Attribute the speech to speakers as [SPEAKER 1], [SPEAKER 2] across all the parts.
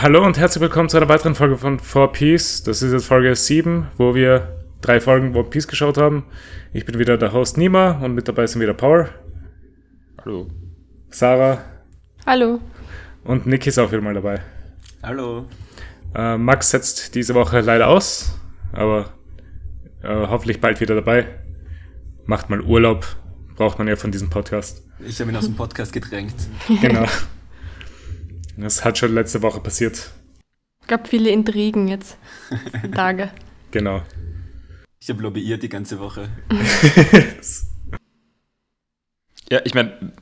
[SPEAKER 1] Hallo und herzlich willkommen zu einer weiteren Folge von Four Piece. Das ist jetzt Folge 7, wo wir drei Folgen One Piece geschaut haben. Ich bin wieder der Host Nima und mit dabei sind wieder Paul,
[SPEAKER 2] Hallo.
[SPEAKER 1] Sarah
[SPEAKER 3] Hallo.
[SPEAKER 1] und Nick ist auch wieder mal dabei.
[SPEAKER 2] Hallo.
[SPEAKER 1] Äh, Max setzt diese Woche leider aus, aber äh, hoffentlich bald wieder dabei. Macht mal Urlaub, braucht man ja von diesem Podcast.
[SPEAKER 2] Ich habe ihn aus dem Podcast gedrängt.
[SPEAKER 1] Genau. Das hat schon letzte Woche passiert.
[SPEAKER 3] Gab viele Intrigen jetzt. Tage.
[SPEAKER 1] Genau.
[SPEAKER 2] Ich habe lobbyiert die ganze Woche.
[SPEAKER 4] Ja, ich meine,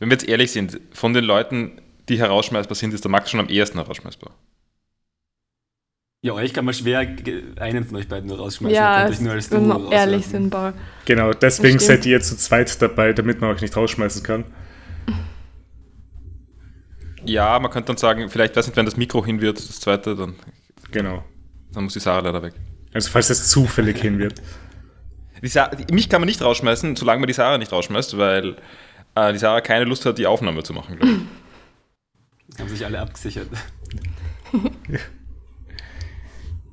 [SPEAKER 4] wenn wir jetzt ehrlich sind, von den Leuten, die herausschmeißbar sind, ist der Max schon am ehersten herausschmeißbar.
[SPEAKER 2] Ja, euch kann man schwer ge- einen von euch beiden nur rausschmeißen. Da
[SPEAKER 3] ja,
[SPEAKER 2] konnte ich nur als
[SPEAKER 3] wenn wir
[SPEAKER 2] Duo
[SPEAKER 3] ehrlich
[SPEAKER 2] rauswerfen.
[SPEAKER 3] sind, Paul.
[SPEAKER 1] Genau, deswegen
[SPEAKER 3] Verstehe.
[SPEAKER 1] seid ihr zu zweit dabei, damit man euch nicht rausschmeißen kann.
[SPEAKER 4] Ja, man könnte dann sagen, vielleicht weiß nicht, wenn das Mikro hin wird, das zweite, dann,
[SPEAKER 1] Genau.
[SPEAKER 4] dann muss die Sarah leider weg.
[SPEAKER 1] Also falls es zufällig hin wird.
[SPEAKER 4] Die Sa die- mich kann man nicht rausschmeißen, solange man die Sarah nicht rausschmeißt, weil äh, die Sarah keine Lust hat, die Aufnahme zu machen, glaube ich.
[SPEAKER 2] Haben sich alle abgesichert.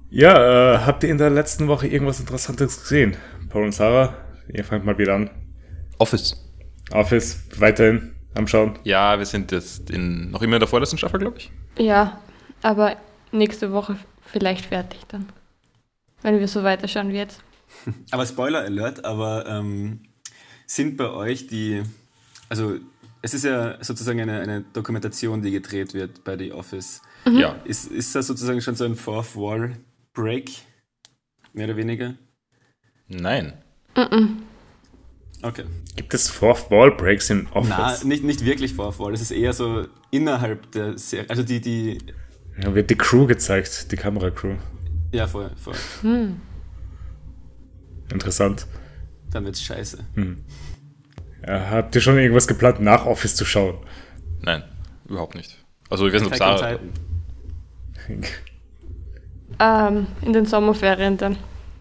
[SPEAKER 1] Ja, äh, habt ihr in der letzten Woche irgendwas Interessantes gesehen? Paul und Sarah, ihr fangt mal wieder an.
[SPEAKER 4] Office.
[SPEAKER 1] Office, weiterhin am Schauen.
[SPEAKER 4] Ja, wir sind jetzt in, noch immer in der vorletzten Staffel, glaube ich.
[SPEAKER 3] Ja, aber nächste Woche vielleicht fertig dann. Wenn wir so weiterschauen wie jetzt.
[SPEAKER 2] Aber Spoiler Alert, aber ähm, sind bei euch die. Also, es ist ja sozusagen eine, eine Dokumentation, die gedreht wird bei The Office.
[SPEAKER 4] Ja.
[SPEAKER 2] Ist, ist das sozusagen schon so ein Fourth Wall Break? Mehr oder weniger?
[SPEAKER 4] Nein.
[SPEAKER 2] Okay.
[SPEAKER 1] Gibt es Fourth Wall Breaks in
[SPEAKER 2] Na,
[SPEAKER 1] Office?
[SPEAKER 2] nicht, nicht wirklich Fourth Wall. Es ist eher so innerhalb der Serie. Also, die, die.
[SPEAKER 1] Ja, wird die Crew gezeigt, die Kameracrew.
[SPEAKER 2] Ja, voll, voll.
[SPEAKER 1] Interessant.
[SPEAKER 2] Dann wird's scheiße.
[SPEAKER 1] Äh, habt ihr schon irgendwas geplant, nach Office zu schauen?
[SPEAKER 4] Nein. Überhaupt nicht. Also, ich weiß nicht, ob
[SPEAKER 2] Attack on
[SPEAKER 4] Sarah.
[SPEAKER 2] Titan.
[SPEAKER 3] Ähm, in den Sommerferien dann.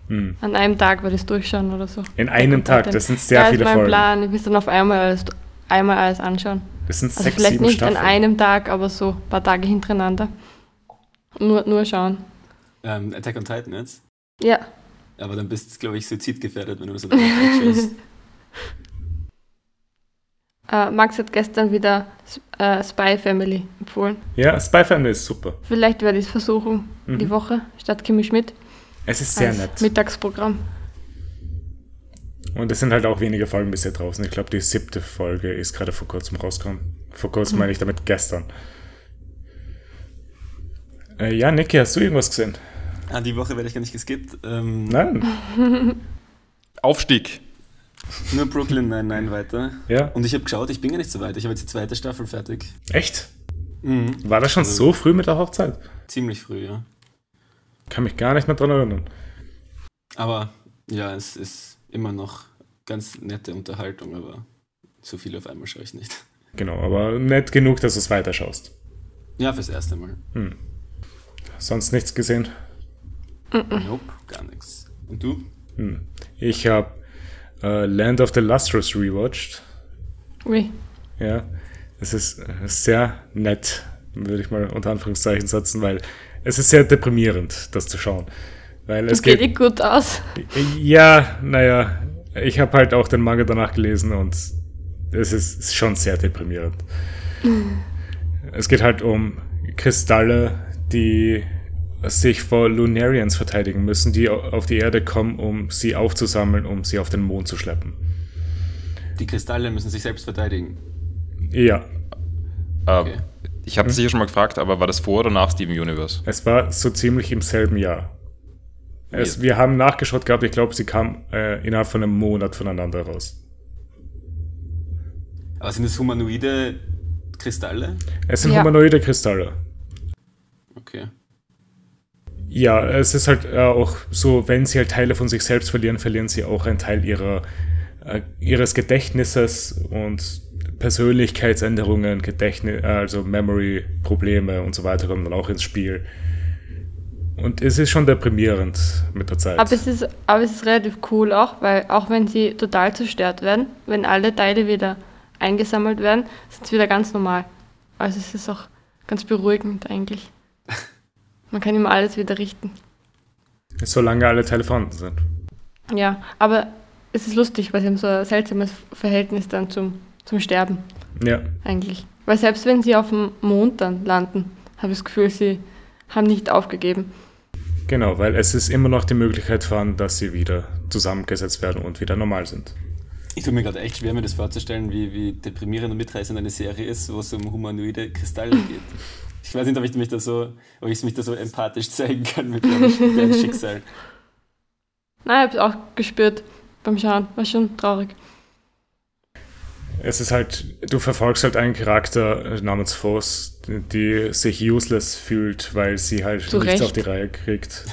[SPEAKER 1] Hm.
[SPEAKER 3] An einem Tag würde ich es durchschauen oder so.
[SPEAKER 1] In einem Tag, das sind sehr
[SPEAKER 3] ja,
[SPEAKER 1] viele
[SPEAKER 3] ist mein
[SPEAKER 1] Folgen.
[SPEAKER 3] Plan. Ich muss dann auf einmal alles, einmal alles anschauen.
[SPEAKER 1] Das sind
[SPEAKER 3] Also
[SPEAKER 1] sechs,
[SPEAKER 3] vielleicht
[SPEAKER 1] sieben
[SPEAKER 3] nicht
[SPEAKER 1] Staffeln.
[SPEAKER 3] an einem Tag, aber so ein paar Tage hintereinander. Nur, nur schauen.
[SPEAKER 2] Ähm, Attack on Titan jetzt.
[SPEAKER 3] Ja,
[SPEAKER 2] Aber dann bist du, glaube ich, suizidgefährdet, wenn du das in einem schaust.
[SPEAKER 3] äh, Max hat gestern wieder äh, Spy Family empfohlen.
[SPEAKER 1] Ja, Spy Family ist super.
[SPEAKER 3] Vielleicht werde ich es versuchen, die Woche, statt Kimi Schmidt.
[SPEAKER 1] Es ist Mhm. sehr
[SPEAKER 3] als
[SPEAKER 1] nett.
[SPEAKER 3] Mittagsprogramm.
[SPEAKER 1] Und es sind halt auch wenige Folgen bisher draußen. Ich glaube, die siebte Folge ist gerade vor kurzem rausgekommen. Vor kurzem meine ich damit gestern. Äh, ja, Niki, hast du irgendwas gesehen?
[SPEAKER 2] Ah, die Woche werde ich gar nicht geskippt. Ähm,
[SPEAKER 1] Nein.
[SPEAKER 4] Aufstieg.
[SPEAKER 2] nur Brooklyn, nein, nein, weiter.
[SPEAKER 1] Ja.
[SPEAKER 2] Und ich habe geschaut, ich bin gar nicht so weit. Ich habe jetzt die zweite Staffel fertig.
[SPEAKER 1] Echt? War das schon so früh mit der Hochzeit?
[SPEAKER 2] Ziemlich früh, ja.
[SPEAKER 1] Kann mich gar nicht mehr dran erinnern.
[SPEAKER 2] Aber ja, es ist immer noch ganz nette Unterhaltung, aber so viel auf einmal schaue ich nicht.
[SPEAKER 1] Genau, aber nett genug, dass du es weiterschaust.
[SPEAKER 2] Ja, fürs erste Mal.
[SPEAKER 1] Sonst nichts gesehen.
[SPEAKER 2] Nope, gar nichts. Und du?
[SPEAKER 1] Ich habe äh, Land of the Lustrous rewatched.
[SPEAKER 3] Ui.
[SPEAKER 1] Ja, es ist äh, sehr nett, würde ich mal unter Anführungszeichen setzen, weil es ist sehr deprimierend, das zu schauen. Weil es
[SPEAKER 3] Das geht, eh
[SPEAKER 1] geht.
[SPEAKER 3] gut aus.
[SPEAKER 1] Ja, naja, ich habe halt auch den Manga danach gelesen und es ist ist schon sehr deprimierend. es geht halt um Kristalle, die sich vor Lunarians verteidigen müssen, die au- auf die Erde kommen, um sie aufzusammeln, um sie auf den Mond zu schleppen.
[SPEAKER 2] Die Kristalle müssen sich selbst verteidigen.
[SPEAKER 1] Ja,
[SPEAKER 4] Ähm,
[SPEAKER 2] Okay.
[SPEAKER 4] Ich habe sicher schon mal gefragt, aber war das vor oder nach Steven Universe?
[SPEAKER 1] Es war so ziemlich im selben Jahr. Es, wir haben nachgeschaut gehabt, ich glaube, sie kam äh, innerhalb von einem Monat voneinander raus.
[SPEAKER 2] Aber sind es humanoide Kristalle?
[SPEAKER 1] Es sind
[SPEAKER 3] Ja.
[SPEAKER 1] humanoide Kristalle.
[SPEAKER 2] Okay.
[SPEAKER 1] Ja, es ist halt äh, auch so, wenn sie halt Teile von sich selbst verlieren, verlieren sie auch einen Teil ihrer, äh, ihres Gedächtnisses und Persönlichkeitsänderungen, Gedächtnis, äh, also Memory-Probleme und so weiter kommen dann auch ins Spiel. Und es ist schon deprimierend mit der Zeit.
[SPEAKER 3] Aber es, ist, aber es ist relativ cool auch, weil auch wenn sie total zerstört werden, wenn alle Teile wieder eingesammelt werden, sind sie wieder ganz normal. Also es ist auch ganz beruhigend eigentlich. Man kann immer alles wieder richten.
[SPEAKER 1] Solange alle Teile vorhanden sind.
[SPEAKER 3] Ja, aber es ist lustig, weil sie haben so ein seltsames Verhältnis dann zum, zum Sterben
[SPEAKER 1] Ja.
[SPEAKER 3] eigentlich. Weil selbst wenn sie auf dem Mond dann landen, habe ich das Gefühl, sie haben nicht aufgegeben.
[SPEAKER 1] Genau, weil es ist immer noch die Möglichkeit vorhanden, dass sie wieder zusammengesetzt werden und wieder normal sind.
[SPEAKER 2] Ich tue mir gerade echt schwer, mir das vorzustellen, wie, wie deprimierend und mitreißend eine Serie ist, wo es um humanoide Kristalle geht. Ich weiß nicht, ob ich mich da so, ob ich mich da so empathisch zeigen kann mit dem deren Schicksal.
[SPEAKER 3] Nein, ich habe es auch gespürt beim Schauen. War schon traurig.
[SPEAKER 1] Es ist halt, du verfolgst halt einen Charakter namens Foss, die sich useless fühlt, weil sie halt
[SPEAKER 3] Zu
[SPEAKER 1] nichts
[SPEAKER 3] Recht.
[SPEAKER 1] auf die Reihe kriegt.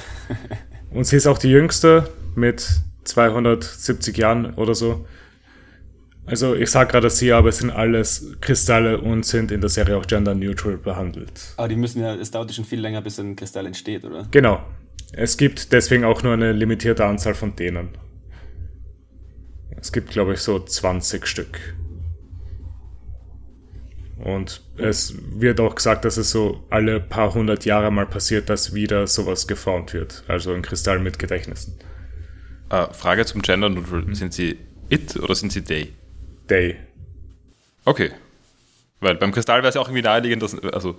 [SPEAKER 1] Und sie ist auch die jüngste mit 270 Jahren oder so. Also ich sag gerade sie, aber es sind alles Kristalle und sind in der Serie auch gender neutral behandelt.
[SPEAKER 2] Aber die müssen ja, es dauert ja schon viel länger, bis ein Kristall entsteht, oder?
[SPEAKER 1] Genau. Es gibt deswegen auch nur eine limitierte Anzahl von denen. Es gibt, glaube ich, so 20 Stück. Und es wird auch gesagt, dass es so alle paar hundert Jahre mal passiert, dass wieder sowas geformt wird. Also ein Kristall mit Gedächtnissen.
[SPEAKER 4] Äh, Frage zum Gender
[SPEAKER 1] Mhm.
[SPEAKER 4] Neutral. Sind sie it oder sind sie they?
[SPEAKER 1] Day.
[SPEAKER 4] Okay. Weil beim Kristall wäre es ja auch irgendwie naheliegend, dass. Also,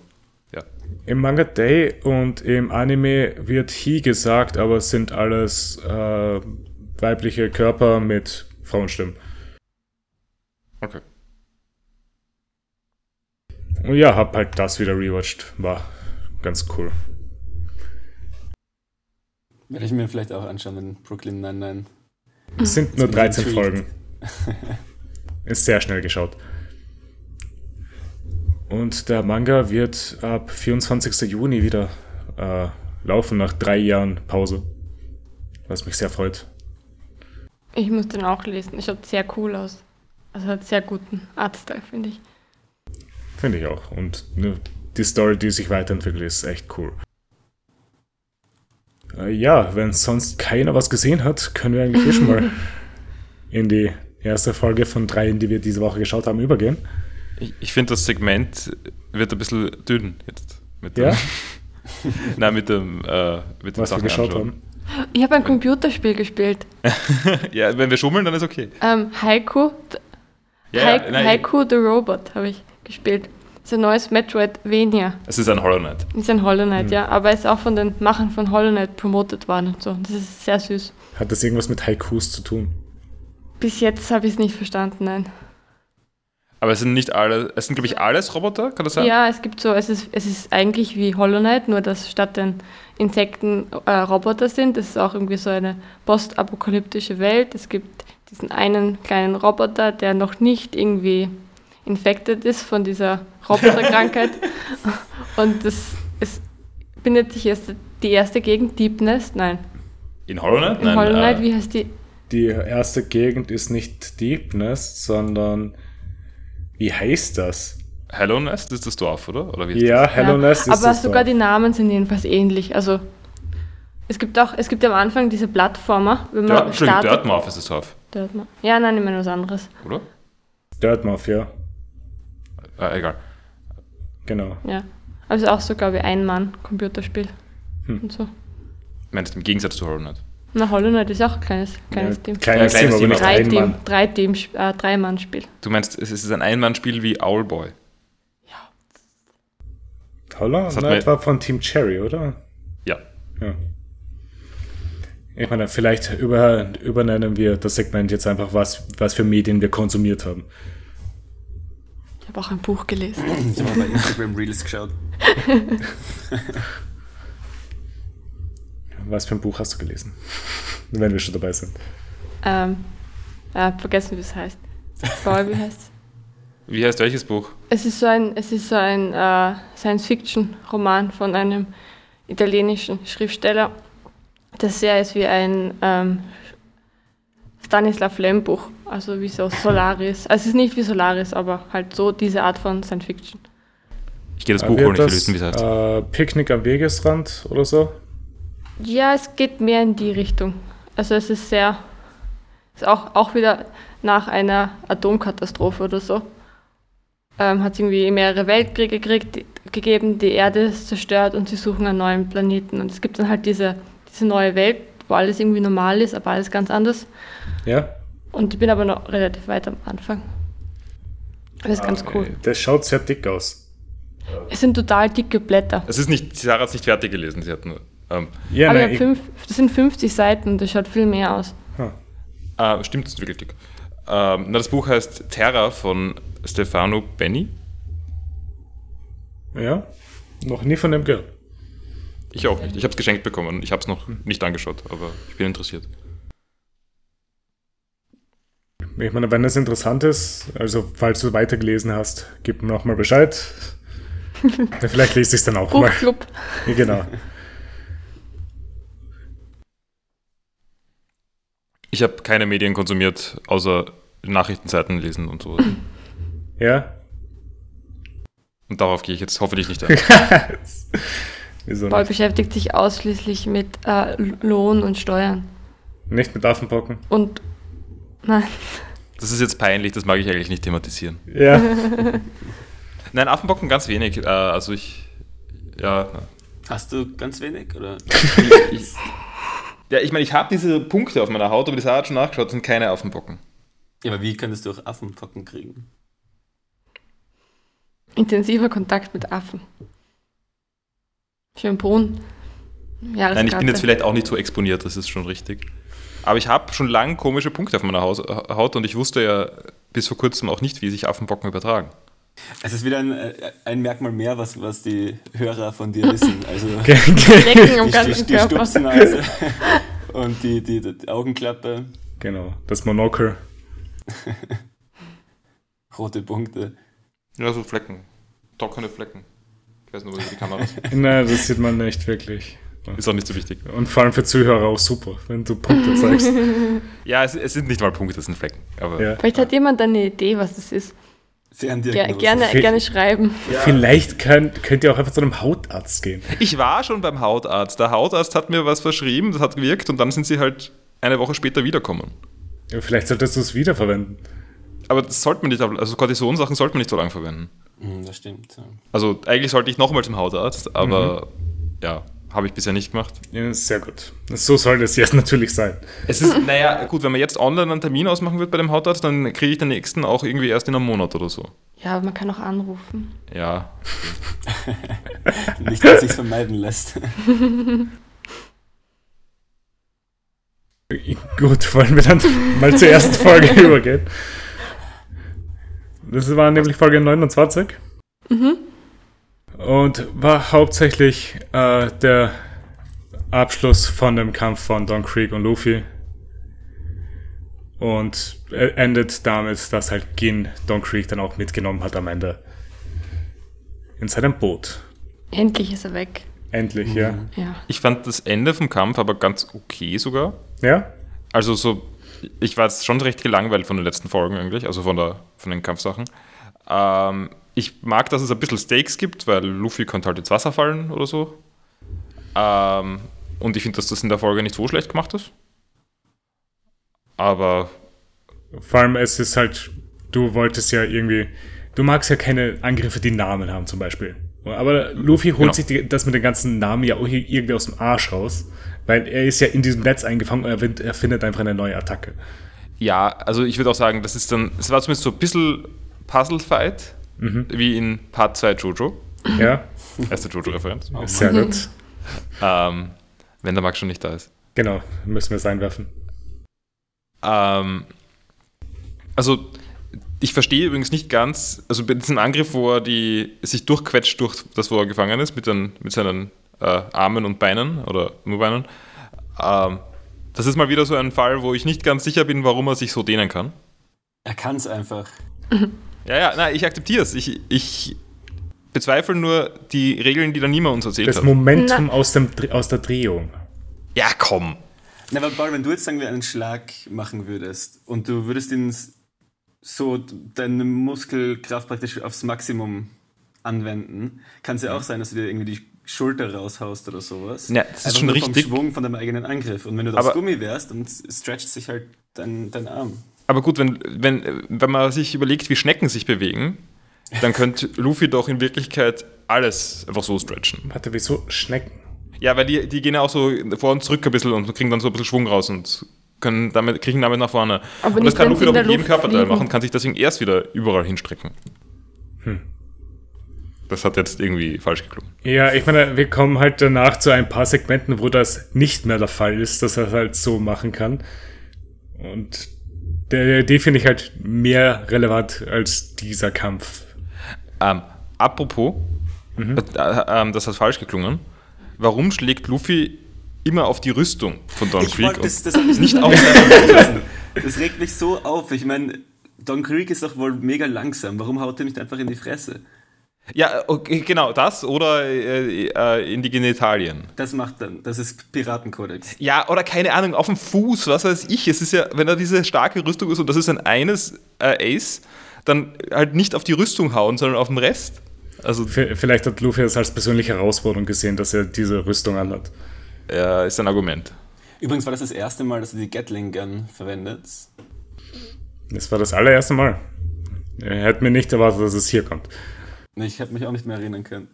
[SPEAKER 4] ja.
[SPEAKER 1] Im Manga Day und im Anime wird He gesagt, aber es sind alles äh, weibliche Körper mit Frauenstimmen.
[SPEAKER 4] Okay.
[SPEAKER 1] Und ja, hab halt das wieder rewatcht. War ganz cool.
[SPEAKER 2] Werde ich mir vielleicht auch anschauen, wenn Brooklyn 99.
[SPEAKER 1] Es sind nur
[SPEAKER 2] bin ich
[SPEAKER 1] 13
[SPEAKER 2] intrigued.
[SPEAKER 1] Folgen. Ist sehr schnell geschaut. Und der Manga wird ab 24. Juni wieder äh, laufen, nach drei Jahren Pause. Was mich sehr freut.
[SPEAKER 3] Ich muss den auch lesen. Es schaut sehr cool aus. Also hat sehr guten Artstyle, finde ich.
[SPEAKER 1] Finde ich auch. Und ne, die Story, die sich weiterentwickelt, ist echt cool. Äh, ja, wenn sonst keiner was gesehen hat, können wir eigentlich hier schon mal in die erste Folge von dreien, die wir diese Woche geschaut haben, übergehen.
[SPEAKER 4] Ich, ich finde, das Segment wird ein bisschen dünn jetzt. Mit
[SPEAKER 1] Ja?
[SPEAKER 4] Dem, nein, mit dem. Äh, mit den
[SPEAKER 1] Was wir
[SPEAKER 4] Sachen
[SPEAKER 1] geschaut
[SPEAKER 4] anschauen.
[SPEAKER 1] haben.
[SPEAKER 3] Ich habe ein Computerspiel gespielt.
[SPEAKER 4] Ja, wenn wir schummeln, dann ist okay.
[SPEAKER 3] Ähm, Haiku,
[SPEAKER 4] Ja,
[SPEAKER 3] Haik-
[SPEAKER 4] ja, nein,
[SPEAKER 3] Haiku the Robot habe ich gespielt. Das ist ein neues Metroidvania.
[SPEAKER 4] Es ist ein Hollow Knight.
[SPEAKER 3] Ist ein Hollow
[SPEAKER 4] Hm.
[SPEAKER 3] Knight, ja. Aber ist auch von den Machern von Hollow Knight promotet worden und so. Das ist sehr süß.
[SPEAKER 1] Hat das irgendwas mit Haikus zu tun?
[SPEAKER 3] Bis jetzt habe ich es nicht verstanden, nein.
[SPEAKER 4] Aber es sind nicht alle. Es sind, glaube ich, alles Roboter, kann das sein?
[SPEAKER 3] Ja, es gibt so, es ist, es ist eigentlich wie Hollow Knight, nur dass statt den Insekten äh, Roboter sind. Das ist auch irgendwie so eine postapokalyptische Welt. Es gibt diesen einen kleinen Roboter, der noch nicht irgendwie infected ist von dieser Roboterkrankheit. Und das, es bindet sich erst die erste Gegend, Deep Nest, nein.
[SPEAKER 4] In Hollow Knight?
[SPEAKER 3] In Hollow Knight,
[SPEAKER 4] äh,
[SPEAKER 3] wie heißt die?
[SPEAKER 1] Die erste Gegend ist nicht Deepness, sondern wie heißt das?
[SPEAKER 4] Hollow Nest ist das Dorf, oder? Oder wie heißt
[SPEAKER 1] Ja, Hello
[SPEAKER 3] ja.
[SPEAKER 1] Nest ist
[SPEAKER 3] Aber
[SPEAKER 1] das
[SPEAKER 3] sogar
[SPEAKER 1] da.
[SPEAKER 3] die Namen sind jedenfalls ähnlich. Also es gibt auch, es gibt am Anfang diese Plattformer, wenn
[SPEAKER 4] das? Dirt,
[SPEAKER 3] man
[SPEAKER 4] Entschuldigung,
[SPEAKER 3] startet.
[SPEAKER 4] Dirtmouth ist das Dorf,
[SPEAKER 3] Dirtmouth. Ja, nein, ich meine was anderes.
[SPEAKER 4] oder?
[SPEAKER 1] Dirtmouth, ja.
[SPEAKER 4] Äh, egal.
[SPEAKER 1] Genau.
[SPEAKER 3] Ja. Aber es ist auch so, glaube ich, ein Mann Computerspiel
[SPEAKER 1] Hm.
[SPEAKER 3] und so.
[SPEAKER 4] Ich meine, das ist im Gegensatz zu Hollow Knight.
[SPEAKER 3] Na, Hollow Knight ist auch ein kleines, kleines
[SPEAKER 1] Ja,
[SPEAKER 3] Team.
[SPEAKER 1] Kleines
[SPEAKER 4] Ja,
[SPEAKER 1] Team,
[SPEAKER 4] kleines
[SPEAKER 1] aber
[SPEAKER 4] Team,
[SPEAKER 1] nicht
[SPEAKER 4] aber
[SPEAKER 3] drei
[SPEAKER 1] ein
[SPEAKER 3] Team,
[SPEAKER 1] Mann.
[SPEAKER 3] drei Team, äh, drei Mann Spiel.
[SPEAKER 4] Du meinst, es ist ein Einmannspiel wie Owlboy.
[SPEAKER 1] Hollow
[SPEAKER 4] hat
[SPEAKER 1] Knight
[SPEAKER 4] mir-
[SPEAKER 1] war von Team Cherry, oder?
[SPEAKER 4] Ja.
[SPEAKER 1] Ja. Ich meine, vielleicht über, übernennen wir das Segment jetzt einfach, was, was für Medien wir konsumiert haben.
[SPEAKER 3] Ich habe auch ein Buch gelesen.
[SPEAKER 2] Ich habe mal bei Instagram Reels geschaut.
[SPEAKER 1] Was für ein Buch hast du gelesen? Wenn wir schon dabei sind.
[SPEAKER 3] ähm, äh, vergessen, wie es heißt. Boy, wie heißt es?
[SPEAKER 4] Wie heißt welches Buch?
[SPEAKER 3] Es ist so ein, es ist so ein äh, Science-Fiction-Roman von einem italienischen Schriftsteller, das sehr ist wie ein ähm, Stanislav Lem-Buch, also wie so Solaris. Also es ist nicht wie Solaris, aber halt so diese Art von Science-Fiction.
[SPEAKER 4] Ich gehe das
[SPEAKER 1] Äh,
[SPEAKER 4] Buch
[SPEAKER 1] wird
[SPEAKER 4] holen, ich will wissen, wie es heißt.
[SPEAKER 1] äh, Picknick am Wegesrand oder so?
[SPEAKER 3] Ja, es geht mehr in die Richtung. Also es ist sehr, ist auch, auch wieder nach einer Atomkatastrophe oder so. ähm, hat es irgendwie mehrere Weltkriege gekriegt, gegeben, die Erde ist zerstört und sie suchen einen neuen Planeten. Und es gibt dann halt diese, diese neue Welt, wo alles irgendwie normal ist, aber alles ganz anders.
[SPEAKER 1] Ja.
[SPEAKER 3] Und ich bin aber noch relativ weit am Anfang. Aber ist ganz cool.
[SPEAKER 1] Das schaut sehr dick aus.
[SPEAKER 3] Es sind total dicke Blätter.
[SPEAKER 4] Es ist nicht, Sarah hat es nicht fertig gelesen, sie hat nur. Ähm,
[SPEAKER 1] Ja,
[SPEAKER 3] aber ich
[SPEAKER 1] nein,
[SPEAKER 3] hab
[SPEAKER 1] ich-
[SPEAKER 3] fünf, das sind 50 Seiten, das schaut viel mehr aus.
[SPEAKER 1] Hm.
[SPEAKER 4] äh, stimmt, es ist wirklich dick. Ähm, na, das Buch heißt Terra von Stefano Benni.
[SPEAKER 1] Ja, noch nie von dem gehört.
[SPEAKER 4] Ich auch nicht. Ich habe es geschenkt bekommen. Ich habe es noch nicht angeschaut, aber ich bin interessiert.
[SPEAKER 1] Ich meine, wenn das interessant ist, also falls du weitergelesen hast, gib mir nochmal Bescheid. Dann Vielleicht lese ich es dann auch mal.
[SPEAKER 3] Buchclub.
[SPEAKER 1] Ja, genau.
[SPEAKER 4] Ich habe keine Medien konsumiert, außer Nachrichtenseiten lesen und so.
[SPEAKER 1] Ja?
[SPEAKER 4] Und darauf gehe ich jetzt hoffentlich nicht ein.
[SPEAKER 1] Wieso
[SPEAKER 3] Paul
[SPEAKER 1] nicht?
[SPEAKER 3] beschäftigt sich ausschließlich mit äh, Lohn und Steuern.
[SPEAKER 1] Nicht mit Affenpocken.
[SPEAKER 3] Und nein,
[SPEAKER 4] Das ist jetzt peinlich, das mag ich eigentlich nicht thematisieren.
[SPEAKER 1] Ja.
[SPEAKER 4] Nein, Affenbocken ganz wenig. Äh, also ich. Ja.
[SPEAKER 2] Hast du ganz wenig? Oder?
[SPEAKER 4] Ich, ja, ich meine, ich habe diese Punkte auf meiner Haut, aber die Sarah hat schon nachgeschaut, es sind keine Affenbocken.
[SPEAKER 2] Ja, aber wie könntest du auch Affenpocken kriegen?
[SPEAKER 3] intensiver Kontakt mit Affen. Schönbrunn.
[SPEAKER 4] Nein, ich bin jetzt vielleicht auch nicht so exponiert, das ist schon richtig. Aber ich habe schon lange komische Punkte auf meiner Haus Haut und ich wusste ja bis vor kurzem auch nicht, wie sich Affenbocken übertragen.
[SPEAKER 2] Es ist wieder ein, äh, ein Merkmal mehr, was, was die Hörer von dir wissen. Also
[SPEAKER 3] Decken am
[SPEAKER 2] die, die,
[SPEAKER 3] ganzen
[SPEAKER 2] die
[SPEAKER 3] Körper.
[SPEAKER 2] Stupsnase und die, die, die Augenklappe,
[SPEAKER 1] genau, das Monokel.
[SPEAKER 2] rote Punkte.
[SPEAKER 4] Ja, so Flecken. Trockene Flecken. Ich weiß nur, über die Kamera ist.
[SPEAKER 1] Nein, das sieht man nicht wirklich.
[SPEAKER 4] Ist auch nicht so wichtig.
[SPEAKER 1] Und vor allem für Zuhörer auch super, wenn du Punkte zeigst.
[SPEAKER 4] Ja, es, es sind nicht mal Punkte, es sind Flecken. Aber
[SPEAKER 1] Ja.
[SPEAKER 3] Vielleicht hat jemand eine Idee, was das ist. Ger
[SPEAKER 2] Ferndiagnose.
[SPEAKER 3] gerne,
[SPEAKER 1] Fe-
[SPEAKER 3] gerne schreiben.
[SPEAKER 1] Vielleicht könnt, könnt ihr auch einfach zu einem Hautarzt gehen.
[SPEAKER 4] Ich war schon beim Hautarzt. Der Hautarzt hat mir was verschrieben, das hat gewirkt und dann sind sie halt eine Woche später wiederkommen.
[SPEAKER 1] Ja, Vielleicht solltest du es wiederverwenden.
[SPEAKER 4] Aber das sollte man nicht, also Cortison-Sachen sollte man nicht so lange verwenden.
[SPEAKER 2] Hm, das stimmt. ja.
[SPEAKER 4] Also eigentlich sollte ich nochmal zum Hautarzt, aber ja, habe ich bisher nicht gemacht.
[SPEAKER 1] Ja, sehr gut. So soll das jetzt natürlich sein.
[SPEAKER 4] Es ist, naja, gut, wenn man jetzt online einen Termin ausmachen wird bei dem Hautarzt, dann kriege ich den nächsten auch irgendwie erst in einem Monat oder so.
[SPEAKER 3] Ja, aber man kann auch anrufen.
[SPEAKER 4] Ja.
[SPEAKER 2] Nicht, dass sich vermeiden lässt.
[SPEAKER 1] Gut, wollen wir dann mal zur ersten Folge übergehen. Das war nämlich Folge 29
[SPEAKER 3] Mhm.
[SPEAKER 1] und war hauptsächlich äh, der Abschluss von dem Kampf von Don Creek und Luffy. Und äh, endet damit, dass halt Gin Don Creek dann auch mitgenommen hat am Ende. In seinem Boot.
[SPEAKER 3] Endlich ist er weg.
[SPEAKER 1] Endlich, ja.
[SPEAKER 3] Ja.
[SPEAKER 4] Ich fand das Ende vom Kampf aber ganz okay sogar.
[SPEAKER 1] Ja?
[SPEAKER 4] Also so, ich war jetzt schon recht gelangweilt von den letzten Folgen eigentlich, also von, der, von den Kampfsachen. Ähm, ich mag, dass es ein bisschen Stakes gibt, weil Luffy könnte halt ins Wasser fallen oder so. Ähm, und ich finde, dass das in der Folge nicht so schlecht gemacht ist. Aber
[SPEAKER 1] Vor allem, es ist halt, du wolltest ja irgendwie, du magst ja keine Angriffe, die Namen haben zum Beispiel. Aber Luffy holt
[SPEAKER 4] Genau.
[SPEAKER 1] sich die, das mit den ganzen Namen ja auch hier irgendwie aus dem Arsch raus, weil er ist ja in diesem Netz eingefangen und er, win- er findet einfach eine neue Attacke.
[SPEAKER 4] ja, also ich würde auch sagen, das ist dann, es war zumindest so ein bisschen Puzzle-Fight, wie in Part 2 Jojo.
[SPEAKER 1] Mhm. Ja,
[SPEAKER 4] Erste Jojo-Referenz.
[SPEAKER 1] sehr gut.
[SPEAKER 4] Ähm, wenn der Max schon nicht da ist.
[SPEAKER 1] Genau, müssen wir es einwerfen.
[SPEAKER 4] Ähm, also, ich verstehe übrigens nicht ganz, also bei diesem Angriff, wo er die, sich durchquetscht durch das, wo er gefangen ist, mit, den, mit seinen äh, Armen und Beinen oder nur Beinen. Ähm, das ist mal wieder so ein Fall, wo ich nicht ganz sicher bin, warum er sich so dehnen kann.
[SPEAKER 2] Er kann es einfach.
[SPEAKER 4] Ja, ja, nein, ich akzeptiere es. Ich, ich bezweifle nur die Regeln, die der Nima uns erzählt
[SPEAKER 1] Das
[SPEAKER 4] hat.
[SPEAKER 1] Momentum aus, dem, Dr- aus der Drehung.
[SPEAKER 4] Ja, komm.
[SPEAKER 2] Na, aber Paul, wenn du jetzt sagen wir einen Schlag machen würdest und du würdest ihn s- so deine Muskelkraft praktisch aufs Maximum anwenden, kann es ja auch sein, dass du dir irgendwie die Schulter raushaust oder sowas.
[SPEAKER 4] Ja, das ist
[SPEAKER 2] Einfach
[SPEAKER 4] schon
[SPEAKER 2] nur
[SPEAKER 4] richtig.
[SPEAKER 2] Vom Schwung von deinem eigenen Angriff. Und wenn du
[SPEAKER 4] Aber-
[SPEAKER 2] das Gummi wärst, dann s- stretcht sich halt dein, dein Arm.
[SPEAKER 4] Aber gut, wenn, wenn, wenn man sich überlegt, wie Schnecken sich bewegen, dann könnte Luffy doch in Wirklichkeit alles einfach so stretchen.
[SPEAKER 1] Warte, wieso Schnecken?
[SPEAKER 4] Ja, weil die, die gehen ja auch so vor und zurück ein bisschen und kriegen dann so ein bisschen Schwung raus und können damit, kriegen damit nach vorne.
[SPEAKER 3] Aber
[SPEAKER 4] und das
[SPEAKER 3] nicht,
[SPEAKER 4] kann
[SPEAKER 3] wenn
[SPEAKER 4] Luffy
[SPEAKER 3] sie in
[SPEAKER 4] doch
[SPEAKER 3] der
[SPEAKER 4] mit jedem
[SPEAKER 3] Luft
[SPEAKER 4] Körperteil
[SPEAKER 3] fliegen.
[SPEAKER 4] machen, kann sich deswegen erst wieder überall hinstrecken.
[SPEAKER 1] Hm.
[SPEAKER 4] Das hat jetzt irgendwie falsch geklungen.
[SPEAKER 1] Ja, ich meine, wir kommen halt danach zu ein paar Segmenten, wo das nicht mehr der Fall ist, dass er es halt so machen kann. Und der, die finde ich halt mehr relevant als dieser Kampf.
[SPEAKER 4] Ähm, apropos, äh, ähm, das hat falsch geklungen. Warum schlägt Luffy immer auf die Rüstung von Don Krieg?
[SPEAKER 2] wollte das, das hab ich
[SPEAKER 4] nicht
[SPEAKER 2] nicht
[SPEAKER 4] auf-
[SPEAKER 2] aufgelassen. Das regt mich so auf. Ich meine, Don Creek ist doch wohl mega langsam. Warum haut er nicht einfach in die Fresse?
[SPEAKER 4] Ja, okay, genau, das oder äh, äh, in die Genitalien.
[SPEAKER 2] Das macht dann, das ist Piratenkodex.
[SPEAKER 4] Ja, oder keine Ahnung, auf dem Fuß, was weiß ich. Es ist ja, wenn er diese starke Rüstung ist und das ist ein eines äh, Ace, dann halt nicht auf die Rüstung hauen, sondern auf den Rest. Also
[SPEAKER 1] V- Vielleicht hat Luffy das als persönliche Herausforderung gesehen, dass er diese Rüstung anhat.
[SPEAKER 4] äh, ist ein Argument.
[SPEAKER 2] Übrigens war das das erste Mal, dass er die Gatling Gun verwendet.
[SPEAKER 1] Das war das allererste Mal. Er hätte mir nicht erwartet, dass es hier kommt.
[SPEAKER 2] Ich habe mich auch nicht mehr erinnern können.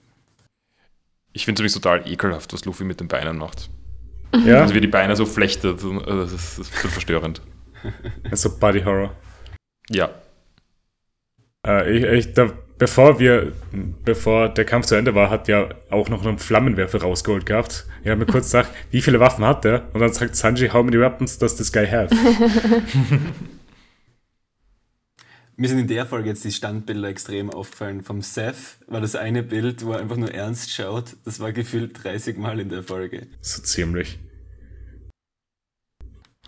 [SPEAKER 4] Ich finde es nämlich total ekelhaft, was Luffy mit den Beinen macht.
[SPEAKER 1] Ja,
[SPEAKER 4] Also wie die Beine so flechtet, und, äh, das ist, das ist verstörend.
[SPEAKER 1] also Body Horror.
[SPEAKER 4] Ja.
[SPEAKER 1] Äh, ich, ich, da, bevor wir, bevor der Kampf zu Ende war, hat ja auch noch einen Flammenwerfer rausgeholt gehabt. Ich habe mir kurz gesagt, wie viele Waffen hat der? Und dann sagt Sanji, how many weapons does this guy have?
[SPEAKER 2] Mir sind in der Folge jetzt die Standbilder extrem aufgefallen. Vom Seth war das eine Bild, wo er einfach nur ernst schaut. Das war gefühlt 30 Mal in der Folge.
[SPEAKER 1] So ziemlich.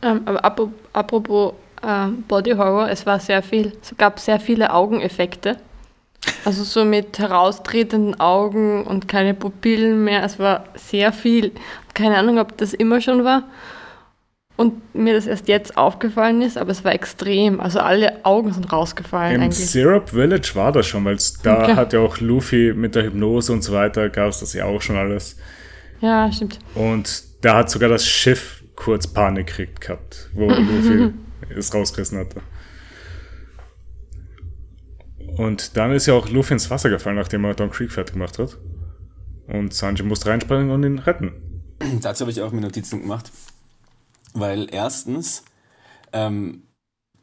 [SPEAKER 3] Ähm, aber apro- apropos ähm, Body Horror, es war sehr viel, es gab sehr viele Augeneffekte. Also so mit heraustretenden Augen und keine Pupillen mehr. Es war sehr viel. Keine Ahnung, ob das immer schon war. Und mir das erst jetzt aufgefallen ist, aber es war extrem. Also alle Augen sind rausgefallen
[SPEAKER 1] Im
[SPEAKER 3] eigentlich.
[SPEAKER 1] Syrup Village war das schon, weil da
[SPEAKER 3] Okay.
[SPEAKER 1] hat ja auch Luffy mit der Hypnose und so weiter, gab es das ja auch schon alles.
[SPEAKER 3] Ja, stimmt.
[SPEAKER 1] Und da hat sogar das Schiff kurz Panik gekriegt gehabt, wo Luffy es rausgerissen hatte. Und dann ist ja auch Luffy ins Wasser gefallen, nachdem er Don Creek fertig gemacht hat. Und Sanji musste reinspringen und ihn retten.
[SPEAKER 2] Dazu habe ich auch mir Notizen gemacht. Weil erstens, ähm,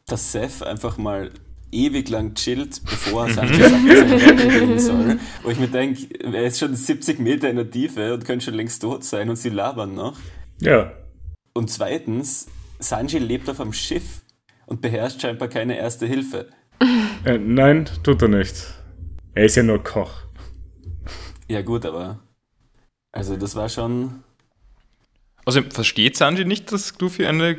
[SPEAKER 2] dass Seth einfach mal ewig lang chillt, bevor er Sanji sagt, dass er nicht reden soll. Wo ich mir denke, er ist schon 70 Meter in der Tiefe und könnte schon längst tot sein und sie labern noch.
[SPEAKER 1] Ja,
[SPEAKER 2] Und zweitens, Sanji lebt auf einem Schiff und beherrscht scheinbar keine erste Hilfe.
[SPEAKER 1] äh, nein, tut er nicht. Er ist ja nur Koch.
[SPEAKER 2] Ja gut, aber also das war schon
[SPEAKER 4] Außerdem Also, versteht Sanji nicht, dass Luffy eine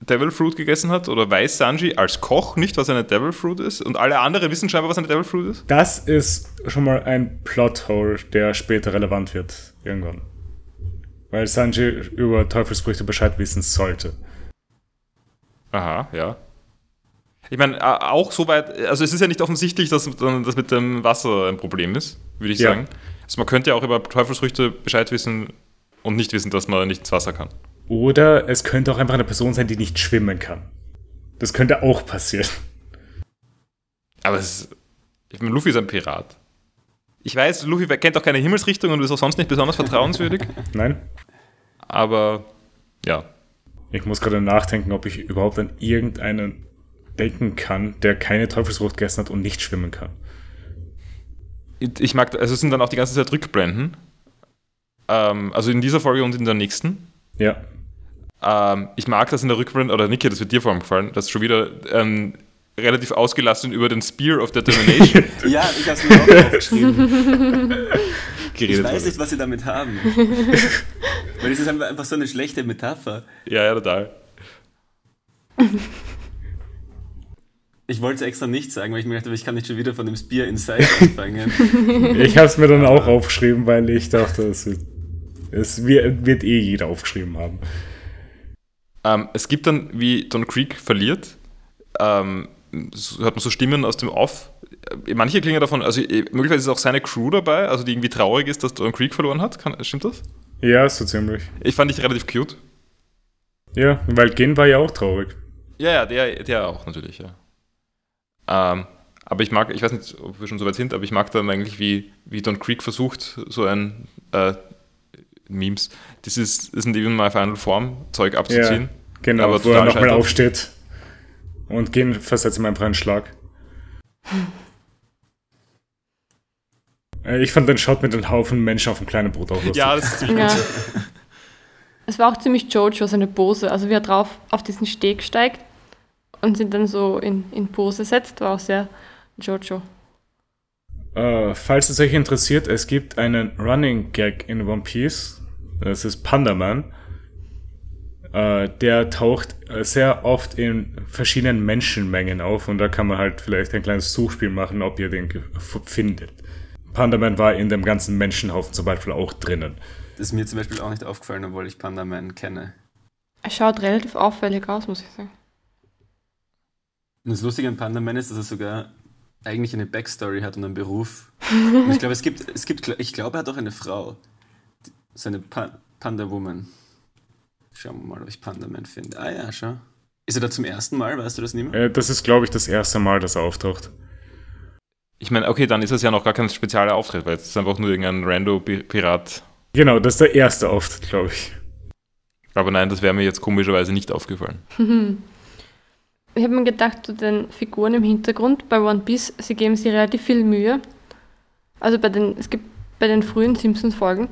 [SPEAKER 4] Devil Fruit gegessen hat? Oder weiß Sanji als Koch nicht, was eine Devil Fruit ist? Und alle anderen wissen scheinbar, was eine Devil Fruit ist?
[SPEAKER 1] Das ist schon mal ein Plothole, der später relevant wird, irgendwann. Weil Sanji über Teufelsfrüchte Bescheid wissen sollte.
[SPEAKER 4] Aha, ja. Ich meine, a- auch soweit, also es ist ja nicht offensichtlich, dass dann das mit dem Wasser ein Problem ist, würde ich
[SPEAKER 1] Ja.
[SPEAKER 4] sagen. Also man könnte ja auch über Teufelsfrüchte Bescheid wissen und nicht wissen, dass man nicht ins Wasser kann.
[SPEAKER 1] Oder es könnte auch einfach eine Person sein, die nicht schwimmen kann. Das könnte auch passieren.
[SPEAKER 4] Aber es ist, ich meine, Luffy ist ein Pirat. Ich weiß, Luffy kennt auch keine Himmelsrichtung und ist auch sonst nicht besonders vertrauenswürdig,
[SPEAKER 1] Nein?
[SPEAKER 4] aber ja.
[SPEAKER 1] Ich muss gerade nachdenken, ob ich überhaupt an irgendeinen denken kann, der keine Teufelsfrucht gegessen hat und nicht schwimmen kann.
[SPEAKER 4] Ich mag, also es sind dann auch die ganze Zeit Rückblenden. Ähm, also in dieser Folge und in der nächsten.
[SPEAKER 1] Ja.
[SPEAKER 4] Ähm, ich mag das in der Rückblende, oder Niki, das wird dir vor allem gefallen, dass schon wieder ähm, relativ ausgelassen über den Spear of Determination
[SPEAKER 2] ja, ich habe es mir auch aufgeschrieben. Ich
[SPEAKER 4] geredet
[SPEAKER 2] weiß
[SPEAKER 4] wurde.
[SPEAKER 2] nicht, was sie damit haben. Weil das ist einfach einfach so eine schlechte Metapher.
[SPEAKER 4] Ja, ja, total.
[SPEAKER 2] Ich wollte es extra nicht sagen, weil ich mir dachte, ich kann nicht schon wieder von dem Spear Inside anfangen.
[SPEAKER 1] Ich habe es mir dann auch aufgeschrieben, weil ich dachte, es wird, es wird, wird eh jeder aufgeschrieben haben.
[SPEAKER 4] Ähm, es gibt dann, wie Don Creek verliert, ähm, so- hört man so Stimmen aus dem Off. Äh, Manche klingen davon, also äh, möglicherweise ist auch seine Crew dabei, also die irgendwie traurig ist, dass Don Creek verloren hat. Kann, stimmt das?
[SPEAKER 1] Ja, so ziemlich.
[SPEAKER 4] Ich fand dich relativ cute.
[SPEAKER 1] Ja, weil Gen war ja auch traurig.
[SPEAKER 4] Ja, ja, der, der auch natürlich, ja. Ähm, Aber ich mag, ich weiß nicht, ob wir schon so weit sind, aber ich mag dann eigentlich, wie, wie Don Creek versucht, so ein äh, Memes, das ist, das ist ein Even My Final Form Zeug abzuziehen.
[SPEAKER 1] Ja, genau,
[SPEAKER 4] aber
[SPEAKER 1] wo er
[SPEAKER 4] total
[SPEAKER 1] nochmal
[SPEAKER 4] scheitert.
[SPEAKER 1] aufsteht und gehen, versetzt ihm einfach einen Schlag. Äh, Ich fand den Shot mit einem Haufen Menschen auf dem kleinen Boot auch lustig.
[SPEAKER 4] Ja, das ist ziemlich
[SPEAKER 3] Ja.
[SPEAKER 4] gut.
[SPEAKER 3] Es war auch ziemlich Jojo, seine Pose. Also wie er drauf auf diesen Steg steigt und sich dann so in, in Pose setzt, war auch sehr Jojo.
[SPEAKER 1] Äh, falls es euch interessiert, es gibt einen Running Gag in One Piece. Das ist Pandaman. Äh, der taucht äh, sehr oft in verschiedenen Menschenmengen auf und da kann man halt vielleicht ein kleines Suchspiel machen, ob ihr den ge- f- findet. Pandaman war in dem ganzen Menschenhaufen zum Beispiel auch drinnen.
[SPEAKER 2] Das ist mir zum Beispiel auch nicht aufgefallen, obwohl ich Panda Man kenne.
[SPEAKER 3] Er schaut relativ auffällig aus, muss ich sagen.
[SPEAKER 2] Und das Lustige an Panda Man ist, dass er sogar eigentlich eine Backstory hat und einen Beruf. Und ich glaube, es gibt, es gibt, ich glaube, er hat auch eine Frau. Die- So eine pa Panda Woman. Schauen wir mal, ob ich Panda Man finde. Ah ja, schau. Ist er da zum ersten Mal? Weißt du das nicht mehr?
[SPEAKER 1] Äh, das ist, glaube ich, das erste Mal, dass er auftaucht.
[SPEAKER 4] Ich meine, okay, dann ist das ja noch gar kein spezieller Auftritt, weil es ist einfach nur irgendein Rando-Pirat.
[SPEAKER 1] Genau, das ist der erste Auftritt, glaube ich.
[SPEAKER 4] Aber nein, das wäre mir jetzt komischerweise nicht aufgefallen.
[SPEAKER 3] Ich habe mir gedacht, zu den Figuren im Hintergrund bei One Piece, sie geben sich relativ viel Mühe. Also bei den, es gibt bei den frühen Simpsons-Folgen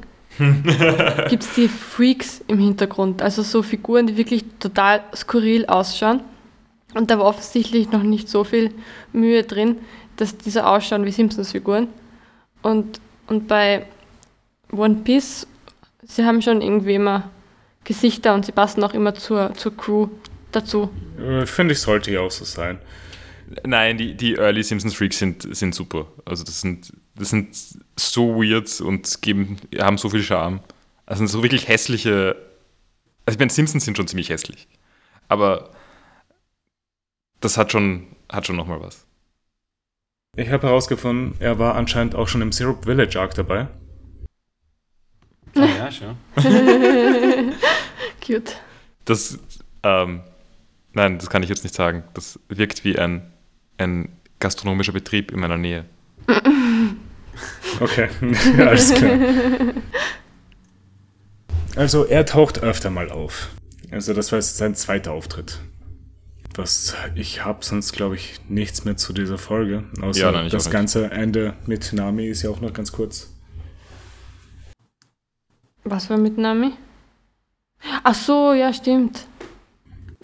[SPEAKER 3] gibt es die Freaks im Hintergrund. Also so Figuren, die wirklich total skurril ausschauen. Und da war offensichtlich noch nicht so viel Mühe drin, dass diese ausschauen wie Simpsons-Figuren. Und, und bei One Piece, sie haben schon irgendwie immer Gesichter und sie passen auch immer zur, zur Crew dazu.
[SPEAKER 1] Äh, Finde ich, sollte ja auch so sein.
[SPEAKER 4] Nein, die, die Early Simpsons Freaks sind, sind super. Also das sind, das sind so weird und geben, haben so viel Charme. Also sind so wirklich hässliche. Also ich meine, Simpsons sind schon ziemlich hässlich. Aber das hat schon, hat schon nochmal was.
[SPEAKER 1] Ich habe herausgefunden, er war anscheinend auch schon im Syrup Village Arc dabei.
[SPEAKER 2] Ah ja, schau.
[SPEAKER 3] Cute.
[SPEAKER 4] Das, ähm, nein, das kann ich jetzt nicht sagen. Das wirkt wie ein, ein gastronomischer Betrieb in meiner Nähe.
[SPEAKER 1] Okay, ja, alles klar. Also er taucht öfter mal auf. Also das war jetzt sein zweiter Auftritt. Was ich habe sonst glaube ich nichts mehr zu dieser Folge, außer
[SPEAKER 4] Ja, nein, ich auch
[SPEAKER 1] das
[SPEAKER 4] nicht.
[SPEAKER 1] ganze Ende mit Nami ist ja auch noch ganz kurz.
[SPEAKER 3] Was war mit Nami? Ach so, ja, stimmt.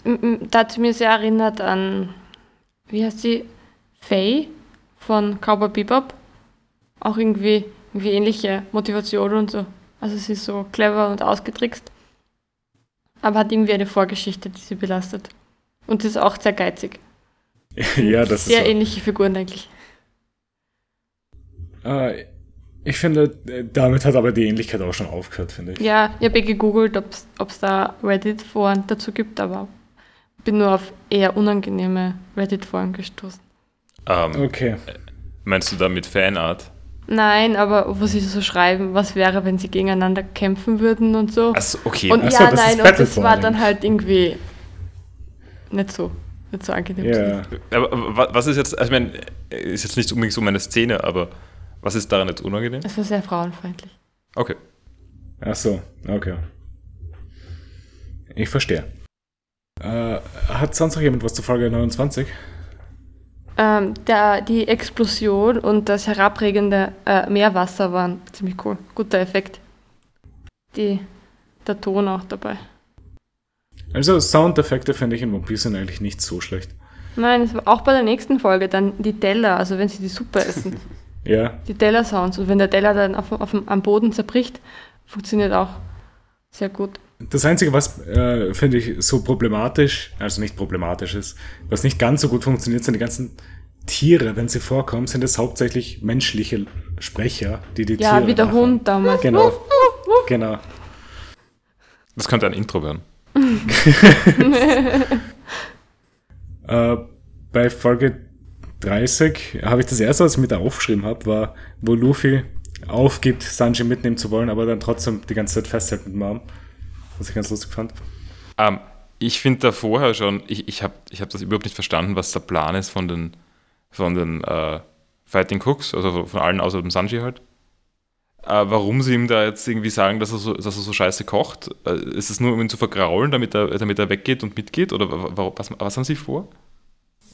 [SPEAKER 3] M- m- Da hat sie mir sehr erinnert an, wie heißt sie? Faye von Cowboy Bebop. Auch irgendwie, irgendwie ähnliche Motivation und so. Also sie ist so clever und ausgetrickst. Aber hat irgendwie eine Vorgeschichte, die sie belastet. Und sie ist auch sehr geizig.
[SPEAKER 1] ja, das
[SPEAKER 3] sehr
[SPEAKER 1] ist so.
[SPEAKER 3] ähnliche Figuren eigentlich.
[SPEAKER 1] Äh, ich finde, äh, damit hat aber die Ähnlichkeit auch schon aufgehört, finde ich.
[SPEAKER 3] Ja, ich habe eh gegoogelt, ob es da Reddit-Foren dazu gibt, aber bin nur auf eher unangenehme Reddit-Foren gestoßen.
[SPEAKER 4] Ähm,
[SPEAKER 1] Okay.
[SPEAKER 4] Meinst du damit Fanart?
[SPEAKER 3] Nein, aber wo sie so schreiben, was wäre, wenn sie gegeneinander kämpfen würden und so.
[SPEAKER 4] Also, okay.
[SPEAKER 3] und
[SPEAKER 1] ach so,
[SPEAKER 3] ja,
[SPEAKER 1] das ist
[SPEAKER 3] nein, und das
[SPEAKER 1] Battle-Forum.
[SPEAKER 3] war dann halt irgendwie nicht so, nicht so
[SPEAKER 4] Äh,
[SPEAKER 3] angenehm. zu lesen.
[SPEAKER 1] Ja.
[SPEAKER 4] Aber wa- was ist jetzt, also ich meine, ist jetzt nicht unbedingt so meine Szene, aber was ist daran jetzt unangenehm?
[SPEAKER 3] Es war sehr frauenfeindlich.
[SPEAKER 4] Okay.
[SPEAKER 1] Ach so, okay. Ich verstehe. Äh, hat sonst noch jemand was zur Folge 29?
[SPEAKER 3] Ähm, da, die Explosion und das herabregende äh, Meerwasser waren ziemlich cool. Guter Effekt. Die, der Ton auch dabei.
[SPEAKER 1] Also Soundeffekte finde ich in One Piece sind eigentlich nicht so schlecht.
[SPEAKER 3] Nein, es war auch bei der nächsten Folge dann die Teller, also wenn sie die Suppe essen,
[SPEAKER 1] Ja,
[SPEAKER 3] die Teller-Sounds. Und wenn der Teller dann auf, auf, dem- am Boden zerbricht, funktioniert auch sehr gut.
[SPEAKER 1] das Einzige, was äh, finde ich so problematisch, also nicht problematisch ist, was nicht ganz so gut funktioniert, sind die ganzen Tiere, wenn sie vorkommen, sind es hauptsächlich menschliche Sprecher, die die Tiere
[SPEAKER 3] Ja, wie der
[SPEAKER 1] machen.
[SPEAKER 3] Hund damals.
[SPEAKER 1] Genau. Genau.
[SPEAKER 4] Das könnte ein Intro werden.
[SPEAKER 1] Äh, bei Folge 30 habe ich das erste, was ich mir da aufgeschrieben habe, war, wo Luffy aufgibt, Sanji mitnehmen zu wollen, aber dann trotzdem die ganze Zeit festhält mit dem Arm. Was ich ganz lustig fand.
[SPEAKER 4] Ähm, ich finde da vorher schon, ich, ich habe ich hab das überhaupt nicht verstanden, was der Plan ist von den, von den äh, Fighting Cooks, also von allen außer dem Sanji halt. Äh, warum sie ihm da jetzt irgendwie sagen, dass er so, dass er so scheiße kocht? Äh, ist es nur, um ihn zu vergraulen, damit er, damit er weggeht und mitgeht? Oder wa- wa- was, was haben sie vor?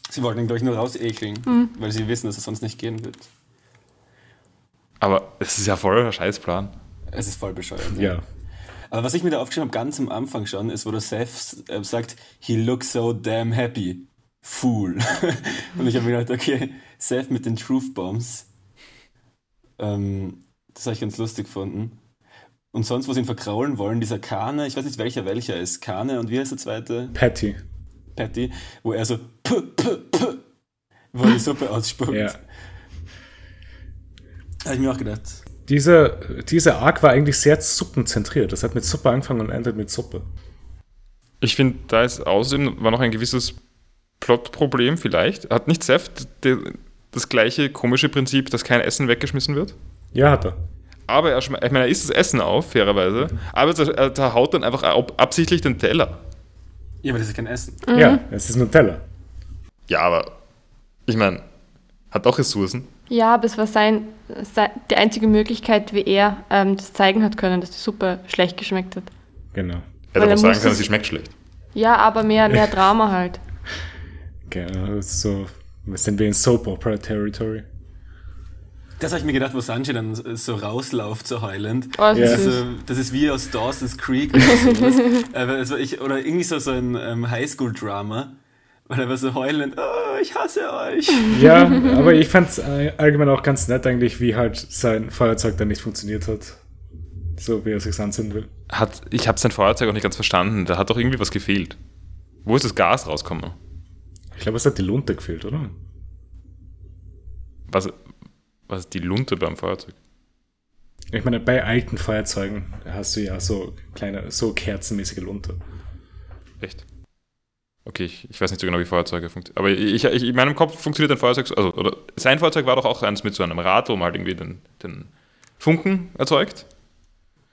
[SPEAKER 2] Sie wollten ihn, glaube ich, nur rausekeln, weil sie wissen, dass es sonst nicht gehen wird.
[SPEAKER 4] Aber es ist ja voll ein Scheißplan.
[SPEAKER 2] Es ist voll bescheuert. ne?
[SPEAKER 1] Ja.
[SPEAKER 2] Aber was ich mir da aufgeschrieben habe, ganz am Anfang schon, ist, wo der Seth äh, sagt, he looks so damn happy. Fool. Und ich habe mir gedacht, okay, Seth mit den Truth Bombs. Ähm, das habe ich ganz lustig gefunden. Und sonst, wo sie ihn verkraulen wollen, dieser Kane, ich weiß nicht, welcher welcher ist. Kane und wie heißt der zweite?
[SPEAKER 1] Patty.
[SPEAKER 2] Patty, wo er so p p p wo er die Suppe ausspuckt.
[SPEAKER 1] Ja.
[SPEAKER 2] Habe ich mir auch gedacht.
[SPEAKER 1] Dieser, dieser Arc war eigentlich sehr suppenzentriert. Das hat mit Suppe angefangen und endet mit Suppe.
[SPEAKER 4] Ich finde, da ist außerdem war noch ein gewisses Plotproblem vielleicht. Hat nicht Seth de- das gleiche komische Prinzip, dass kein Essen weggeschmissen wird?
[SPEAKER 1] Ja, hat er.
[SPEAKER 4] Aber er, schme- ich meine, er isst das Essen auf, fairerweise. Aber er zerhaut dann einfach ab- absichtlich den Teller.
[SPEAKER 2] Ja, aber das ist kein Essen.
[SPEAKER 1] Ja, es ist Nutella.
[SPEAKER 4] Ja, aber ich meine, hat auch Ressourcen.
[SPEAKER 3] Ja, aber es war sein, sei- die einzige Möglichkeit, wie er ähm, das zeigen hat können, dass die Suppe schlecht geschmeckt hat.
[SPEAKER 1] Genau.
[SPEAKER 3] Weil
[SPEAKER 4] Er hätte
[SPEAKER 3] er
[SPEAKER 4] auch sagen
[SPEAKER 3] muss
[SPEAKER 4] können,
[SPEAKER 3] es-
[SPEAKER 4] sie schmeckt schlecht.
[SPEAKER 3] Ja, aber mehr, mehr Drama halt.
[SPEAKER 1] Genau. das ist So sind wir in Soap Opera Territory.
[SPEAKER 2] Das habe ich mir gedacht, wo Sanji dann so rausläuft, so heulend.
[SPEAKER 3] Oh, das
[SPEAKER 1] Ja.
[SPEAKER 3] ist süß.
[SPEAKER 2] Also, das ist wie aus Dawson's Creek oder sowas. Aber es war ich, oder irgendwie so, so ein ähm, Highschool-Drama. Weil er war so heulend, oh, ich hasse euch.
[SPEAKER 1] Ja, aber ich fand es allgemein auch ganz nett eigentlich, wie halt sein Feuerzeug dann nicht funktioniert hat. So wie er sich anzünden will.
[SPEAKER 4] Hat, ich habe sein Feuerzeug auch nicht ganz verstanden. Da hat doch irgendwie was gefehlt. Wo ist das Gas rausgekommen?
[SPEAKER 1] Ich glaube, es hat die Lunte gefehlt, oder?
[SPEAKER 4] Was, was ist die Lunte beim Feuerzeug?
[SPEAKER 1] Ich meine, bei alten Feuerzeugen hast du ja so kleine, so kerzenmäßige Lunte.
[SPEAKER 4] Echt? Okay, ich, ich weiß nicht so genau, wie Feuerzeuge funktionieren. Aber ich, ich, in meinem Kopf funktioniert ein Feuerzeug so. Also, oder sein Feuerzeug war doch auch eins mit so einem Rad, wo man halt irgendwie den, den Funken erzeugt.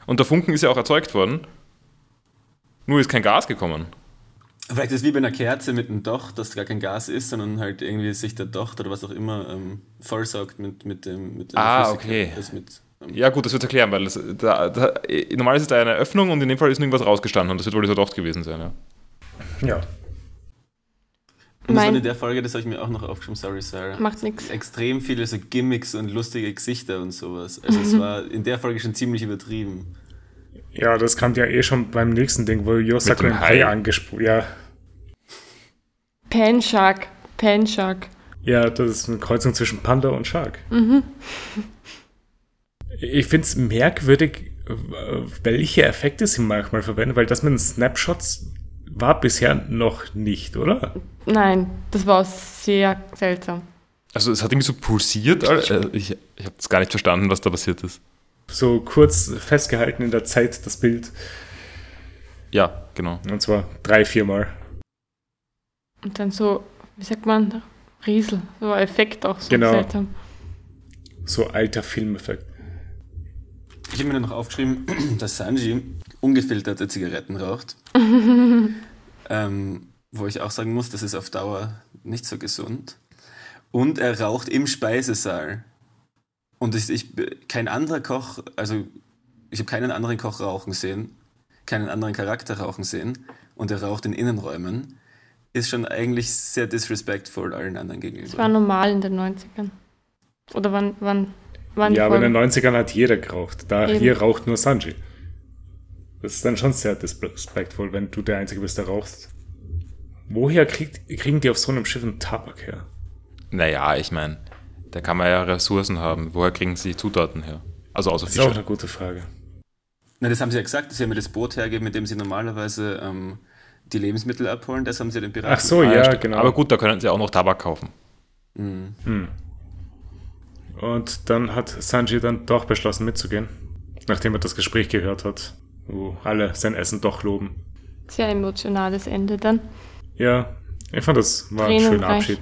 [SPEAKER 4] Und der Funken ist ja auch erzeugt worden. Nur ist kein Gas gekommen.
[SPEAKER 2] Vielleicht ist es wie bei einer Kerze mit einem Docht, dass gar kein Gas ist, sondern halt irgendwie sich der Docht oder was auch immer ähm, vollsaugt mit, mit dem. Mit der
[SPEAKER 4] Ah,
[SPEAKER 2] Flüssigkeit.
[SPEAKER 4] okay.
[SPEAKER 2] Das mit, ähm,
[SPEAKER 4] Ja, gut, das wird erklären, weil das, da, da, eh, normal ist es da eine Öffnung und in dem Fall ist nur irgendwas rausgestanden und das wird wohl dieser Docht gewesen sein, ja.
[SPEAKER 1] Ja.
[SPEAKER 2] und das war
[SPEAKER 3] Mein-
[SPEAKER 2] in der Folge, das habe ich mir auch noch aufgeschrieben, sorry, Sarah.
[SPEAKER 3] Macht nix.
[SPEAKER 2] Extrem viele so Gimmicks und lustige Gesichter und sowas. Also, es war in der Folge schon ziemlich übertrieben.
[SPEAKER 1] Ja, das kam ja eh schon beim nächsten Ding, wo Yosaku
[SPEAKER 4] Mit dem
[SPEAKER 1] den Hai
[SPEAKER 4] Hai.
[SPEAKER 1] angesprochen Ja,
[SPEAKER 3] Pan Shark. Pan Shark.
[SPEAKER 1] ja, das ist eine Kreuzung zwischen Panda und Shark. Ich finde es merkwürdig, w- welche Effekte sie manchmal verwenden, weil das mit den Snapshots war bisher noch nicht, oder?
[SPEAKER 3] Nein, das war sehr seltsam.
[SPEAKER 4] Also es hat irgendwie so pulsiert. Alter. Äh, Ich, ich habe es gar nicht verstanden, was da passiert ist.
[SPEAKER 1] So kurz festgehalten in der Zeit das Bild.
[SPEAKER 4] Ja, genau.
[SPEAKER 1] Und zwar drei, viermal.
[SPEAKER 3] Und dann so, wie sagt man, Riesel. So ein Effekt auch so
[SPEAKER 1] Genau.
[SPEAKER 3] seltsam.
[SPEAKER 1] So alter Filmeffekt.
[SPEAKER 2] Ich habe mir dann noch aufgeschrieben, dass Sanji ungefilterte Zigaretten raucht. ähm, wo ich auch sagen muss, das ist auf Dauer nicht so gesund. Und er raucht im Speisesaal. Und ich, ich kein anderer Koch, also ich habe keinen anderen Koch rauchen sehen, keinen anderen Charakter rauchen sehen. Und er raucht in Innenräumen. Ist schon eigentlich sehr disrespectful allen anderen
[SPEAKER 3] Das war
[SPEAKER 2] gegenüber.
[SPEAKER 3] normal in den 90ern. Oder wann, wann, wann die
[SPEAKER 1] Ja, aber in
[SPEAKER 3] Folgen?
[SPEAKER 1] den 90ern hat jeder geraucht. Da
[SPEAKER 3] Eben.
[SPEAKER 1] hier raucht nur Sanji. Das ist dann schon sehr disrespectful, wenn du der Einzige bist, der rauchst. Woher kriegt, kriegen die auf so einem Schiff einen Tabak her?
[SPEAKER 4] Naja, ich meine, da kann man ja Ressourcen haben. Woher kriegen sie die Zutaten her? Also außer
[SPEAKER 1] Das ist auch
[SPEAKER 4] Fische.
[SPEAKER 1] eine gute Frage.
[SPEAKER 2] Na, das haben sie ja gesagt, dass sie mir das Boot hergeben, mit dem sie normalerweise ähm, die Lebensmittel abholen. Das haben sie den Piraten
[SPEAKER 1] Ach so,
[SPEAKER 4] Ah,
[SPEAKER 1] ja,
[SPEAKER 4] stimmt.
[SPEAKER 1] genau.
[SPEAKER 4] Aber gut, da können sie auch noch Tabak kaufen.
[SPEAKER 1] Und dann hat Sanji dann doch beschlossen mitzugehen, nachdem er das Gespräch gehört hat, wo alle sein Essen doch loben.
[SPEAKER 3] Sehr emotionales Ende dann.
[SPEAKER 1] Ja, ich fand das war ein
[SPEAKER 3] Tränenreich.
[SPEAKER 1] schöner Abschied.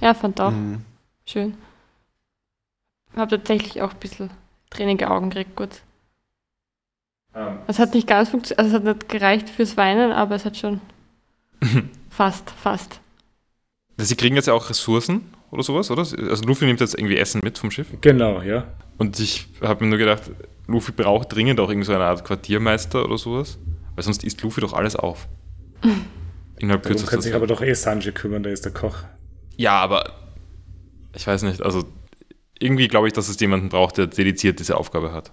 [SPEAKER 3] Ja, fand
[SPEAKER 1] Mhm.
[SPEAKER 3] auch
[SPEAKER 2] Mhm.
[SPEAKER 3] schön. Hab tatsächlich auch ein bisschen tränige Augen gekriegt, gut.
[SPEAKER 1] Ähm,
[SPEAKER 3] Es hat nicht ganz funktioniert, also es hat nicht gereicht fürs Weinen, aber es hat schon fast, fast.
[SPEAKER 4] Sie kriegen jetzt ja auch Ressourcen oder sowas, oder? Also Luffy nimmt jetzt irgendwie Essen mit vom Schiff.
[SPEAKER 1] Genau, ja.
[SPEAKER 4] Und ich habe mir nur gedacht, Luffy braucht dringend auch irgend so eine Art Quartiermeister oder sowas, weil sonst isst Luffy doch alles auf.
[SPEAKER 1] Darum
[SPEAKER 4] Innerhalb kürzester
[SPEAKER 1] kann sich
[SPEAKER 4] Zeit.
[SPEAKER 1] aber doch eh Sanji kümmern, der ist der Koch.
[SPEAKER 4] Ja, aber ich weiß nicht, also irgendwie glaube ich, dass es jemanden braucht, der dediziert diese Aufgabe hat.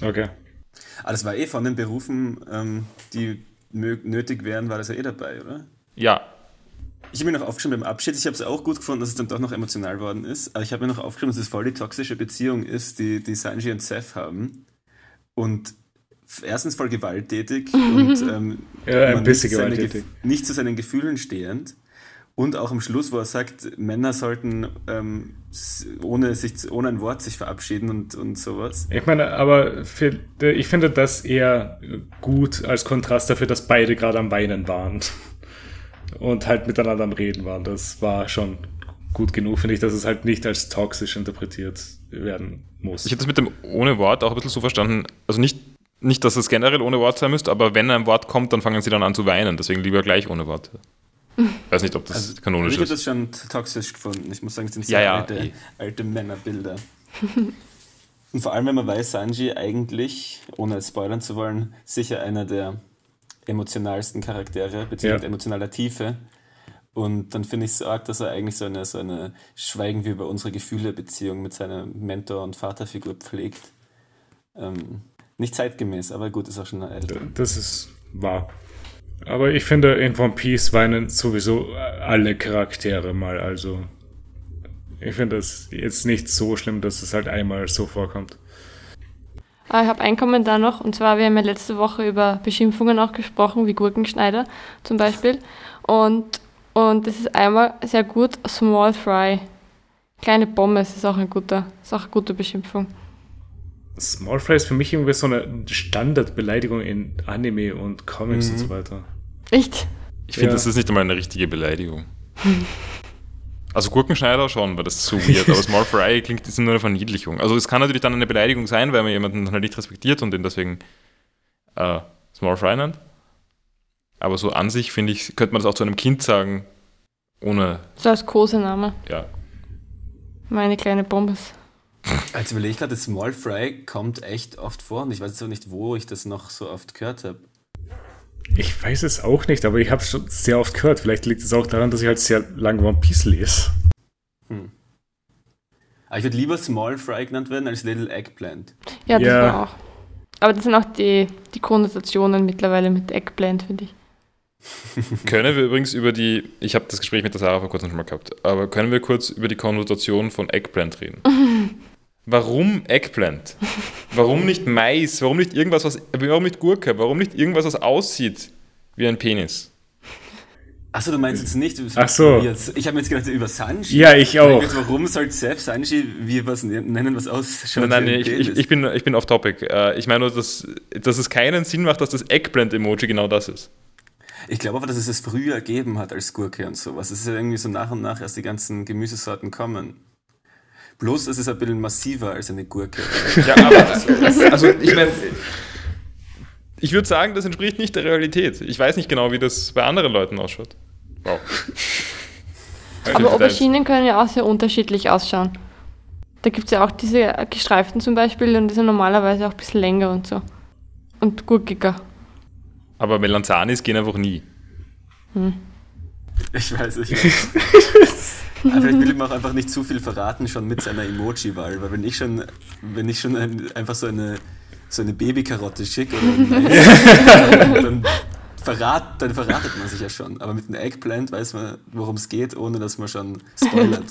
[SPEAKER 1] Okay.
[SPEAKER 2] Aber das war eh von den Berufen, ähm, die mö- nötig wären, war das ja eh dabei, oder?
[SPEAKER 4] Ja,
[SPEAKER 2] Ich habe mir noch aufgeschrieben beim Abschied, ich habe es auch gut gefunden, dass es dann doch noch emotional worden ist, aber ich habe mir noch aufgeschrieben, dass es voll die toxische Beziehung ist, die, die Sanji und Seth haben. Und f- erstens voll gewalttätig und ähm,
[SPEAKER 1] Ja, ein
[SPEAKER 2] man
[SPEAKER 1] bisschen
[SPEAKER 2] nicht, seine
[SPEAKER 1] gewalttätig.
[SPEAKER 2] Gef- nicht zu seinen Gefühlen stehend. Und auch am Schluss, wo er sagt, Männer sollten ähm, s- ohne, sich, ohne ein Wort sich verabschieden und, und sowas.
[SPEAKER 1] Ich meine, aber für, ich finde das eher gut als Kontrast dafür, dass beide gerade am Weinen waren und halt miteinander am Reden waren. Das war schon gut genug, finde ich, dass es halt nicht als toxisch interpretiert werden muss.
[SPEAKER 4] Ich hätte das mit dem ohne Wort auch ein bisschen so verstanden. Also nicht, nicht, dass es generell ohne Wort sein müsste, aber wenn ein Wort kommt, dann fangen sie dann an zu weinen. Deswegen lieber gleich ohne Wort. Ich weiß nicht, ob das kanonisch
[SPEAKER 2] Also, ich habe
[SPEAKER 4] ist.
[SPEAKER 2] das schon t- toxisch gefunden. Ich muss sagen, es sind
[SPEAKER 4] Ja,
[SPEAKER 2] sehr
[SPEAKER 4] ja,
[SPEAKER 2] alte,
[SPEAKER 4] eh.
[SPEAKER 2] alte Männerbilder. Und vor allem, wenn man weiß, Sanji eigentlich, ohne es spoilern zu wollen, sicher einer der emotionalsten Charaktere, beziehungsweise
[SPEAKER 1] Ja.
[SPEAKER 2] emotionaler Tiefe. Und dann finde ich es so arg, dass er eigentlich so eine, so eine Schweigen wir über unsere Gefühle-Beziehung mit seiner Mentor- und Vaterfigur pflegt. Ähm, nicht zeitgemäß, aber gut, ist auch schon älter.
[SPEAKER 1] Das ist wahr. Aber ich finde, in One Piece weinen sowieso alle Charaktere mal. Also, ich finde das jetzt nicht so schlimm, dass es halt einmal so vorkommt.
[SPEAKER 3] Ah, ich habe einen Kommentar noch, und zwar, wir haben ja letzte Woche über Beschimpfungen auch gesprochen, wie Gurkenschneider zum Beispiel. Und, und das ist einmal sehr gut, Small Fry. Kleine Pommes ist auch ein guter, ist auch eine gute Beschimpfung.
[SPEAKER 1] Small Fry ist für mich irgendwie so eine Standardbeleidigung in Anime und Comics
[SPEAKER 4] Mhm.
[SPEAKER 1] und so weiter.
[SPEAKER 3] Echt?
[SPEAKER 4] Ich finde,
[SPEAKER 1] Ja.
[SPEAKER 4] das ist nicht einmal eine richtige Beleidigung. Also Gurkenschneider schon, weil das ist so weird, aber Small Fry klingt ist nur eine Verniedlichung. Also es kann natürlich dann eine Beleidigung sein, weil man jemanden halt nicht respektiert und den deswegen äh, Small Fry nennt. Aber so an sich, finde ich, könnte man das auch zu einem Kind sagen, ohne,
[SPEAKER 3] So als Kosename.
[SPEAKER 4] ja,
[SPEAKER 3] Meine kleine Pommes.
[SPEAKER 2] Als überlege ich gerade, Small Fry kommt echt oft vor und ich weiß jetzt auch nicht, wo ich das noch so oft gehört habe.
[SPEAKER 1] Ich weiß es auch nicht, aber ich habe es schon sehr oft gehört. Vielleicht liegt es auch daran, dass ich halt sehr lange One Piece lese.
[SPEAKER 2] Hm. Aber ich würde lieber Small Fry genannt werden als Little Eggplant.
[SPEAKER 3] Ja, das
[SPEAKER 1] Ja.
[SPEAKER 3] war auch. Aber das sind auch die, die Konnotationen mittlerweile mit Eggplant, finde ich.
[SPEAKER 4] Können wir übrigens über die, ich habe das Gespräch mit der Sarah vor kurzem schon mal gehabt, aber können wir kurz über die Konnotation von Eggplant reden? Warum Eggplant? Warum nicht Mais? Warum nicht irgendwas, was, warum nicht Gurke? Warum nicht irgendwas, was aussieht wie ein Penis?
[SPEAKER 2] Achso, du meinst jetzt nicht.
[SPEAKER 1] Ach so.
[SPEAKER 2] Jetzt- Ich habe jetzt gedacht über Sanji.
[SPEAKER 1] Ja, ich auch.
[SPEAKER 2] Jetzt, warum soll Seth Sanji wir was ne- nennen, was ausschaut?
[SPEAKER 4] Nein, nein,
[SPEAKER 2] wie ein
[SPEAKER 4] ich, ich,
[SPEAKER 2] Penis?
[SPEAKER 4] ich, bin, ich bin off topic. Äh, Ich meine nur, dass, dass es keinen Sinn macht, dass das Eggplant-Emoji genau das ist.
[SPEAKER 2] Ich glaube aber, dass es es früher gegeben hat als Gurke und sowas. Es ist ja irgendwie so nach und nach erst die ganzen Gemüsesorten kommen. Bloß es ist ein bisschen massiver als eine Gurke.
[SPEAKER 4] Ja, aber also ich meine, ich würde sagen, das entspricht nicht der Realität. Ich weiß nicht genau, wie das bei anderen Leuten ausschaut. Wow.
[SPEAKER 3] Aber Auberginen können ja auch sehr unterschiedlich ausschauen. Da gibt es ja auch diese gestreiften zum Beispiel und die sind normalerweise auch ein bisschen länger und so. Und gurkiger.
[SPEAKER 4] Aber Melanzanis gehen einfach nie.
[SPEAKER 2] Ich weiß, ich weiß. Aber vielleicht will ich mir auch einfach nicht zu viel verraten, schon mit seiner Emoji-Wahl, weil wenn ich schon, wenn ich schon ein, einfach so eine, so eine Babykarotte schicke oder ein Mais, dann, verrat, dann verratet man sich ja schon. Aber mit einem Eggplant weiß man, worum es geht, ohne dass man schon spoilert.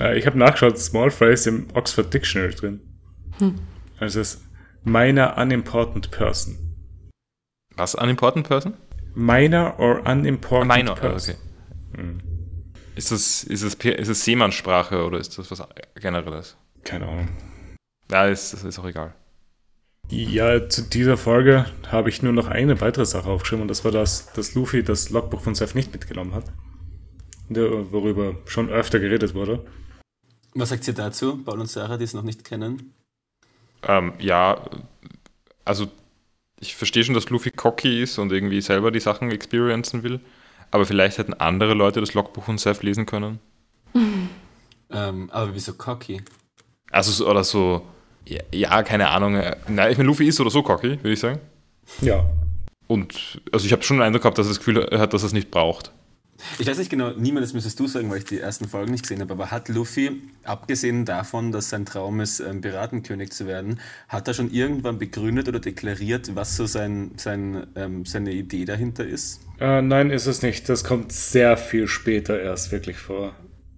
[SPEAKER 1] Äh, Ich habe nachgeschaut, Small Fry ist im Oxford Dictionary drin. Also es ist minor unimportant person.
[SPEAKER 4] Was? An Important Person?
[SPEAKER 1] Minor or unimportant
[SPEAKER 4] Minor, ah,
[SPEAKER 1] person. Hm,
[SPEAKER 4] okay. Ist das, ist, das, ist das Seemannssprache oder ist das was generelles?
[SPEAKER 1] Keine Ahnung.
[SPEAKER 4] Ja, ist, ist auch egal.
[SPEAKER 1] Ja, zu dieser Folge habe ich nur noch eine weitere Sache aufgeschrieben und das war das, dass Luffy das Logbuch von Seth nicht mitgenommen hat. Der- Worüber schon öfter geredet wurde.
[SPEAKER 2] Was sagt ihr dazu, Paul und Sarah, die es noch nicht kennen?
[SPEAKER 4] Ähm, ja, also ich verstehe schon, dass Luffy cocky ist und irgendwie selber die Sachen experiencen will, aber vielleicht hätten andere Leute das Logbuch von Seth lesen können.
[SPEAKER 2] Ähm, aber wieso cocky?
[SPEAKER 4] Also, so- oder so, ja, ja keine Ahnung. äh, Nein, ich meine, Luffy ist oder so cocky, würde ich sagen.
[SPEAKER 1] Ja.
[SPEAKER 4] Und, also ich habe schon den Eindruck gehabt, dass er das Gefühl hat, dass er es nicht braucht.
[SPEAKER 2] Ich weiß nicht genau, niemand, das müsstest du sagen, weil ich die ersten Folgen nicht gesehen habe, aber hat Luffy, abgesehen davon, dass sein Traum ist, ähm, Piratenkönig zu werden, hat er schon irgendwann begründet oder deklariert, was so sein, sein, ähm, seine Idee dahinter ist?
[SPEAKER 1] Äh, nein, ist es nicht. Das kommt sehr viel später erst wirklich vor.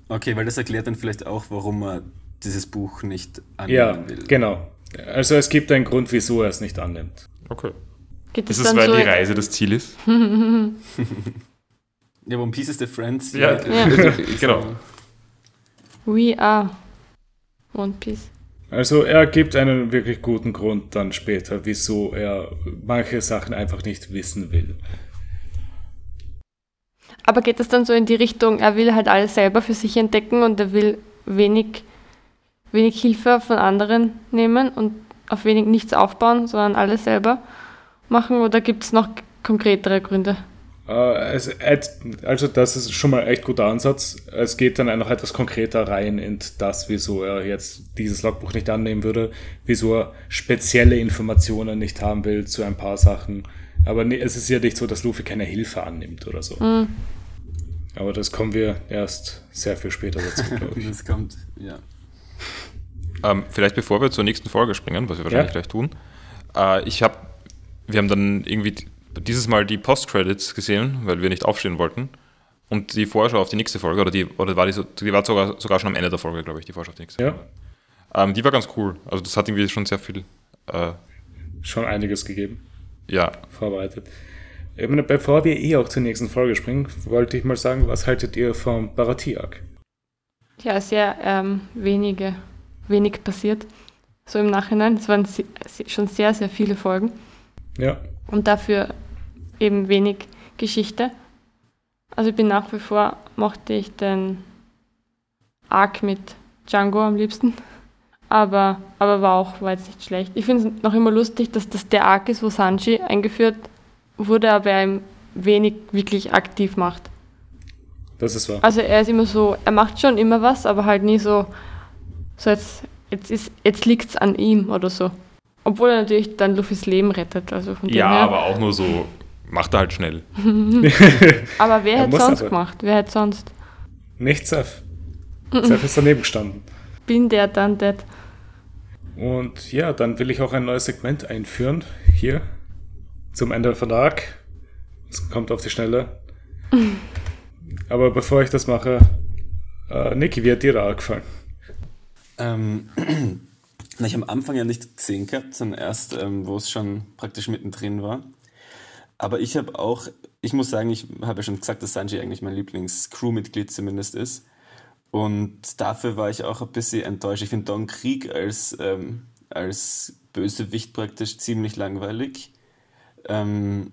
[SPEAKER 2] Okay, weil das erklärt dann vielleicht auch, warum er dieses Buch nicht annehmen
[SPEAKER 1] Ja,
[SPEAKER 2] will.
[SPEAKER 1] genau. Also es gibt einen Grund, wieso er es nicht annimmt.
[SPEAKER 4] Okay.
[SPEAKER 3] Geht
[SPEAKER 4] Ist
[SPEAKER 3] es
[SPEAKER 4] es,
[SPEAKER 3] dann
[SPEAKER 4] weil
[SPEAKER 3] so
[SPEAKER 4] die Reise das Ziel ist?
[SPEAKER 2] Ja, One Piece is the Friends.
[SPEAKER 4] genau.
[SPEAKER 3] We are One Piece.
[SPEAKER 1] Also er gibt einen wirklich guten Grund dann später, wieso er manche Sachen einfach nicht wissen will.
[SPEAKER 3] Aber geht es dann so in die Richtung, er will halt alles selber für sich entdecken und er will wenig, wenig Hilfe von anderen nehmen und auf wenig nichts aufbauen, sondern alles selber machen? Oder gibt es noch konkretere Gründe?
[SPEAKER 1] Äh, es, et- also das ist schon mal ein echt guter Ansatz. Es geht dann noch etwas konkreter rein in das, wieso er jetzt dieses Logbuch nicht annehmen würde, wieso er spezielle Informationen nicht haben will zu ein paar Sachen. Aber nee, es ist ja nicht so, dass Luffy keine Hilfe annimmt oder so. Aber das kommen wir erst sehr viel später dazu, glaube ich.
[SPEAKER 2] Das kommt, ja.
[SPEAKER 4] Ähm, vielleicht bevor wir zur nächsten Folge springen, was wir wahrscheinlich
[SPEAKER 1] Ja.
[SPEAKER 4] gleich tun. Äh, ich habe, wir haben dann irgendwie d- dieses Mal die Post-Credits gesehen, weil wir nicht aufstehen wollten. Und die Vorschau auf die nächste Folge, oder die, oder war die, so, die war sogar, sogar schon am Ende der Folge, glaube ich, die Vorschau auf die nächste
[SPEAKER 1] Ja.
[SPEAKER 4] Folge. Ähm, die war ganz cool. Also das hat irgendwie schon sehr viel, äh,
[SPEAKER 1] Schon einiges gegeben.
[SPEAKER 4] ja,
[SPEAKER 1] vorbereitet. Ich meine, bevor wir eh auch zur nächsten Folge springen, wollte ich mal sagen, was haltet ihr vom Baratiak?
[SPEAKER 3] Ja, sehr ähm, wenige, wenig passiert. So im Nachhinein. Es waren se- se- schon sehr, sehr viele Folgen.
[SPEAKER 1] Ja.
[SPEAKER 3] und dafür eben wenig Geschichte. Also ich bin nach wie vor, mochte ich den Arc mit Django am liebsten. Aber, aber war auch, war jetzt nicht schlecht. Ich finde es noch immer lustig, dass das der Arc ist, wo Sanji eingeführt wurde, aber er ihm wenig wirklich aktiv macht.
[SPEAKER 1] Das ist wahr.
[SPEAKER 3] Also er ist immer so, er macht schon immer was, aber halt nie so, so jetzt, jetzt, ist- jetzt liegt es an ihm oder so. Obwohl er natürlich dann Luffys Leben rettet. Also von dem
[SPEAKER 4] ja,
[SPEAKER 3] her.
[SPEAKER 4] aber auch nur so, macht er halt schnell.
[SPEAKER 3] Aber wer
[SPEAKER 1] Er
[SPEAKER 3] hätte
[SPEAKER 1] muss
[SPEAKER 3] sonst
[SPEAKER 1] aber.
[SPEAKER 3] gemacht? Wer hätte sonst?
[SPEAKER 1] Nicht Seth. Seth ist daneben gestanden.
[SPEAKER 3] Bin der dann dead.
[SPEAKER 1] Und ja, dann will ich auch ein neues Segment einführen. Hier. Zum Ende von der Arc. Es kommt auf die Schnelle. Aber bevor ich das mache, äh, Niki, wie hat dir der Arc gefallen?
[SPEAKER 2] Ähm, na, ich am Anfang ja nicht gesehen gehabt, sondern erst, ähm, wo es schon praktisch mittendrin war. Aber ich habe auch, ich muss sagen, ich habe ja schon gesagt, dass Sanji eigentlich mein Lieblings-Crewmitglied zumindest ist. Und dafür war ich auch ein bisschen enttäuscht. Ich finde Don Krieg als, ähm, als Bösewicht praktisch ziemlich langweilig. Ähm,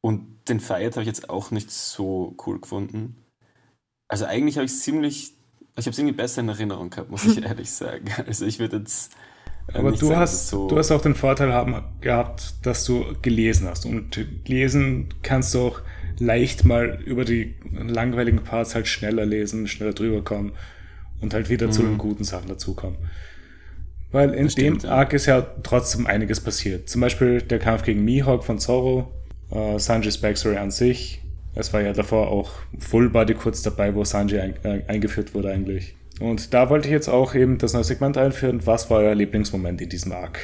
[SPEAKER 2] und den Feiert habe ich jetzt auch nicht so cool gefunden. Also eigentlich habe ich es ziemlich, ich habe es irgendwie besser in Erinnerung gehabt, muss ich ehrlich sagen. Also ich würde jetzt. äh,
[SPEAKER 1] Aber
[SPEAKER 2] nicht
[SPEAKER 1] du
[SPEAKER 2] sagen, dass
[SPEAKER 1] hast,
[SPEAKER 2] es so
[SPEAKER 1] du hast auch den Vorteil haben, gehabt, dass du gelesen hast. Und lesen kannst du auch leicht mal über die langweiligen Parts halt schneller lesen, schneller drüber kommen und halt wieder zu
[SPEAKER 2] Mhm.
[SPEAKER 1] den guten Sachen dazukommen. Weil in
[SPEAKER 2] Das
[SPEAKER 1] dem
[SPEAKER 2] stimmt, ja.
[SPEAKER 1] Arc ist ja trotzdem einiges passiert. Zum Beispiel der Kampf gegen Mihawk von Zorro, äh, Sanjis Backstory an sich. Es war ja davor auch Full Body kurz dabei, wo Sanji ein, äh, eingeführt wurde eigentlich. Und da wollte ich jetzt auch eben das neue Segment einführen. Was war euer Lieblingsmoment in diesem Arc?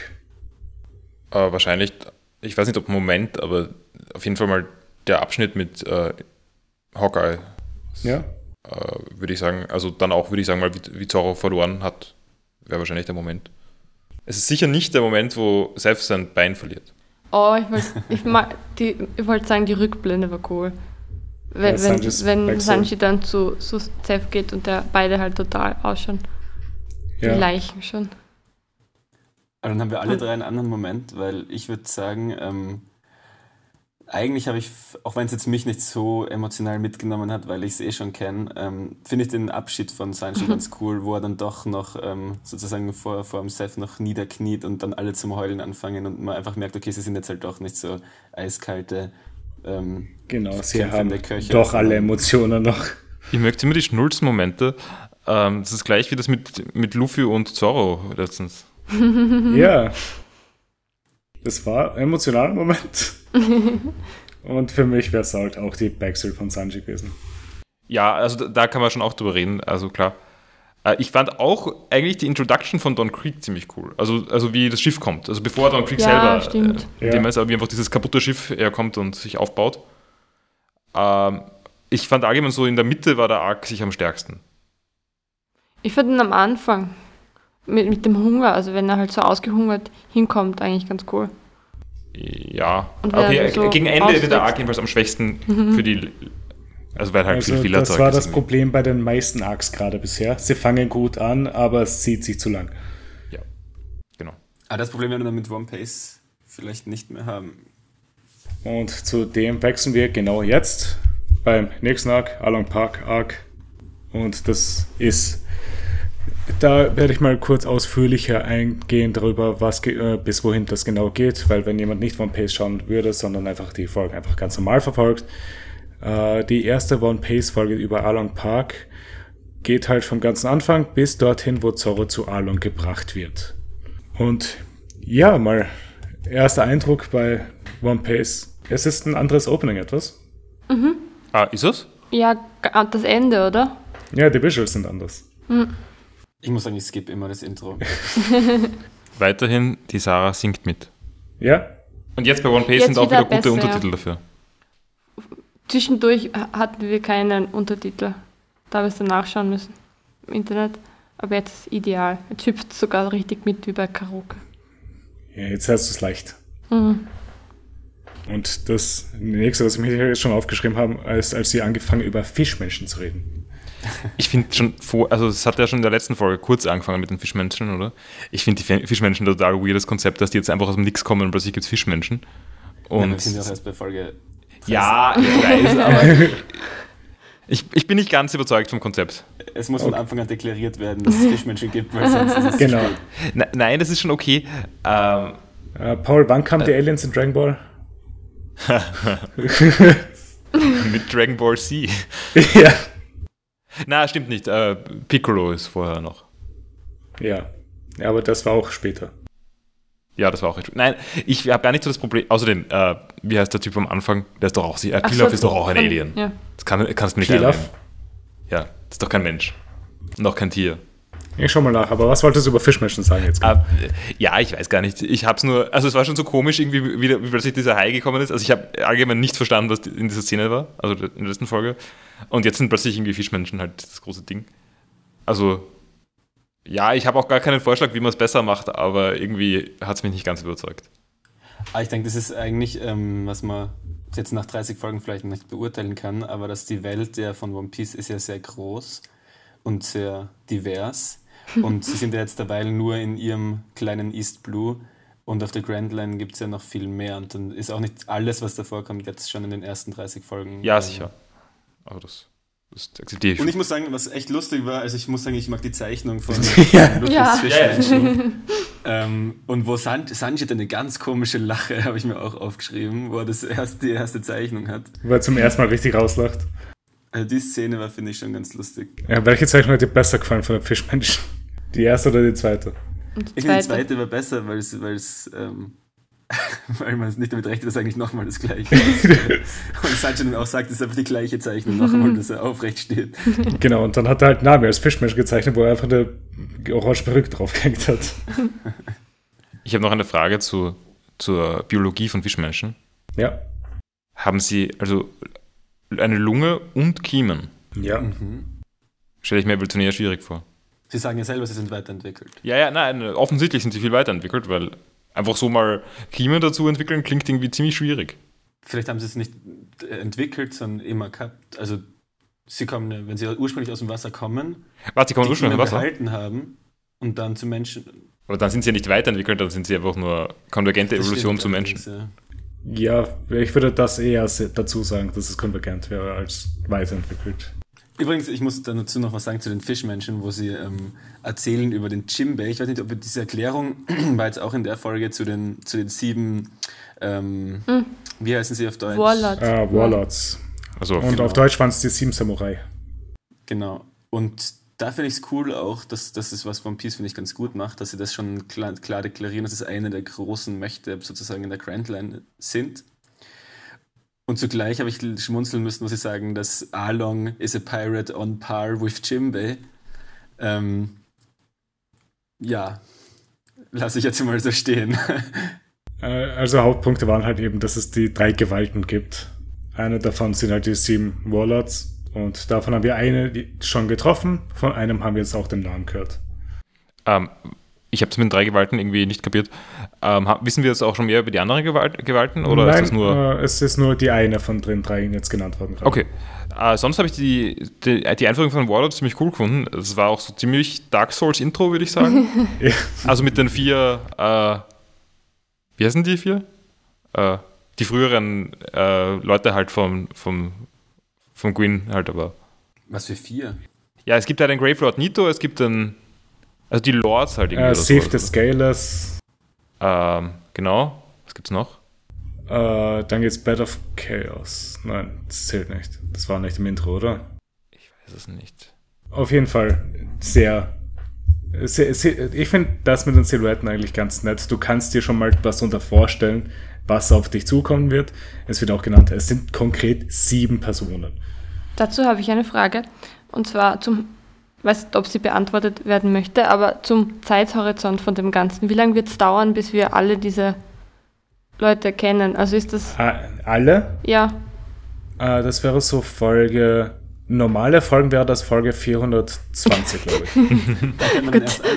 [SPEAKER 4] Äh, wahrscheinlich, ich weiß nicht ob Moment, aber auf jeden Fall mal der Abschnitt mit äh, Hawkeye,
[SPEAKER 1] Ja?
[SPEAKER 4] äh, würde ich sagen. Also dann auch, würde ich sagen, mal wie, wie Zorro verloren hat, wäre wahrscheinlich der Moment. Es ist sicher nicht der Moment, wo Seth sein Bein verliert.
[SPEAKER 3] Oh, ich wollte ich mag, die- ich wollt sagen, die Rückblende war cool. Wenn,
[SPEAKER 1] Ja,
[SPEAKER 3] wenn,
[SPEAKER 1] Sanjis
[SPEAKER 3] wenn
[SPEAKER 1] Backstory.
[SPEAKER 3] Sanji dann zu, zu Seth geht und der beide halt total ausschauen.
[SPEAKER 1] Ja.
[SPEAKER 3] Die Leichen schon.
[SPEAKER 2] Aber dann haben wir alle drei einen anderen Moment, weil ich würde sagen, ähm, eigentlich habe ich, f- auch wenn es jetzt mich nicht so emotional mitgenommen hat, weil ich es eh schon kenne, ähm, finde ich den Abschied von Sanji ganz cool, wo er dann doch noch ähm, sozusagen vor, vor dem Seth noch niederkniet und dann alle zum Heulen anfangen und man einfach merkt, okay, sie sind jetzt halt doch nicht so eiskalte. Ähm,
[SPEAKER 1] Genau, sie
[SPEAKER 2] Kämpfe in
[SPEAKER 1] haben
[SPEAKER 2] der Kirche.
[SPEAKER 1] doch alle Emotionen noch.
[SPEAKER 4] Ich mögt immer die Schnulzen-Momente. Ähm, das ist gleich wie das mit, mit Luffy und Zorro letztens.
[SPEAKER 1] Ja. Das war ein emotionaler Moment. Und für mich wäre es halt auch die Backstory von Sanji gewesen.
[SPEAKER 4] Ja, also da, da kann man schon auch drüber reden, also klar. Äh, ich fand auch eigentlich die Introduction von Don Creek ziemlich cool. Also, also wie das Schiff kommt. Also bevor Don Creek
[SPEAKER 3] Ja,
[SPEAKER 4] selber,
[SPEAKER 3] stimmt.
[SPEAKER 4] Äh, indem
[SPEAKER 1] Ja.
[SPEAKER 4] er wie einfach dieses kaputte Schiff herkommt und sich aufbaut. Ähm, ich fand allgemein so in der Mitte war der Arc sich am stärksten.
[SPEAKER 3] Ich fand ihn am Anfang mit, mit dem Hunger, also wenn er halt so ausgehungert hinkommt, eigentlich ganz cool.
[SPEAKER 4] Ja.
[SPEAKER 3] Und wer
[SPEAKER 4] Okay,
[SPEAKER 3] so Mhm.
[SPEAKER 4] gegen Ende wird
[SPEAKER 3] auswächst.
[SPEAKER 4] der Arc jedenfalls am schwächsten für die. Also weil halt viel
[SPEAKER 1] Also,
[SPEAKER 4] Fehlerzeug
[SPEAKER 1] das war
[SPEAKER 4] ist
[SPEAKER 1] das
[SPEAKER 4] irgendwie.
[SPEAKER 1] Problem bei den meisten Arcs gerade bisher. Sie fangen gut an, aber es zieht sich zu lang.
[SPEAKER 4] Ja. Genau.
[SPEAKER 2] Aber das Problem werden wir dann mit One Piece vielleicht nicht mehr haben.
[SPEAKER 1] Und zu dem wechseln wir genau jetzt beim nächsten Arc, Along Park Arc. Und das ist, da werde ich mal kurz ausführlicher eingehen darüber, was ge- äh, bis wohin das genau geht, weil wenn jemand nicht One Piece schauen würde, sondern einfach die Folge einfach ganz normal verfolgt, äh, die erste One Piece Folge über Along Park geht halt vom ganzen Anfang bis dorthin, wo Zorro zu Along gebracht wird. Und ja, mal erster Eindruck bei One Piece. Es ist ein anderes Opening etwas.
[SPEAKER 4] Ah, ist es?
[SPEAKER 3] Ja, g- das Ende, oder?
[SPEAKER 1] Ja, die Visuals sind anders.
[SPEAKER 2] Ich muss sagen, ich skip immer das Intro.
[SPEAKER 4] Weiterhin, die Sarah singt mit.
[SPEAKER 1] Ja?
[SPEAKER 4] Und jetzt bei One Piece
[SPEAKER 3] Jetzt
[SPEAKER 4] sind auch
[SPEAKER 3] wieder
[SPEAKER 4] wieder gute
[SPEAKER 3] besser,
[SPEAKER 4] Untertitel dafür.
[SPEAKER 3] Zwischendurch h- hatten wir keinen Untertitel. Da haben wir es dann nachschauen müssen im Internet. Aber jetzt ist ideal. Jetzt hüpft es sogar richtig mit wie bei Karaoke.
[SPEAKER 1] ja jetzt hast du es leicht. Und das nächste, was ich mir hier schon aufgeschrieben habe, ist, als sie angefangen über Fischmenschen zu reden.
[SPEAKER 4] Ich finde schon vor, also es hat ja schon in der letzten Folge kurz angefangen mit den Fischmenschen, oder? Ich finde die Fe- Fischmenschen ein total weirdes Konzept, dass die jetzt einfach aus dem Nix kommen und plötzlich gibt es Fischmenschen.
[SPEAKER 2] Und
[SPEAKER 4] Und
[SPEAKER 2] wir sind ja auch erst bei Folge.
[SPEAKER 4] ja, ich weiß, aber ich, ich bin nicht ganz überzeugt vom Konzept.
[SPEAKER 2] Es muss von Anfang an deklariert werden, dass es Fischmenschen gibt, weil sonst ist es zu
[SPEAKER 1] Genau.
[SPEAKER 2] spät.
[SPEAKER 4] Ne- nein, das ist schon okay. Ähm,
[SPEAKER 1] Äh, Paul, wann kamen die Aliens in Dragon Ball?
[SPEAKER 4] mit Dragon Ball Z.
[SPEAKER 1] ja.
[SPEAKER 4] Na, stimmt nicht. Äh, Piccolo ist vorher noch.
[SPEAKER 1] Ja. Ja, aber das war auch später.
[SPEAKER 4] Ja, das war auch richtig. Nein, ich habe gar nicht so das Problem. Außerdem, äh, wie heißt der Typ am Anfang? Der ist doch auch. Äh,
[SPEAKER 3] Ach so,
[SPEAKER 4] Pilaf ist doch auch ein
[SPEAKER 3] von-
[SPEAKER 4] Alien.
[SPEAKER 3] Ja.
[SPEAKER 4] Das kann, kannst du nicht
[SPEAKER 1] Pilaf?
[SPEAKER 4] einnehmen. Ja, das ist doch kein Mensch. Und auch kein Tier.
[SPEAKER 1] Ich schau mal nach, aber was wolltest du über Fischmenschen sagen jetzt?
[SPEAKER 4] Ah, äh, ja, ich weiß gar nicht. Ich hab's nur. Also, es war schon so komisch, irgendwie, wie, der- wie plötzlich dieser Hai gekommen ist. Also, ich habe allgemein nichts verstanden, was in dieser Szene war. Also, in der letzten Folge. Und jetzt sind plötzlich irgendwie Fischmenschen halt das große Ding. Also, ja, ich habe auch gar keinen Vorschlag, wie man es besser macht, aber irgendwie hat es mich nicht ganz überzeugt.
[SPEAKER 2] Aber ich denke, das ist eigentlich, ähm, was man jetzt nach 30 Folgen vielleicht noch nicht beurteilen kann, aber dass die Welt der von One Piece ist ja sehr groß und sehr divers. Und sie sind ja jetzt derweil nur in ihrem kleinen East Blue. Und auf der Grand Line gibt es ja noch viel mehr. Und dann ist auch nicht alles, was davor kommt, jetzt schon in den ersten 30 Folgen.
[SPEAKER 4] Ja,
[SPEAKER 2] ähm,
[SPEAKER 4] sicher. Also das, das akzeptiere ich.
[SPEAKER 2] Und ich muss sagen, was echt lustig war, also ich muss sagen, ich mag die Zeichnung von Luffy's
[SPEAKER 3] Ja.
[SPEAKER 2] Fischmenschen. ähm, und wo San Sanji hat eine ganz komische Lache, habe ich mir auch aufgeschrieben, wo er das erste, die erste Zeichnung hat.
[SPEAKER 1] Weil er zum ersten Mal richtig rauslacht.
[SPEAKER 2] Also die Szene war, finde ich, schon ganz lustig.
[SPEAKER 1] Ja, welche Zeichnung hat dir besser gefallen von den Fischmenschen? Die erste oder die zweite?
[SPEAKER 3] Und die
[SPEAKER 2] Ich finde, die
[SPEAKER 3] zweite.
[SPEAKER 2] zweite war besser, weil es, weil es, ähm, weil man es nicht damit rechnet, dass eigentlich nochmal das gleiche ist. und Sanji dann auch sagt, es ist einfach die gleiche Zeichnung nochmal, dass er aufrecht steht.
[SPEAKER 1] Genau, und dann hat er halt Nami als Fischmensch gezeichnet, wo er einfach eine orange Perücke draufgehängt hat.
[SPEAKER 4] Ich habe noch eine Frage zu, zur Biologie von Fischmenschen.
[SPEAKER 1] Ja.
[SPEAKER 4] Haben sie also eine Lunge und Kiemen?
[SPEAKER 1] Ja.
[SPEAKER 4] Stelle ich mir evolutionär schwierig vor.
[SPEAKER 2] Mhm. Sie sagen ja selber, sie sind weiterentwickelt.
[SPEAKER 4] Ja, ja, nein, offensichtlich sind sie viel weiterentwickelt, weil einfach so mal Kiemen dazu entwickeln klingt irgendwie ziemlich schwierig.
[SPEAKER 2] Vielleicht haben sie es nicht äh, entwickelt, sondern immer gehabt. Also sie kommen, ja, wenn sie ursprünglich aus dem Wasser kommen,
[SPEAKER 4] Warte, die kommen
[SPEAKER 2] die
[SPEAKER 4] ursprünglich
[SPEAKER 2] Kiemen
[SPEAKER 4] aus dem Wasser.
[SPEAKER 2] behalten haben und dann zu Menschen.
[SPEAKER 4] Aber dann sind sie ja nicht weiterentwickelt, dann sind sie einfach nur konvergente
[SPEAKER 2] Das
[SPEAKER 4] Evolution
[SPEAKER 2] stimmt
[SPEAKER 4] zu Menschen.
[SPEAKER 2] allerdings, ja.
[SPEAKER 1] Ja, ich würde das eher se- dazu sagen, dass es konvergent wäre als weiterentwickelt.
[SPEAKER 2] Übrigens, ich muss dann dazu noch was sagen zu den Fischmenschen, wo sie ähm, erzählen über den Jimbei. Ich weiß nicht, ob ihr diese Erklärung war jetzt auch in der Folge zu den, zu den sieben, ähm, wie heißen sie auf Deutsch?
[SPEAKER 3] Warlords.
[SPEAKER 1] Ah, Warlords.
[SPEAKER 4] Also,
[SPEAKER 1] Und
[SPEAKER 2] Genau.
[SPEAKER 1] auf Deutsch waren es die sieben Samurai.
[SPEAKER 2] Genau. Und da finde ich es cool auch, dass das ist, was One Piece, finde ich, ganz gut macht, dass sie das schon klar, klar deklarieren, dass es eine der großen Mächte sozusagen in der Grand Line sind. Und zugleich habe ich schmunzeln müssen, muss ich sagen, dass Arlong is a pirate on par with Jimbei. Ähm, ja, lasse ich jetzt mal so stehen.
[SPEAKER 1] Also Hauptpunkte waren halt eben, dass es die drei Gewalten gibt. Eine davon sind halt die sieben Warlords und davon haben wir eine schon getroffen, von einem haben wir jetzt auch den Namen gehört.
[SPEAKER 4] Ähm, ich habe es mit den drei Gewalten irgendwie nicht kapiert. Ähm, wissen wir jetzt auch schon mehr über die anderen Gewalt, Gewalten? Oder
[SPEAKER 1] Nein,
[SPEAKER 4] ist das nur.
[SPEAKER 1] äh, es ist nur die eine von den dreien jetzt genannt worden. gerade.
[SPEAKER 4] Okay. Äh, sonst habe ich die, die, äh, die Einführung von Warlord ziemlich cool gefunden. Es war auch so ziemlich Dark Souls Intro, würde ich sagen.
[SPEAKER 1] Ja.
[SPEAKER 4] also mit den vier. Äh, wie heißen die vier? Äh, die früheren äh, Leute halt vom, vom, vom Green halt, aber.
[SPEAKER 2] Was für vier?
[SPEAKER 4] Ja, es gibt halt den Grave Lord Nito, es gibt den. Also die Lords halt irgendwie.
[SPEAKER 1] Äh,
[SPEAKER 4] oder
[SPEAKER 1] Save the
[SPEAKER 4] sowas.
[SPEAKER 1] Scalers,
[SPEAKER 4] Ähm, genau. Was gibt's noch?
[SPEAKER 1] äh, dann geht's Bed of Chaos. Nein, das zählt nicht. Das war nicht im Intro, oder?
[SPEAKER 4] Ich weiß es nicht.
[SPEAKER 1] Auf jeden Fall sehr. sehr, sehr ich finde das mit den Silhouetten eigentlich ganz nett. Du kannst dir schon mal was darunter vorstellen, was auf dich zukommen wird. Es wird auch genannt, es sind konkret sieben Personen.
[SPEAKER 3] Dazu habe ich eine Frage. Und zwar zum, weiß nicht, ob sie beantwortet werden möchte, aber zum Zeithorizont von dem Ganzen. Wie lange wird es dauern, bis wir alle diese Leute kennen? Also ist das,
[SPEAKER 1] Ah, Alle?
[SPEAKER 3] ja,
[SPEAKER 1] Ah, das wäre so Folge. Normale Folgen wäre das Folge 420, glaube ich.
[SPEAKER 2] Da kennt man dann erst alle.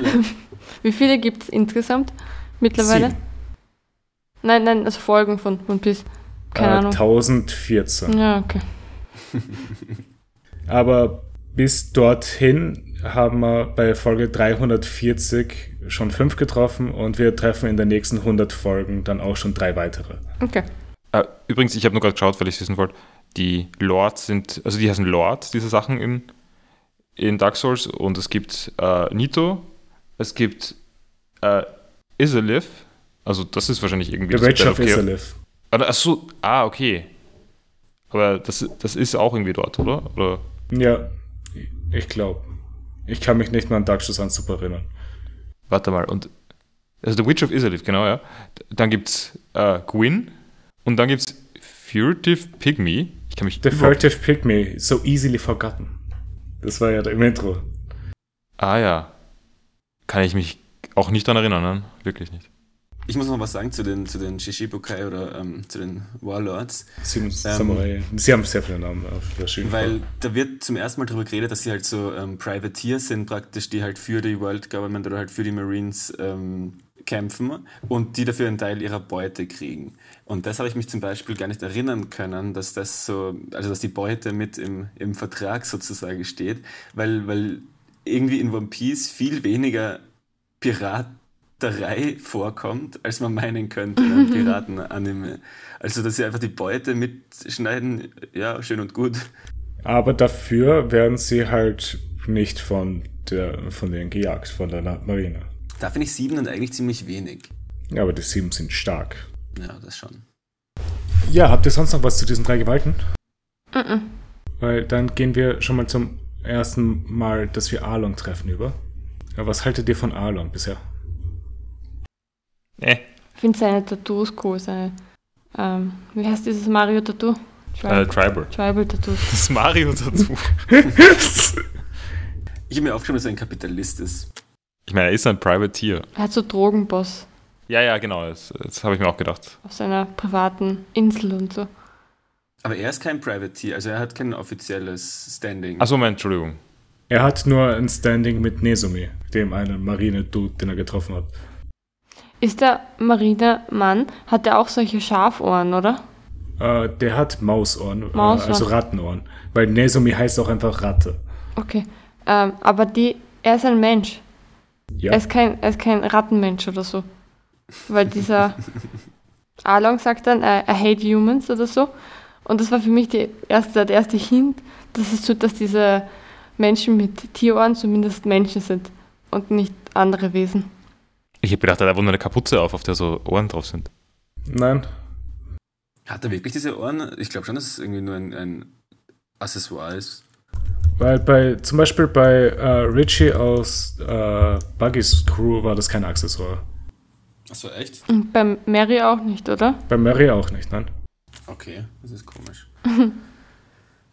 [SPEAKER 3] wie viele gibt es insgesamt mittlerweile?
[SPEAKER 1] Sieben.
[SPEAKER 3] Nein, nein, also Folgen von One Piece. Keine
[SPEAKER 1] Äh,
[SPEAKER 3] Ahnung.
[SPEAKER 1] 1014.
[SPEAKER 3] Ja, okay.
[SPEAKER 1] Aber bis dorthin haben wir bei Folge 340 schon fünf getroffen und wir treffen in den nächsten 100 Folgen dann auch schon drei weitere.
[SPEAKER 3] Okay.
[SPEAKER 4] Äh, übrigens, ich habe nur gerade geschaut, weil ich wissen wollte. Die Lords sind, also die heißen Lords, diese Sachen in, in Dark Souls. Und es gibt äh, Nito, es gibt äh, Isolith. Also das ist wahrscheinlich irgendwie
[SPEAKER 1] The
[SPEAKER 4] das
[SPEAKER 1] Rage of
[SPEAKER 4] Battle Care-
[SPEAKER 1] Isalith.
[SPEAKER 4] Ah, Achso, ah, okay. Aber das, das ist auch irgendwie dort, oder? Oder?
[SPEAKER 1] Ja, ich glaube. Ich kann mich nicht mehr an Dark Souls an Super erinnern.
[SPEAKER 4] Warte mal, und. Also The Witch of Isolith, genau, ja. D- Dann gibt's äh, Gwyn und dann gibt's Furtive Pygmy. Ich kann mich.
[SPEAKER 1] The
[SPEAKER 4] überhaupt-
[SPEAKER 1] Furtive Pick Me, so easily forgotten. Das war ja im Intro.
[SPEAKER 4] Ah ja. Kann ich mich auch nicht daran erinnern, ne? Wirklich nicht.
[SPEAKER 2] Ich muss noch was sagen zu den, zu den Shishibukai oder ähm, zu den Warlords.
[SPEAKER 4] Ähm,
[SPEAKER 1] Sieben Samurai. Sie haben sehr viele Namen auf der Schiene.
[SPEAKER 2] Weil da wird zum ersten Mal darüber geredet, dass sie halt so ähm, Privateer sind, praktisch, die halt für die World Government oder halt für die Marines ähm, kämpfen und die dafür einen Teil ihrer Beute kriegen. Und das habe ich mich zum Beispiel gar nicht erinnern können, dass das so, also dass die Beute mit im, im Vertrag sozusagen steht, weil, weil irgendwie in One Piece viel weniger Piraterei vorkommt, als man meinen könnte in einem Piraten-Anime. Also, dass sie einfach die Beute mitschneiden, ja, schön und gut.
[SPEAKER 1] Aber dafür werden sie halt nicht von, der, von denen gejagt, von der Na- Marine.
[SPEAKER 2] Da finde ich sieben dann eigentlich ziemlich wenig.
[SPEAKER 1] Ja, Aber die sieben sind stark.
[SPEAKER 2] Ja, das schon.
[SPEAKER 1] Ja, habt ihr sonst noch was zu diesen drei Gewalten?
[SPEAKER 3] Mhm.
[SPEAKER 1] Weil dann gehen wir schon mal zum ersten Mal, dass wir Arlong treffen über. Ja, was haltet ihr von Arlong bisher?
[SPEAKER 4] Äh,
[SPEAKER 3] Ich finde seine Tattoos cool. Seine, ähm, wie heißt dieses Mario-Tattoo?
[SPEAKER 4] äh
[SPEAKER 3] Tribal-
[SPEAKER 4] Tribal.
[SPEAKER 3] Tribal-Tattoos.
[SPEAKER 4] Das Mario dazu.
[SPEAKER 2] Ich habe mir aufgeschrieben, dass er ein Kapitalist ist.
[SPEAKER 4] Ich meine, er ist ein Privateer.
[SPEAKER 3] er hat so Drogenboss
[SPEAKER 4] Ja, ja, genau, das, das habe ich mir auch gedacht.
[SPEAKER 3] auf seiner privaten Insel und so.
[SPEAKER 2] Aber er ist kein Privateer, also er hat kein offizielles Standing.
[SPEAKER 4] Achso, Moment, Entschuldigung.
[SPEAKER 1] Er hat nur ein Standing mit Nezumi, dem einen Marine-Dude, den er getroffen hat.
[SPEAKER 3] Ist der Marine-Mann, hat er auch solche Schafohren, oder?
[SPEAKER 1] Äh, der hat Mausohren,
[SPEAKER 3] Mausohren.
[SPEAKER 1] Äh, also Rattenohren. Weil Nezumi heißt auch einfach Ratte.
[SPEAKER 3] Okay. Ähm, aber die, er ist ein Mensch.
[SPEAKER 1] Ja,
[SPEAKER 3] Er, ist kein, er ist kein Rattenmensch oder so. Weil dieser Along sagt dann, I, I hate humans oder so. Und das war für mich die erste, der erste Hint, dass es so, dass diese Menschen mit Tierohren zumindest Menschen sind und nicht andere Wesen.
[SPEAKER 4] Ich habe gedacht, er hat einfach nur eine Kapuze auf, auf der so Ohren drauf sind.
[SPEAKER 1] nein.
[SPEAKER 2] Hat er wirklich diese Ohren? Ich glaube schon, dass es irgendwie nur ein, ein Accessoire ist.
[SPEAKER 1] Weil bei, zum Beispiel bei äh, Richie aus äh, Buggy's Crew war das kein Accessoire.
[SPEAKER 2] Achso, echt?
[SPEAKER 3] Und bei Mary auch nicht, oder?
[SPEAKER 1] Bei Murray auch nicht, nein?
[SPEAKER 2] Okay, das ist komisch.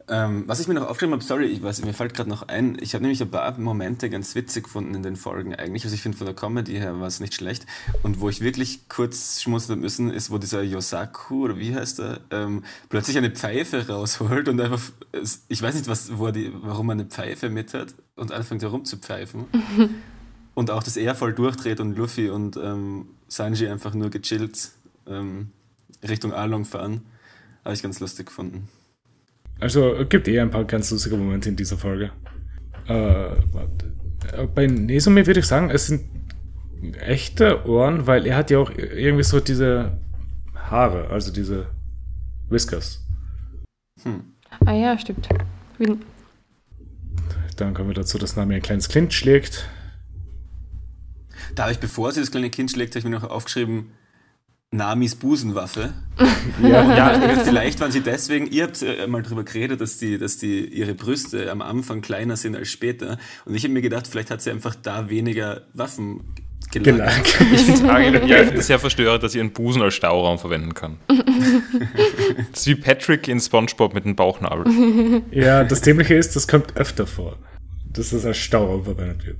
[SPEAKER 2] ähm, was ich mir noch aufgeschrieben habe, sorry, ich weiß, mir fällt gerade noch ein, ich habe nämlich ein paar Momente ganz witzig gefunden in den Folgen eigentlich. Also ich finde von der Comedy her war es nicht schlecht. Und wo ich wirklich kurz schmunzeln hab müssen, ist, wo dieser Yosaku, oder wie heißt er, ähm, plötzlich eine Pfeife rausholt und einfach, es- ich weiß nicht, was, wo er die, warum er eine Pfeife mit hat und anfängt herumzupfeifen. Und auch, dass er voll durchdreht und Luffy und ähm, Sanji einfach nur gechillt ähm, Richtung Along fahren. Habe ich ganz lustig gefunden.
[SPEAKER 1] Also äh, gibt eh ein paar ganz lustige Momente in dieser Folge. Äh, warte. Äh, Bei Nesumi würde ich sagen, es sind echte Ohren, weil er hat ja auch irgendwie so diese Haare, also diese Whiskers.
[SPEAKER 3] Ah ja, stimmt. Wie,
[SPEAKER 1] Dann kommen wir dazu, dass Nami ein kleines Kind schlägt.
[SPEAKER 2] Da habe ich, bevor sie das kleine Kind schlägt, habe ich mir noch aufgeschrieben, Namis Busenwaffe.
[SPEAKER 1] Ja,
[SPEAKER 2] Ja, vielleicht waren sie deswegen, ihr habt äh, mal drüber geredet, dass die, dass die ihre Brüste am Anfang kleiner sind als später. Und ich habe mir gedacht, vielleicht hat sie einfach da weniger Waffen gelagert.
[SPEAKER 1] gelag.
[SPEAKER 4] Ich finde es sehr verstörend, dass ich ihren Busen als Stauraum verwenden kann. das ist wie Patrick in Spongebob mit dem Bauchnabel.
[SPEAKER 1] Ja, das Dämliche ist, das kommt öfter vor, dass das als Stauraum verwendet wird.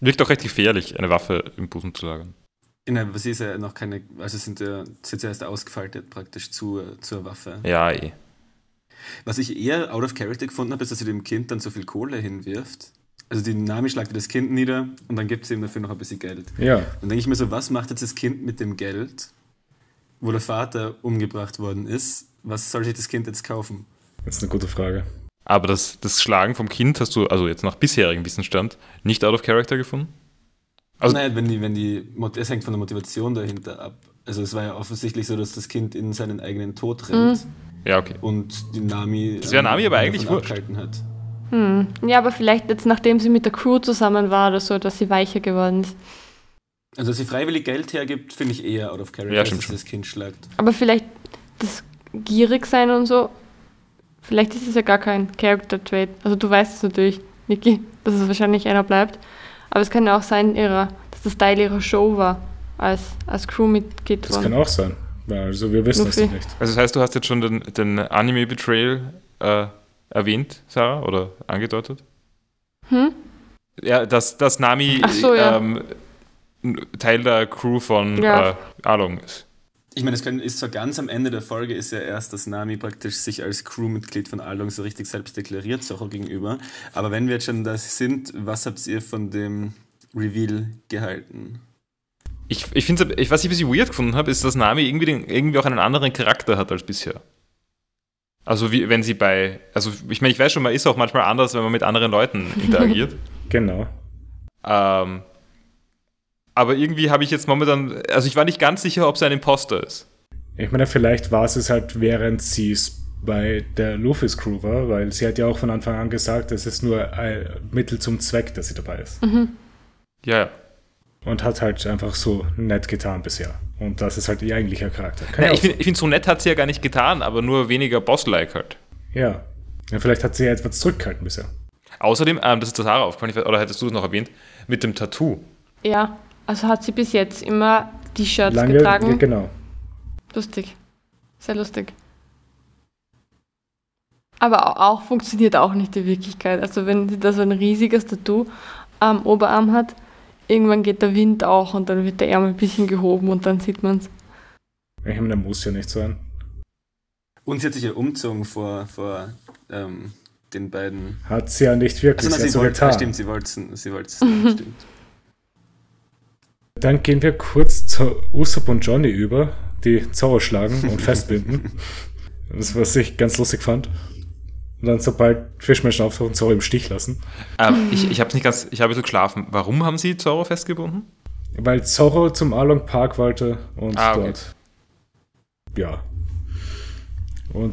[SPEAKER 4] Wirkt auch recht gefährlich, eine Waffe im Busen zu lagern.
[SPEAKER 2] Nein, aber sie ist ja noch keine, also sind ja, sind ja erst ausgefaltet praktisch zur, zur Waffe.
[SPEAKER 4] Ja, eh.
[SPEAKER 2] Was ich eher out of character gefunden habe, ist, dass sie dem Kind dann so viel Kohle hinwirft. Also die Nami schlagt das Kind nieder und dann gibt sie ihm dafür noch ein bisschen Geld.
[SPEAKER 1] Ja,
[SPEAKER 2] Dann denke ich mir so, was macht jetzt das Kind mit dem Geld, wo der Vater umgebracht worden ist? Was soll sich das Kind jetzt kaufen?
[SPEAKER 1] das ist eine gute Frage.
[SPEAKER 4] Aber das, das Schlagen vom Kind hast du, also jetzt nach bisherigem Wissensstand, nicht out of character gefunden? Also-
[SPEAKER 2] Nein, wenn die, wenn die, Mot- es hängt von der Motivation dahinter ab. Also es war ja offensichtlich so, dass das Kind in seinen eigenen Tod rennt
[SPEAKER 4] Ja, okay.
[SPEAKER 2] und die Nami. ähm,
[SPEAKER 4] Das wäre Nami aber
[SPEAKER 2] davon
[SPEAKER 4] eigentlich wurscht.
[SPEAKER 2] abgehalten hat.
[SPEAKER 3] ja, aber vielleicht jetzt, nachdem sie mit der Crew zusammen war oder so, dass sie weicher geworden ist.
[SPEAKER 2] Also, dass sie freiwillig Geld hergibt, finde ich eher out of character,
[SPEAKER 4] Ja,
[SPEAKER 2] als
[SPEAKER 4] stimmt
[SPEAKER 2] dass sie das Kind schlagt.
[SPEAKER 3] Aber vielleicht das gierig sein und so, vielleicht ist es ja gar kein Character Trait. Also du weißt es natürlich, Niki, dass es wahrscheinlich einer bleibt. Aber es kann ja auch sein, ihrer, dass das Teil ihrer Show war, als, als Crewmitglied.
[SPEAKER 1] Das
[SPEAKER 3] war.
[SPEAKER 1] kann auch sein. Ja, Also wir wissen es
[SPEAKER 3] Luffy.
[SPEAKER 1] nicht.
[SPEAKER 4] Also das heißt, du hast jetzt schon den, den Anime-Betrayal äh, erwähnt, Sarah, oder angedeutet?
[SPEAKER 3] Hm?
[SPEAKER 4] Ja, dass, dass Nami
[SPEAKER 3] Ach so, ja.
[SPEAKER 4] ähm, n- Teil der Crew von
[SPEAKER 3] Ja.
[SPEAKER 4] äh, Along ist.
[SPEAKER 2] Ich meine, es können- ist zwar ganz am Ende der Folge, ist ja erst, dass Nami praktisch sich als Crewmitglied von Along so richtig selbst deklariert, Socho gegenüber. Aber wenn wir jetzt schon da sind, was habt ihr von dem Reveal gehalten?
[SPEAKER 4] Ich, ich finde ich, was ich ein bisschen weird gefunden habe, ist, dass Nami irgendwie, den, irgendwie auch einen anderen Charakter hat als bisher. Also wie, wenn sie bei, also ich meine, ich weiß schon, man ist auch manchmal anders, wenn man mit anderen Leuten interagiert.
[SPEAKER 1] Genau.
[SPEAKER 4] ähm, aber irgendwie habe ich jetzt momentan, also ich war nicht ganz sicher, ob sie ein Imposter ist.
[SPEAKER 1] Ich meine, vielleicht war es es halt, während sie es bei der Luffy's Crew war, weil sie hat ja auch von Anfang an gesagt, es ist nur ein Mittel zum Zweck, dass sie dabei ist.
[SPEAKER 4] Ja, ja.
[SPEAKER 1] Und hat halt einfach so nett getan bisher. Und das ist halt ihr eigentlicher Charakter. Kann
[SPEAKER 4] Naja,
[SPEAKER 1] ja,
[SPEAKER 4] ich
[SPEAKER 1] auch sein.
[SPEAKER 4] finde, find, so nett hat sie ja gar nicht getan, aber nur weniger Boss-like halt.
[SPEAKER 1] ja. ja. Vielleicht hat sie ja etwas zurückgehalten bisher.
[SPEAKER 4] ähm,
[SPEAKER 3] also
[SPEAKER 1] genau.
[SPEAKER 3] Also
[SPEAKER 2] ähm, Also,
[SPEAKER 3] Ah.
[SPEAKER 4] Ähm, Ah,
[SPEAKER 2] oh,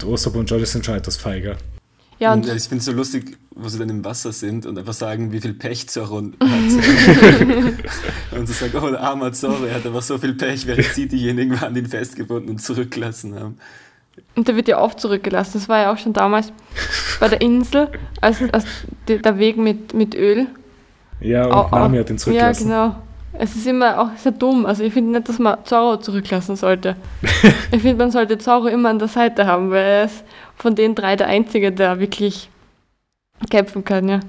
[SPEAKER 3] Und der wird ja oft zurückgelassen. Das war ja auch schon damals bei der Insel, als, als die, der Weg mit, mit Öl.
[SPEAKER 1] Ja, und
[SPEAKER 3] Au- au-
[SPEAKER 1] Nami hat ihn
[SPEAKER 3] Oh, Ja,
[SPEAKER 1] zurückgelassen.
[SPEAKER 3] genau. Es ist immer auch sehr dumm. Also ich finde nicht, dass man Zorro zurücklassen sollte. ich finde, man sollte Zorro immer an der Seite haben, weil er ist von den drei der Einzige, der wirklich kämpfen kann, ja.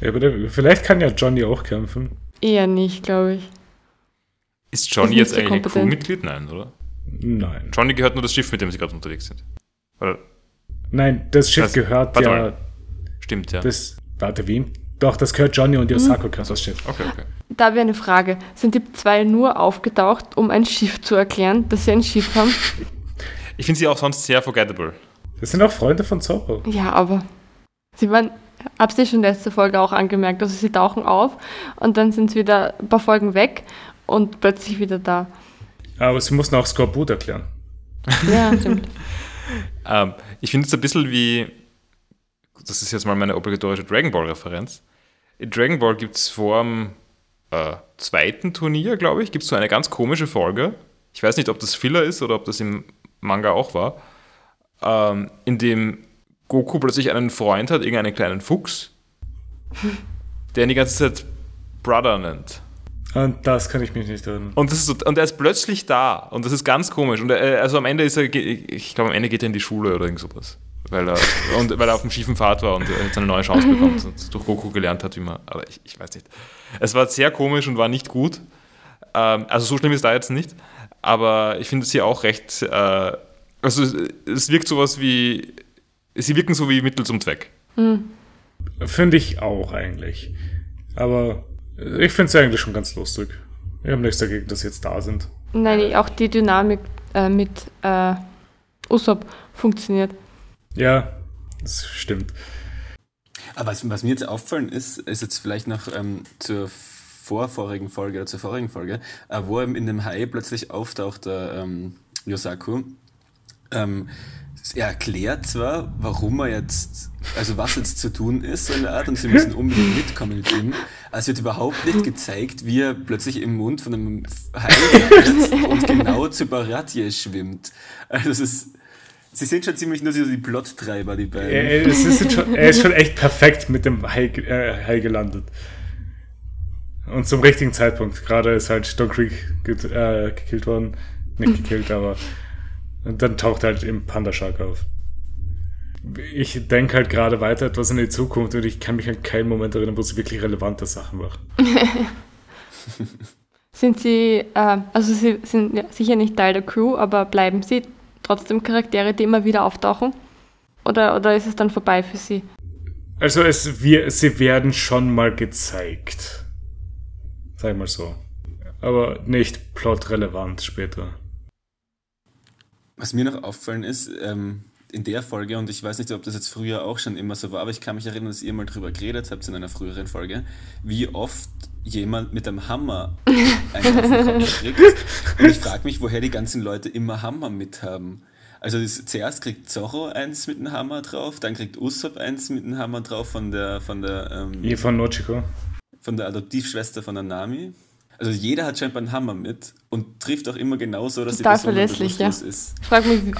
[SPEAKER 1] Ja, aber der, vielleicht kann ja Johnny auch kämpfen.
[SPEAKER 3] Eher nicht, glaube ich.
[SPEAKER 4] Ist Johnny
[SPEAKER 3] Ist nicht
[SPEAKER 4] jetzt
[SPEAKER 3] so
[SPEAKER 4] eigentlich ein
[SPEAKER 3] kompetent.
[SPEAKER 4] Crewmitglied? Nein, oder?
[SPEAKER 1] Nein.
[SPEAKER 4] Johnny gehört nur das Schiff, mit dem sie gerade unterwegs sind. Oder?
[SPEAKER 1] Nein, das Schiff
[SPEAKER 4] Also,
[SPEAKER 1] gehört
[SPEAKER 4] warte
[SPEAKER 1] ja.
[SPEAKER 4] mal. Stimmt, ja.
[SPEAKER 1] Das. Warte, wem? Doch, das gehört Johnny und Yosako mhm. das Schiff.
[SPEAKER 4] Okay, okay.
[SPEAKER 3] Da wäre eine Frage. Sind die zwei nur aufgetaucht, um ein Schiff zu erklären, dass sie ein Schiff haben?
[SPEAKER 4] Ich finde sie auch sonst sehr forgettable.
[SPEAKER 1] Das sind auch Freunde von Zorro.
[SPEAKER 3] Ja, aber sie waren, hab's dir schon letzte Folge auch angemerkt, also sie tauchen auf und dann sind sie wieder ein paar Folgen weg und plötzlich wieder da.
[SPEAKER 1] Aber sie mussten auch Skorbut erklären.
[SPEAKER 3] Ja, stimmt.
[SPEAKER 4] Ähm, ich finde es ein bisschen wie, das ist jetzt mal meine obligatorische Dragon Ball-Referenz. In Dragon Ball gibt es vor dem äh, zweiten Turnier, glaube ich, gibt es so eine ganz komische Folge. Ich weiß nicht, ob das Filler ist oder ob das im Manga auch war, ähm, in dem Goku plötzlich einen Freund hat, irgendeinen kleinen Fuchs, der ihn die ganze Zeit Brother nennt.
[SPEAKER 1] Und das kann ich mich nicht erinnern.
[SPEAKER 4] Und, das ist so, und er ist plötzlich da. Und das ist ganz komisch. Und er, also am Ende ist er, ge- ich glaube, am Ende geht er in die Schule oder irgend sowas. Weil er, und, weil er auf dem schiefen Pfad war und er jetzt eine neue Chance bekommt und durch Goku gelernt hat, wie man. Aber ich, ich weiß nicht. Es war sehr komisch und war nicht gut. Ähm, also so schlimm ist da jetzt nicht. Aber ich finde es hier auch recht. Äh, also es, es wirkt sowas wie. Sie wirken so wie Mittel zum Zweck.
[SPEAKER 1] Finde ich auch eigentlich. Aber äh, ich finde es eigentlich schon ganz lustig. Ich habe nichts dagegen, dass sie jetzt da sind.
[SPEAKER 3] Nein, nee, auch die Dynamik äh, mit äh, Usopp funktioniert.
[SPEAKER 1] Ja, das stimmt.
[SPEAKER 2] Aber was, was mir jetzt auffallen ist, ist jetzt vielleicht noch ähm, zur vorvorigen Folge oder zur vorigen Folge, äh, wo eben in dem Hai plötzlich auftaucht der ähm, Yosaku. Ähm, er erklärt zwar, warum er jetzt, also was jetzt zu tun ist, so eine Art, und sie müssen unbedingt mitkommen mit ihm. aber Es wird überhaupt nicht gezeigt, wie er plötzlich im Mund von einem Hai landet und genau zu Baratje schwimmt. Also es ist, sie sind schon ziemlich nur so die Plottreiber, die beiden.
[SPEAKER 1] Er, er, es ist schon, er ist schon echt perfekt mit dem Hai, äh, Hai gelandet. Und zum richtigen Zeitpunkt. Gerade ist halt Stone Creek get, äh, gekillt worden. Nicht gekillt, aber. Und dann taucht halt im Panda Shark auf. Ich denke halt gerade weiter etwas in die Zukunft und ich kann mich an keinen Moment erinnern, wo sie wirklich relevante Sachen macht.
[SPEAKER 3] Sind sie, äh, also sie sind ja sicher nicht Teil der Crew, aber bleiben sie trotzdem Charaktere, die immer wieder auftauchen? Oder, oder ist es dann vorbei für sie?
[SPEAKER 1] Also es, wir, sie werden schon mal gezeigt. Sag mal so. Aber nicht plotrelevant später.
[SPEAKER 2] Was mir noch auffallen ist, ähm, in der Folge, und ich weiß nicht, ob das jetzt früher auch schon immer so war, aber ich kann mich erinnern, dass ihr mal drüber geredet habt in einer früheren Folge, wie oft jemand mit einem Hammer einen auf den Kopf kriegt. Und ich frage mich, woher die ganzen Leute immer Hammer mit haben. Also das, zuerst kriegt Zorro eins mit einem Hammer drauf, dann kriegt Usopp eins mit einem Hammer drauf von der, von der ähm,
[SPEAKER 1] Ihr von Nochiko?
[SPEAKER 2] von der Adoptivschwester von der Nami. Also jeder hat scheinbar einen Hammer mit und trifft auch immer genauso, dass
[SPEAKER 3] Total
[SPEAKER 2] die Person
[SPEAKER 3] verlässlich, ja.
[SPEAKER 2] bewusstlos ist.
[SPEAKER 3] Ich frage mich, wie,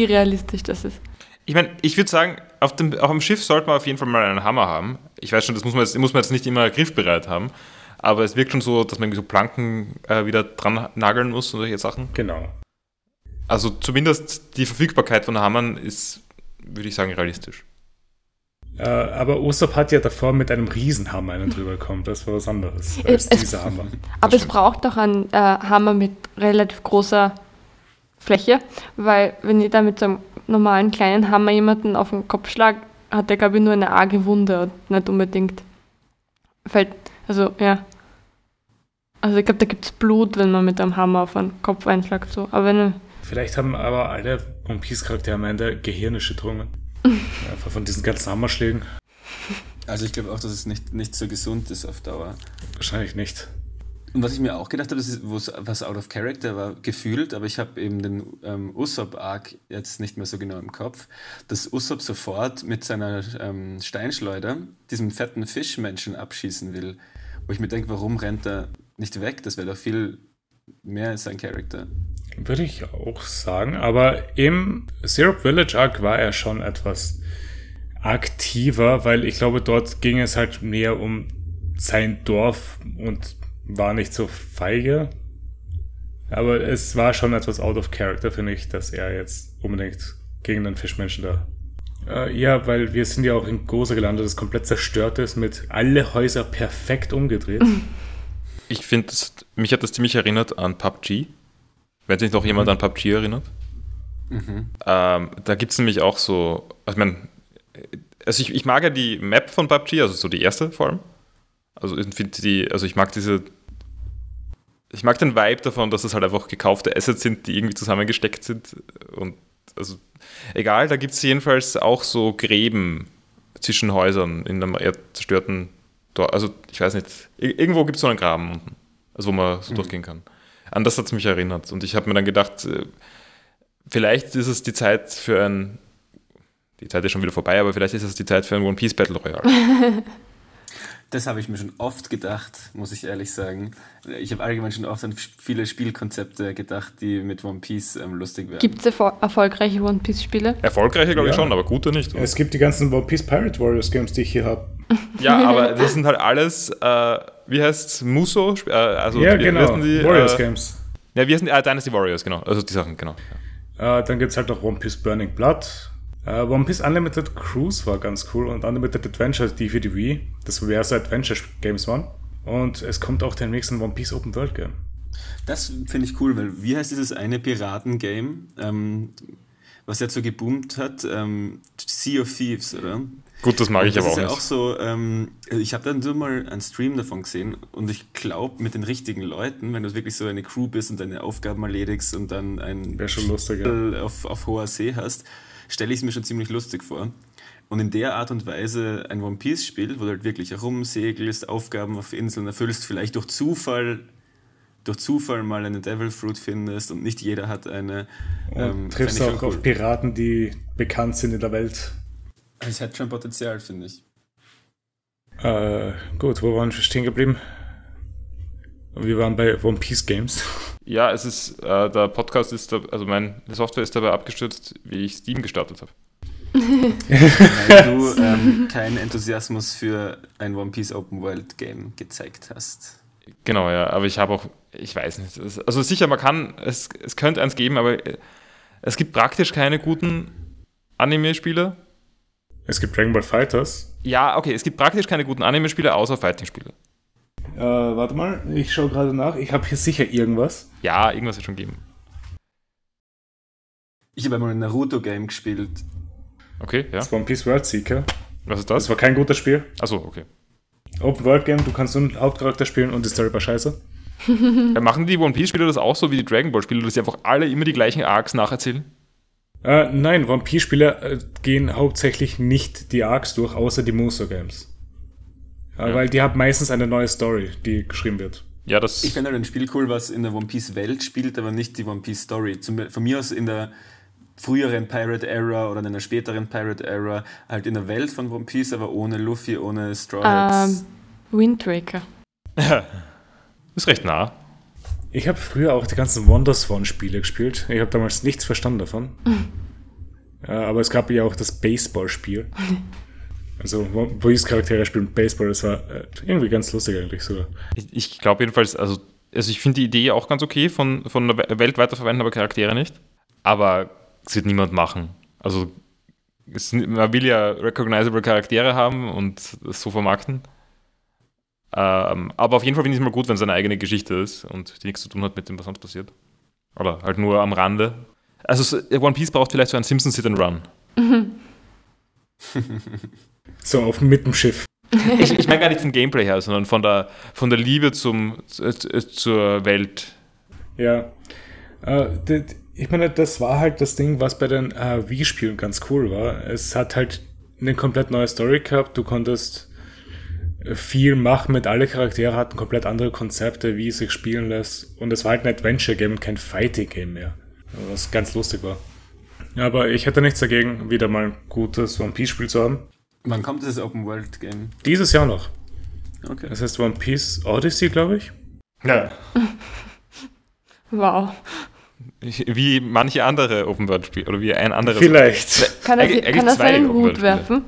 [SPEAKER 3] wie realistisch das ist.
[SPEAKER 4] Ich meine, ich würde sagen, auf dem, auf dem Schiff sollte man auf jeden Fall mal einen Hammer haben. Ich weiß schon, das muss man jetzt, muss man jetzt nicht immer griffbereit haben, aber es wirkt schon so, dass man irgendwie so Planken äh, wieder dran nageln muss und solche Sachen.
[SPEAKER 1] Genau.
[SPEAKER 4] Also zumindest die Verfügbarkeit von Hammern ist, würde ich sagen, realistisch.
[SPEAKER 1] Äh, aber Usopp hat ja davor mit einem Riesenhammer einen drüber bekommen. Das war was anderes als
[SPEAKER 3] Es-
[SPEAKER 1] dieser Hammer.
[SPEAKER 3] Aber es braucht auch einen äh, Hammer mit relativ großer Fläche, weil wenn ihr da mit so einem normalen kleinen Hammer jemanden auf den Kopf schlagt, hat der, glaube ich, nur eine arge Wunde und nicht unbedingt fällt, also ja. Also ich glaube, da gibt es Blut, wenn man mit einem Hammer auf den Kopf einschlägt, so. Aber wenn,
[SPEAKER 1] Vielleicht haben aber alle One Piece Charaktere am Ende Gehirnerschütterungen. Einfach von diesen ganzen Hammerschlägen.
[SPEAKER 2] Also ich glaube auch, dass es nicht, nicht so gesund ist auf Dauer.
[SPEAKER 1] Wahrscheinlich nicht.
[SPEAKER 2] Und was ich mir auch gedacht habe, das ist, wo's- was out of character war, gefühlt, aber ich habe eben den ähm, Usopp-Arc jetzt nicht mehr so genau im Kopf, dass Usopp sofort mit seiner ähm, Steinschleuder diesen fetten Fischmenschen abschießen will. Wo ich mir denke, warum rennt er nicht weg? Das wäre doch viel mehr sein Charakter.
[SPEAKER 1] Würde ich auch sagen, aber im Syrup Village Arc war er schon etwas aktiver, weil ich glaube, dort ging es halt mehr um sein Dorf und war nicht so feige. Aber es war schon etwas out of character, finde ich, dass er jetzt unbedingt gegen den Fischmenschen da. Äh, ja, weil wir sind ja auch in Gose gelandet, das komplett zerstört ist, mit alle Häuser perfekt umgedreht.
[SPEAKER 4] Ich finde, das- mich hat das ziemlich erinnert an PUBG. Wenn sich noch jemand an PUBG erinnert. Ähm, da gibt es nämlich auch so, also ich mein, äh, also ich, ich mag ja die Map von PUBG, also so die erste vor allem. Also ich finde die, also ich mag diese, ich mag den Vibe davon, dass es halt einfach gekaufte Assets sind, die irgendwie zusammengesteckt sind und also egal, da gibt es jedenfalls auch so Gräben zwischen Häusern in einem eher zerstörten Dorf. Also ich weiß nicht, ir- irgendwo gibt es so einen Graben unten, also wo man
[SPEAKER 1] Mhm.
[SPEAKER 4] so durchgehen kann. An das hat es mich erinnert und ich habe mir dann gedacht, äh, vielleicht ist es die Zeit für ein. Die Zeit ist schon wieder vorbei, aber vielleicht ist es die Zeit für ein One Piece Battle Royale.
[SPEAKER 2] Das habe ich mir schon oft gedacht, muss ich ehrlich sagen. Ich habe allgemein schon oft an viele Spielkonzepte gedacht, die mit One Piece ähm, lustig wären.
[SPEAKER 3] Gibt es erfol erfolgreiche One Piece-Spiele?
[SPEAKER 4] Erfolgreiche, glaube ich
[SPEAKER 1] Ja.
[SPEAKER 4] schon, aber gute nicht.
[SPEAKER 1] Es gibt die ganzen One Piece Pirate Warriors Games, die ich hier habe.
[SPEAKER 4] Ja, aber das sind halt alles, äh, wie heißt Muso? Sp- Äh, also
[SPEAKER 1] Ja,
[SPEAKER 4] wie, wie
[SPEAKER 1] genau.
[SPEAKER 4] heißen die?
[SPEAKER 1] Warriors
[SPEAKER 4] äh,
[SPEAKER 1] Games.
[SPEAKER 4] Ja, wie heißen die? Ah, Dynasty Warriors, genau. Also die Sachen, genau. Ja.
[SPEAKER 1] Äh, dann gibt es halt noch One Piece Burning Blood. Äh, One Piece Unlimited Cruise war ganz cool und Unlimited Adventure, die für die Wii, das diverse Adventure Games waren. Und es kommt auch demnächst ein One Piece Open World Game.
[SPEAKER 2] Das finde ich cool, weil wie heißt dieses eine Piraten-Game, ähm, was ja so geboomt hat? Ähm, sea of Thieves, oder?
[SPEAKER 4] Gut, das mag ich
[SPEAKER 2] das
[SPEAKER 4] aber
[SPEAKER 2] ist
[SPEAKER 4] auch
[SPEAKER 2] ja
[SPEAKER 4] nicht.
[SPEAKER 2] auch so, ähm, ich habe dann so mal einen Stream davon gesehen und ich glaube, mit den richtigen Leuten, wenn du wirklich so eine Crew bist und deine Aufgaben erledigst und dann ein
[SPEAKER 1] Wäre schon lustig, ja.
[SPEAKER 2] Spiel auf, auf hoher See hast, stelle ich es mir schon ziemlich lustig vor. Und in der Art und Weise ein One Piece-Spiel, wo du halt wirklich herumsegelst, Aufgaben auf Inseln erfüllst, vielleicht durch Zufall durch Zufall mal eine Devil Fruit findest und nicht jeder hat eine.
[SPEAKER 1] Und triffst
[SPEAKER 2] fände ähm, ich
[SPEAKER 1] auch
[SPEAKER 2] schon
[SPEAKER 1] auf Piraten, die bekannt sind in der Welt.
[SPEAKER 2] Es hat schon Potenzial, finde ich.
[SPEAKER 1] Äh, gut, wo waren wir stehen geblieben? Wir waren bei One Piece Games.
[SPEAKER 4] Ja, es ist, äh, der Podcast ist, da, also mein die Software ist dabei abgestürzt, wie ich Steam gestartet habe.
[SPEAKER 2] Weil du ähm, keinen Enthusiasmus für ein One Piece Open World Game gezeigt hast.
[SPEAKER 4] Genau, ja, aber ich habe auch, ich weiß nicht. Es, also sicher, man kann, es, es könnte eins geben, aber äh, es gibt praktisch keine guten Anime-Spiele.
[SPEAKER 1] Es gibt Dragon Ball Fighters.
[SPEAKER 4] Ja, okay, es gibt praktisch keine guten Anime-Spiele außer Fighting-Spiele.
[SPEAKER 1] Äh, warte mal, ich schaue gerade nach. Ich habe hier sicher irgendwas.
[SPEAKER 4] Ja, irgendwas wird schon geben.
[SPEAKER 2] Ich habe einmal ein Naruto-Game gespielt.
[SPEAKER 4] Okay, ja.
[SPEAKER 1] Das One Piece World Seeker.
[SPEAKER 4] Was ist
[SPEAKER 1] Das
[SPEAKER 4] das?
[SPEAKER 1] war kein gutes Spiel.
[SPEAKER 4] Achso, okay.
[SPEAKER 1] Open World Game, du kannst nur den Hauptcharakter spielen und die Story war scheiße.
[SPEAKER 4] Äh, Machen die One Piece-Spiele das auch so wie die Dragon Ball-Spiele, dass sie einfach alle immer die gleichen Arcs nacherzählen?
[SPEAKER 1] Äh, nein, One Piece Spieler äh, gehen hauptsächlich nicht die Arcs durch, außer die Musou Games. Äh,
[SPEAKER 4] Ja.
[SPEAKER 1] Weil die haben meistens eine neue Story, die geschrieben wird.
[SPEAKER 4] Ja, das.
[SPEAKER 2] Ich fände halt ein Spiel cool, was in der One Piece Welt spielt, aber nicht die One Piece Story. Zum, von mir aus in der früheren Pirate Era oder in einer späteren Pirate Era, halt in der Welt von One Piece, aber ohne Luffy, ohne Straw Hats.
[SPEAKER 3] Ähm, Windbreaker.
[SPEAKER 4] ist recht nah.
[SPEAKER 1] Ich habe früher auch die ganzen Wonderswan-Spiele gespielt. Ich habe damals nichts verstanden davon. äh, aber es gab ja auch das Baseball-Spiel. Also, One Piece Charaktere spielen Baseball, das war äh, irgendwie ganz lustig eigentlich sogar.
[SPEAKER 4] Ich, ich glaube jedenfalls, also, also ich finde die Idee auch ganz okay von, von der We- Welt weiterverwenden, aber Charaktere nicht. Aber es wird niemand machen. Also es, sind- man will ja recognizable Charaktere haben und das so vermarkten. Ähm, aber auf jeden Fall finde ich es mal gut, wenn es eine eigene Geschichte ist und die nichts zu tun hat mit dem, was sonst passiert. Oder halt nur am Rande. Also es- One Piece braucht vielleicht so einen Simpsons Hit and Run.
[SPEAKER 1] So, auf mit dem Schiff.
[SPEAKER 4] Ich, ich meine gar nicht vom Gameplay her, sondern von der, von der Liebe zum, zu- zu- äh, zur Welt
[SPEAKER 1] Ja. Äh, d- d- ich meine, das war halt das Ding, was bei den äh, Wii-Spielen ganz cool war. Es hat halt eine komplett neue Story gehabt. Du konntest äh, viel machen mit alle Charaktere, hatten komplett andere Konzepte, wie es sich spielen lässt. Und es war halt ein Adventure-Game und kein Fighting-Game mehr. Was ganz lustig war. Aber ich hätte nichts dagegen, wieder mal ein gutes One Piece-Spiel zu haben.
[SPEAKER 2] Wann kommt dieses Open World Game?
[SPEAKER 1] Dieses Jahr noch.
[SPEAKER 2] Okay.
[SPEAKER 1] Das heißt One Piece Odyssey, glaube ich.
[SPEAKER 4] Ja.
[SPEAKER 3] Wow.
[SPEAKER 4] Wie manche andere Open World Spiele oder wie ein anderes.
[SPEAKER 1] Vielleicht.
[SPEAKER 3] Kann er,
[SPEAKER 4] Eigentlich-
[SPEAKER 3] kann er
[SPEAKER 4] eigentlich zwei
[SPEAKER 3] seinen Hut
[SPEAKER 4] Open-World-Spiele.
[SPEAKER 3] werfen?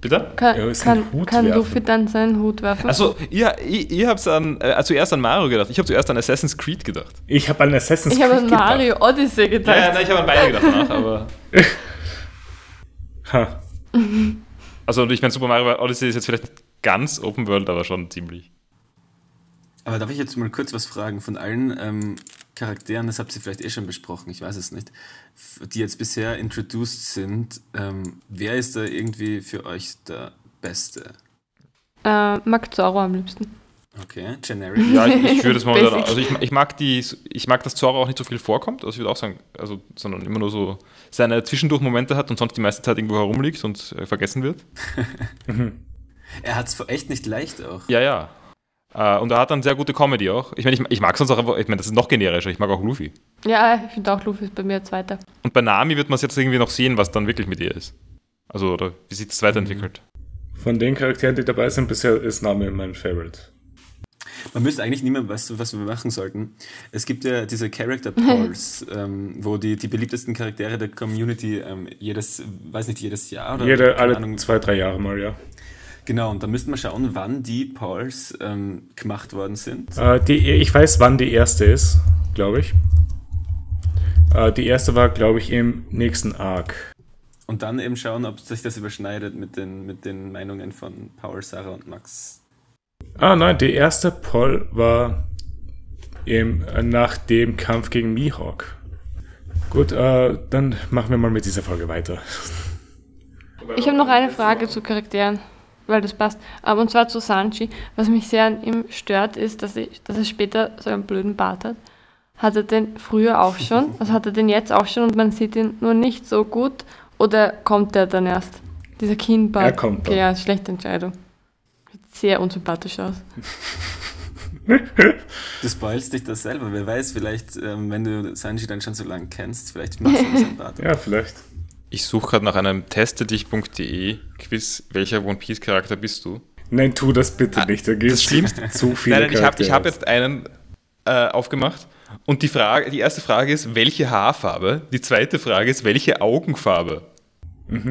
[SPEAKER 4] Bitte?
[SPEAKER 3] Kann,
[SPEAKER 1] Er muss seinen
[SPEAKER 3] kann,
[SPEAKER 1] Hut
[SPEAKER 3] kann
[SPEAKER 1] werfen.
[SPEAKER 3] Luffy dann seinen Hut werfen?
[SPEAKER 4] Achso, ihr, ihr, ihr habt an, äh, zuerst an Mario gedacht. Ich habe zuerst an Assassin's Creed gedacht.
[SPEAKER 1] Ich habe an Assassin's
[SPEAKER 3] ich habe an
[SPEAKER 1] Creed gedacht.
[SPEAKER 3] Mario Odyssey
[SPEAKER 4] Ja,
[SPEAKER 3] gedacht.
[SPEAKER 4] ja nein, ich habe an beide gedacht danach, aber.
[SPEAKER 1] Ha.
[SPEAKER 4] Also ich meine, Super Mario Odyssey ist jetzt vielleicht nicht ganz Open World, aber schon ziemlich.
[SPEAKER 2] Aber darf ich jetzt mal kurz was fragen? Von allen ähm, Charakteren, das habt ihr vielleicht eh schon besprochen, ich weiß es nicht, f- die jetzt bisher introduced sind, ähm, wer ist da irgendwie für euch der Beste?
[SPEAKER 3] Äh, mag Zorro am liebsten.
[SPEAKER 2] Okay, generic.
[SPEAKER 4] Ja, ich, ich würde es mal
[SPEAKER 3] Basic.
[SPEAKER 4] wieder, also ich, ich mag die, ich mag, dass Zora auch nicht so viel vorkommt, also ich würde auch sagen, also, sondern immer nur so seine Zwischendurchmomente hat und sonst die meiste Zeit irgendwo herumliegt und äh, vergessen wird.
[SPEAKER 2] Er hat es echt nicht leicht auch.
[SPEAKER 4] Ja, ja. Äh, und er hat dann sehr gute Comedy auch. Ich meine, ich, ich mag sonst auch einfach, ich meine, das ist noch generischer, ich mag auch Luffy.
[SPEAKER 3] Ja, ich finde auch Luffy ist bei mir Zweiter.
[SPEAKER 4] Und bei Nami wird man es jetzt irgendwie noch sehen, was dann wirklich mit ihr ist. Also, oder wie sich das weiterentwickelt.
[SPEAKER 1] Von den Charakteren, die dabei sind, bisher ist Nami mein Favorite.
[SPEAKER 2] Man müsste eigentlich niemandem, weißt du, was wir machen sollten. Es gibt ja diese Character Polls, ähm, wo die, die beliebtesten Charaktere der Community ähm, jedes, weiß nicht, jedes Jahr oder
[SPEAKER 1] Jede,
[SPEAKER 2] keine
[SPEAKER 1] alle
[SPEAKER 2] Ahnung,
[SPEAKER 1] zwei, drei Jahre mal, ja.
[SPEAKER 2] Genau, und da müssten wir schauen, wann die Polls ähm, gemacht worden sind.
[SPEAKER 1] Äh, die, ich weiß, wann die erste ist, glaube ich. Äh, die erste war, glaube ich, im nächsten Arc.
[SPEAKER 2] Und dann eben schauen, ob sich das überschneidet mit den, mit den Meinungen von Paul, Sarah und Max.
[SPEAKER 1] Ah, nein, die erste Poll war im, äh, nach dem Kampf gegen Mihawk. Gut, äh, dann machen wir mal mit dieser Folge weiter.
[SPEAKER 3] Ich habe noch eine Frage zu Charakteren, weil das passt. Aber und zwar zu Sanji. Was mich sehr an ihm stört, ist, dass, ich, dass er später so einen blöden Bart hat. Hat er den früher auch schon? Also hat er den jetzt auch schon und man sieht ihn nur nicht so gut? Oder kommt der dann erst? Dieser Kinnbart.
[SPEAKER 1] Er kommt dann.
[SPEAKER 3] Okay, ja, schlechte Entscheidung. Sieht sehr unsympathisch aus.
[SPEAKER 2] Du spoilst dich das selber. Wer weiß, vielleicht, ähm, wenn du Sanji dann schon so lange kennst, vielleicht machst du das ein paar
[SPEAKER 1] Ja, vielleicht.
[SPEAKER 4] Ich suche gerade nach einem testedich.de Quiz, welcher One Piece Charakter bist du?
[SPEAKER 1] Nein, tu das bitte nicht. Da gibt es
[SPEAKER 4] Schlimmste-
[SPEAKER 1] zu viele
[SPEAKER 4] Ah, Nein, nein, ich habe ich hab
[SPEAKER 1] Charaktere.
[SPEAKER 4] jetzt einen äh, aufgemacht und die, Frage, die erste Frage ist, welche Haarfarbe? Die zweite Frage ist, welche Augenfarbe?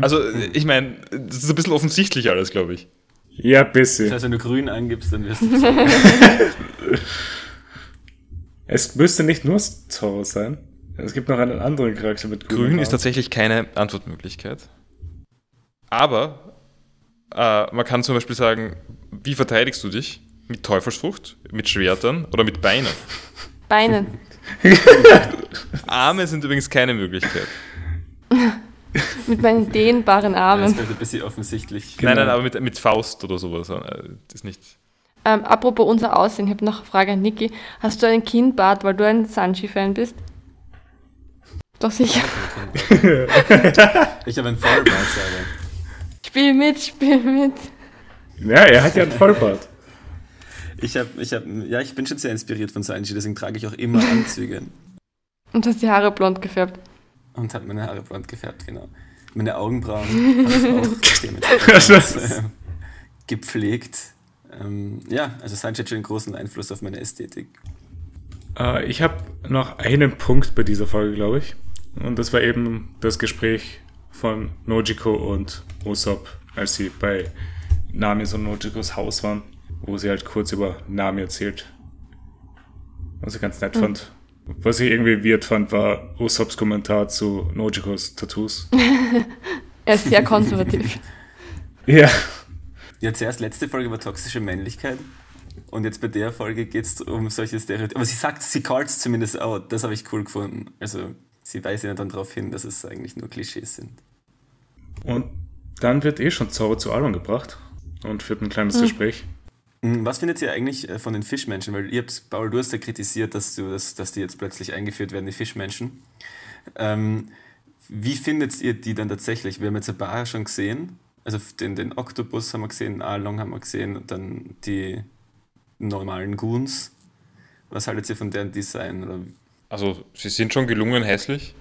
[SPEAKER 4] Also, äh, ich meine, das ist ein bisschen offensichtlich alles, glaube ich.
[SPEAKER 1] Ja, bisschen.
[SPEAKER 2] Das heißt, wenn du grün angibst, dann wirst du.
[SPEAKER 1] Es müsste nicht nur Zorro sein. Es gibt noch einen anderen Charakter mit
[SPEAKER 4] Grün ist
[SPEAKER 1] das.
[SPEAKER 4] tatsächlich keine Antwortmöglichkeit. Aber äh, man kann zum Beispiel sagen, wie verteidigst du dich? Mit Teufelsfrucht, mit Schwertern oder mit Beinen?
[SPEAKER 3] Beinen.
[SPEAKER 4] Arme sind übrigens keine Möglichkeit.
[SPEAKER 3] Mit meinen dehnbaren
[SPEAKER 2] Das
[SPEAKER 3] Armen.
[SPEAKER 2] wird ein bisschen offensichtlich.
[SPEAKER 1] Genau.
[SPEAKER 4] Nein, nein, aber mit, mit Faust oder sowas. äh, Das ist nicht.
[SPEAKER 3] Ähm, apropos unser Aussehen, ich habe noch eine Frage an Niki. Hast du einen Kinnbart, weil du ein Sanji-Fan bist? Doch sicher.
[SPEAKER 2] Ich habe einen Vollbart, Sarah.
[SPEAKER 3] Spiel mit, spiel mit.
[SPEAKER 1] Ja, er hat ja einen Vollbart.
[SPEAKER 2] Ich habe, ich hab, ja, ich bin schon sehr inspiriert von Sanji, deswegen trage ich auch immer Anzüge
[SPEAKER 3] Und hast die Haare blond gefärbt.
[SPEAKER 2] und habe meine Haare blond gefärbt, genau. Meine Augenbrauen hab ich auch dementsprechend,
[SPEAKER 1] Das ist-
[SPEAKER 2] ähm, gepflegt. Ähm, ja, also Sanji hat schon einen großen Einfluss auf meine Ästhetik.
[SPEAKER 1] Äh, ich habe noch einen Punkt bei dieser Folge, glaube ich. Und das war eben das Gespräch von Nojiko und Usopp, als sie bei Namis und Nojikos Haus waren, wo sie halt kurz über Nami erzählt. Was ich ganz nett fand. Was ich irgendwie weird fand, war Usopps Kommentar zu Nojikos Tattoos.
[SPEAKER 3] Er ist sehr konservativ.
[SPEAKER 1] Ja.
[SPEAKER 2] Ja, zuerst letzte Folge über toxische Männlichkeit und jetzt bei der Folge geht es um solche Stereotype. Aber sie sagt, sie calls zumindest out, das habe ich cool gefunden. Also sie weist ja dann darauf hin, dass es eigentlich nur Klischees sind.
[SPEAKER 1] Und dann wird eh schon Zorro zu Alban gebracht und führt ein kleines
[SPEAKER 3] Hm.
[SPEAKER 1] Gespräch.
[SPEAKER 2] Mm, Was findet ihr eigentlich äh, von den Fischmenschen? Weil ihr habt, Paul, du hast ja kritisiert, dass, du, dass, dass die jetzt plötzlich eingeführt werden, die Fischmenschen. Ähm, wie findet ihr die dann tatsächlich? Wir haben jetzt Abara schon gesehen, also f- den, den Oktopus haben wir gesehen, Aalong haben wir gesehen und dann die normalen Goons. Was haltet ihr von deren Design? Oder,
[SPEAKER 4] Also, sie sind schon gelungen hässlich.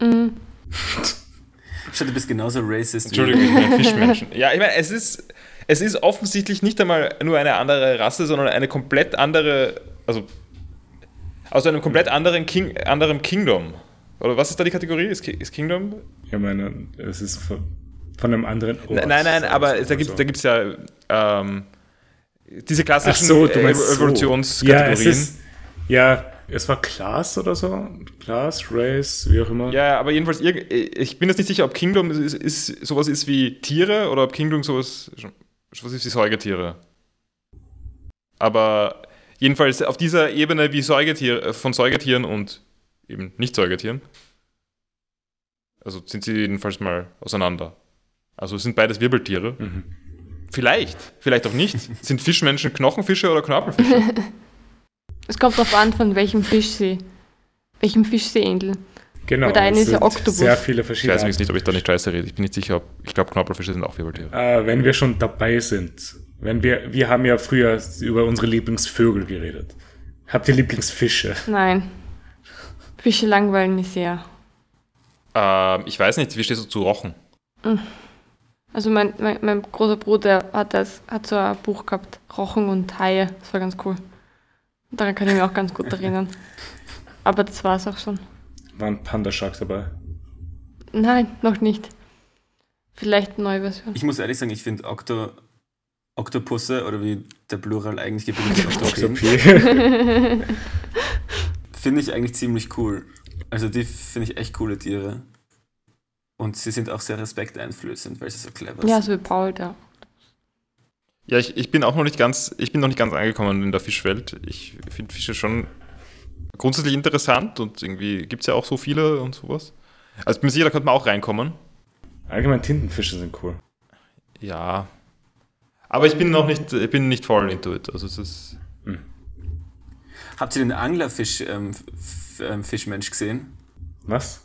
[SPEAKER 2] schau, du bist genauso racist
[SPEAKER 4] Entschuldigung, ich meine Fischmenschen. Ja, ich meine, es ist, es ist offensichtlich nicht einmal nur eine andere Rasse, sondern eine komplett andere. Also, Aus einem komplett anderen, King, anderem Kingdom. Oder was ist da die Kategorie? Ist, Ki- ist Kingdom?
[SPEAKER 1] Ich meine, es ist von, von einem anderen Ort.
[SPEAKER 4] nein, nein, nein,
[SPEAKER 1] sagen
[SPEAKER 4] aber
[SPEAKER 1] wir's
[SPEAKER 4] da
[SPEAKER 1] mal
[SPEAKER 4] gibt es
[SPEAKER 1] so.
[SPEAKER 4] da gibt's ja ähm, diese klassischen
[SPEAKER 1] also? Ach so, du
[SPEAKER 4] äh,
[SPEAKER 1] meinst so. ja, es
[SPEAKER 4] Evolutionskategorien.
[SPEAKER 1] ist, ja, es war Class oder so. Class, Race, wie auch immer.
[SPEAKER 4] Ja, aber jedenfalls, irg- ich bin jetzt nicht sicher, ob Kingdom ist, ist, ist, sowas ist wie Tiere oder ob Kingdom sowas, sowas ist wie Säugetiere. Aber jedenfalls auf dieser Ebene wie Säugetier, äh, von Säugetieren und eben Nicht-Säugetieren. Also sind sie jedenfalls mal auseinander. Also es sind beides Wirbeltiere.
[SPEAKER 1] Mhm.
[SPEAKER 4] Vielleicht, vielleicht auch nicht. sind Fischmenschen Knochenfische oder Knorpelfische?
[SPEAKER 3] Es kommt darauf an, von welchem Fisch sie, welchem Fisch sie ähneln.
[SPEAKER 1] Genau.
[SPEAKER 3] Oder eine
[SPEAKER 1] es
[SPEAKER 3] ist ja
[SPEAKER 1] sind
[SPEAKER 3] Oktopus.
[SPEAKER 1] Sehr viele
[SPEAKER 4] Ich weiß
[SPEAKER 1] verschiedene.
[SPEAKER 4] übrigens nicht, ob ich da nicht scheiße rede. Ich bin nicht sicher, ob. Ich glaube, Knorpelfische sind auch Wirbeltiere.
[SPEAKER 1] Äh, wenn wir schon dabei sind, wenn wir, wir haben ja früher über unsere Lieblingsvögel geredet. Habt ihr Lieblingsfische?
[SPEAKER 3] Nein. Fische langweilen mich sehr.
[SPEAKER 4] Ähm, ich weiß nicht, wie stehst du zu Rochen?
[SPEAKER 3] Also mein, mein, mein großer Bruder hat das, hat so ein Buch gehabt, Rochen und Haie. Das war ganz cool. Daran kann ich mich auch ganz gut erinnern. Aber das war es auch schon.
[SPEAKER 1] Waren Pandasharks dabei?
[SPEAKER 3] Nein, noch nicht. Vielleicht eine neue Version.
[SPEAKER 2] Ich muss ehrlich sagen, ich finde Okto, Oktopusse oder wie der Plural eigentlich gebildet ist, Oktopien,
[SPEAKER 1] Oktopie.
[SPEAKER 2] finde ich eigentlich ziemlich cool. Also die finde ich echt coole Tiere. Und sie sind auch sehr respekteinflößend, weil sie so clever sind.
[SPEAKER 3] Ja, so wie Paul da.
[SPEAKER 4] Ja, ich, ich bin auch noch nicht ganz, ich bin noch nicht ganz angekommen in der Fischwelt. Ich finde Fische schon grundsätzlich interessant und irgendwie gibt es ja auch so viele und sowas. Also ich bin mir sicher, da könnte man auch reinkommen.
[SPEAKER 1] Allgemein Tintenfische sind cool.
[SPEAKER 4] Ja. Aber ich bin noch nicht, ich bin nicht voll into it. Also es ist.
[SPEAKER 2] Habt ihr den Anglerfisch ähm, F- ähm, Fischmensch gesehen,
[SPEAKER 1] Was?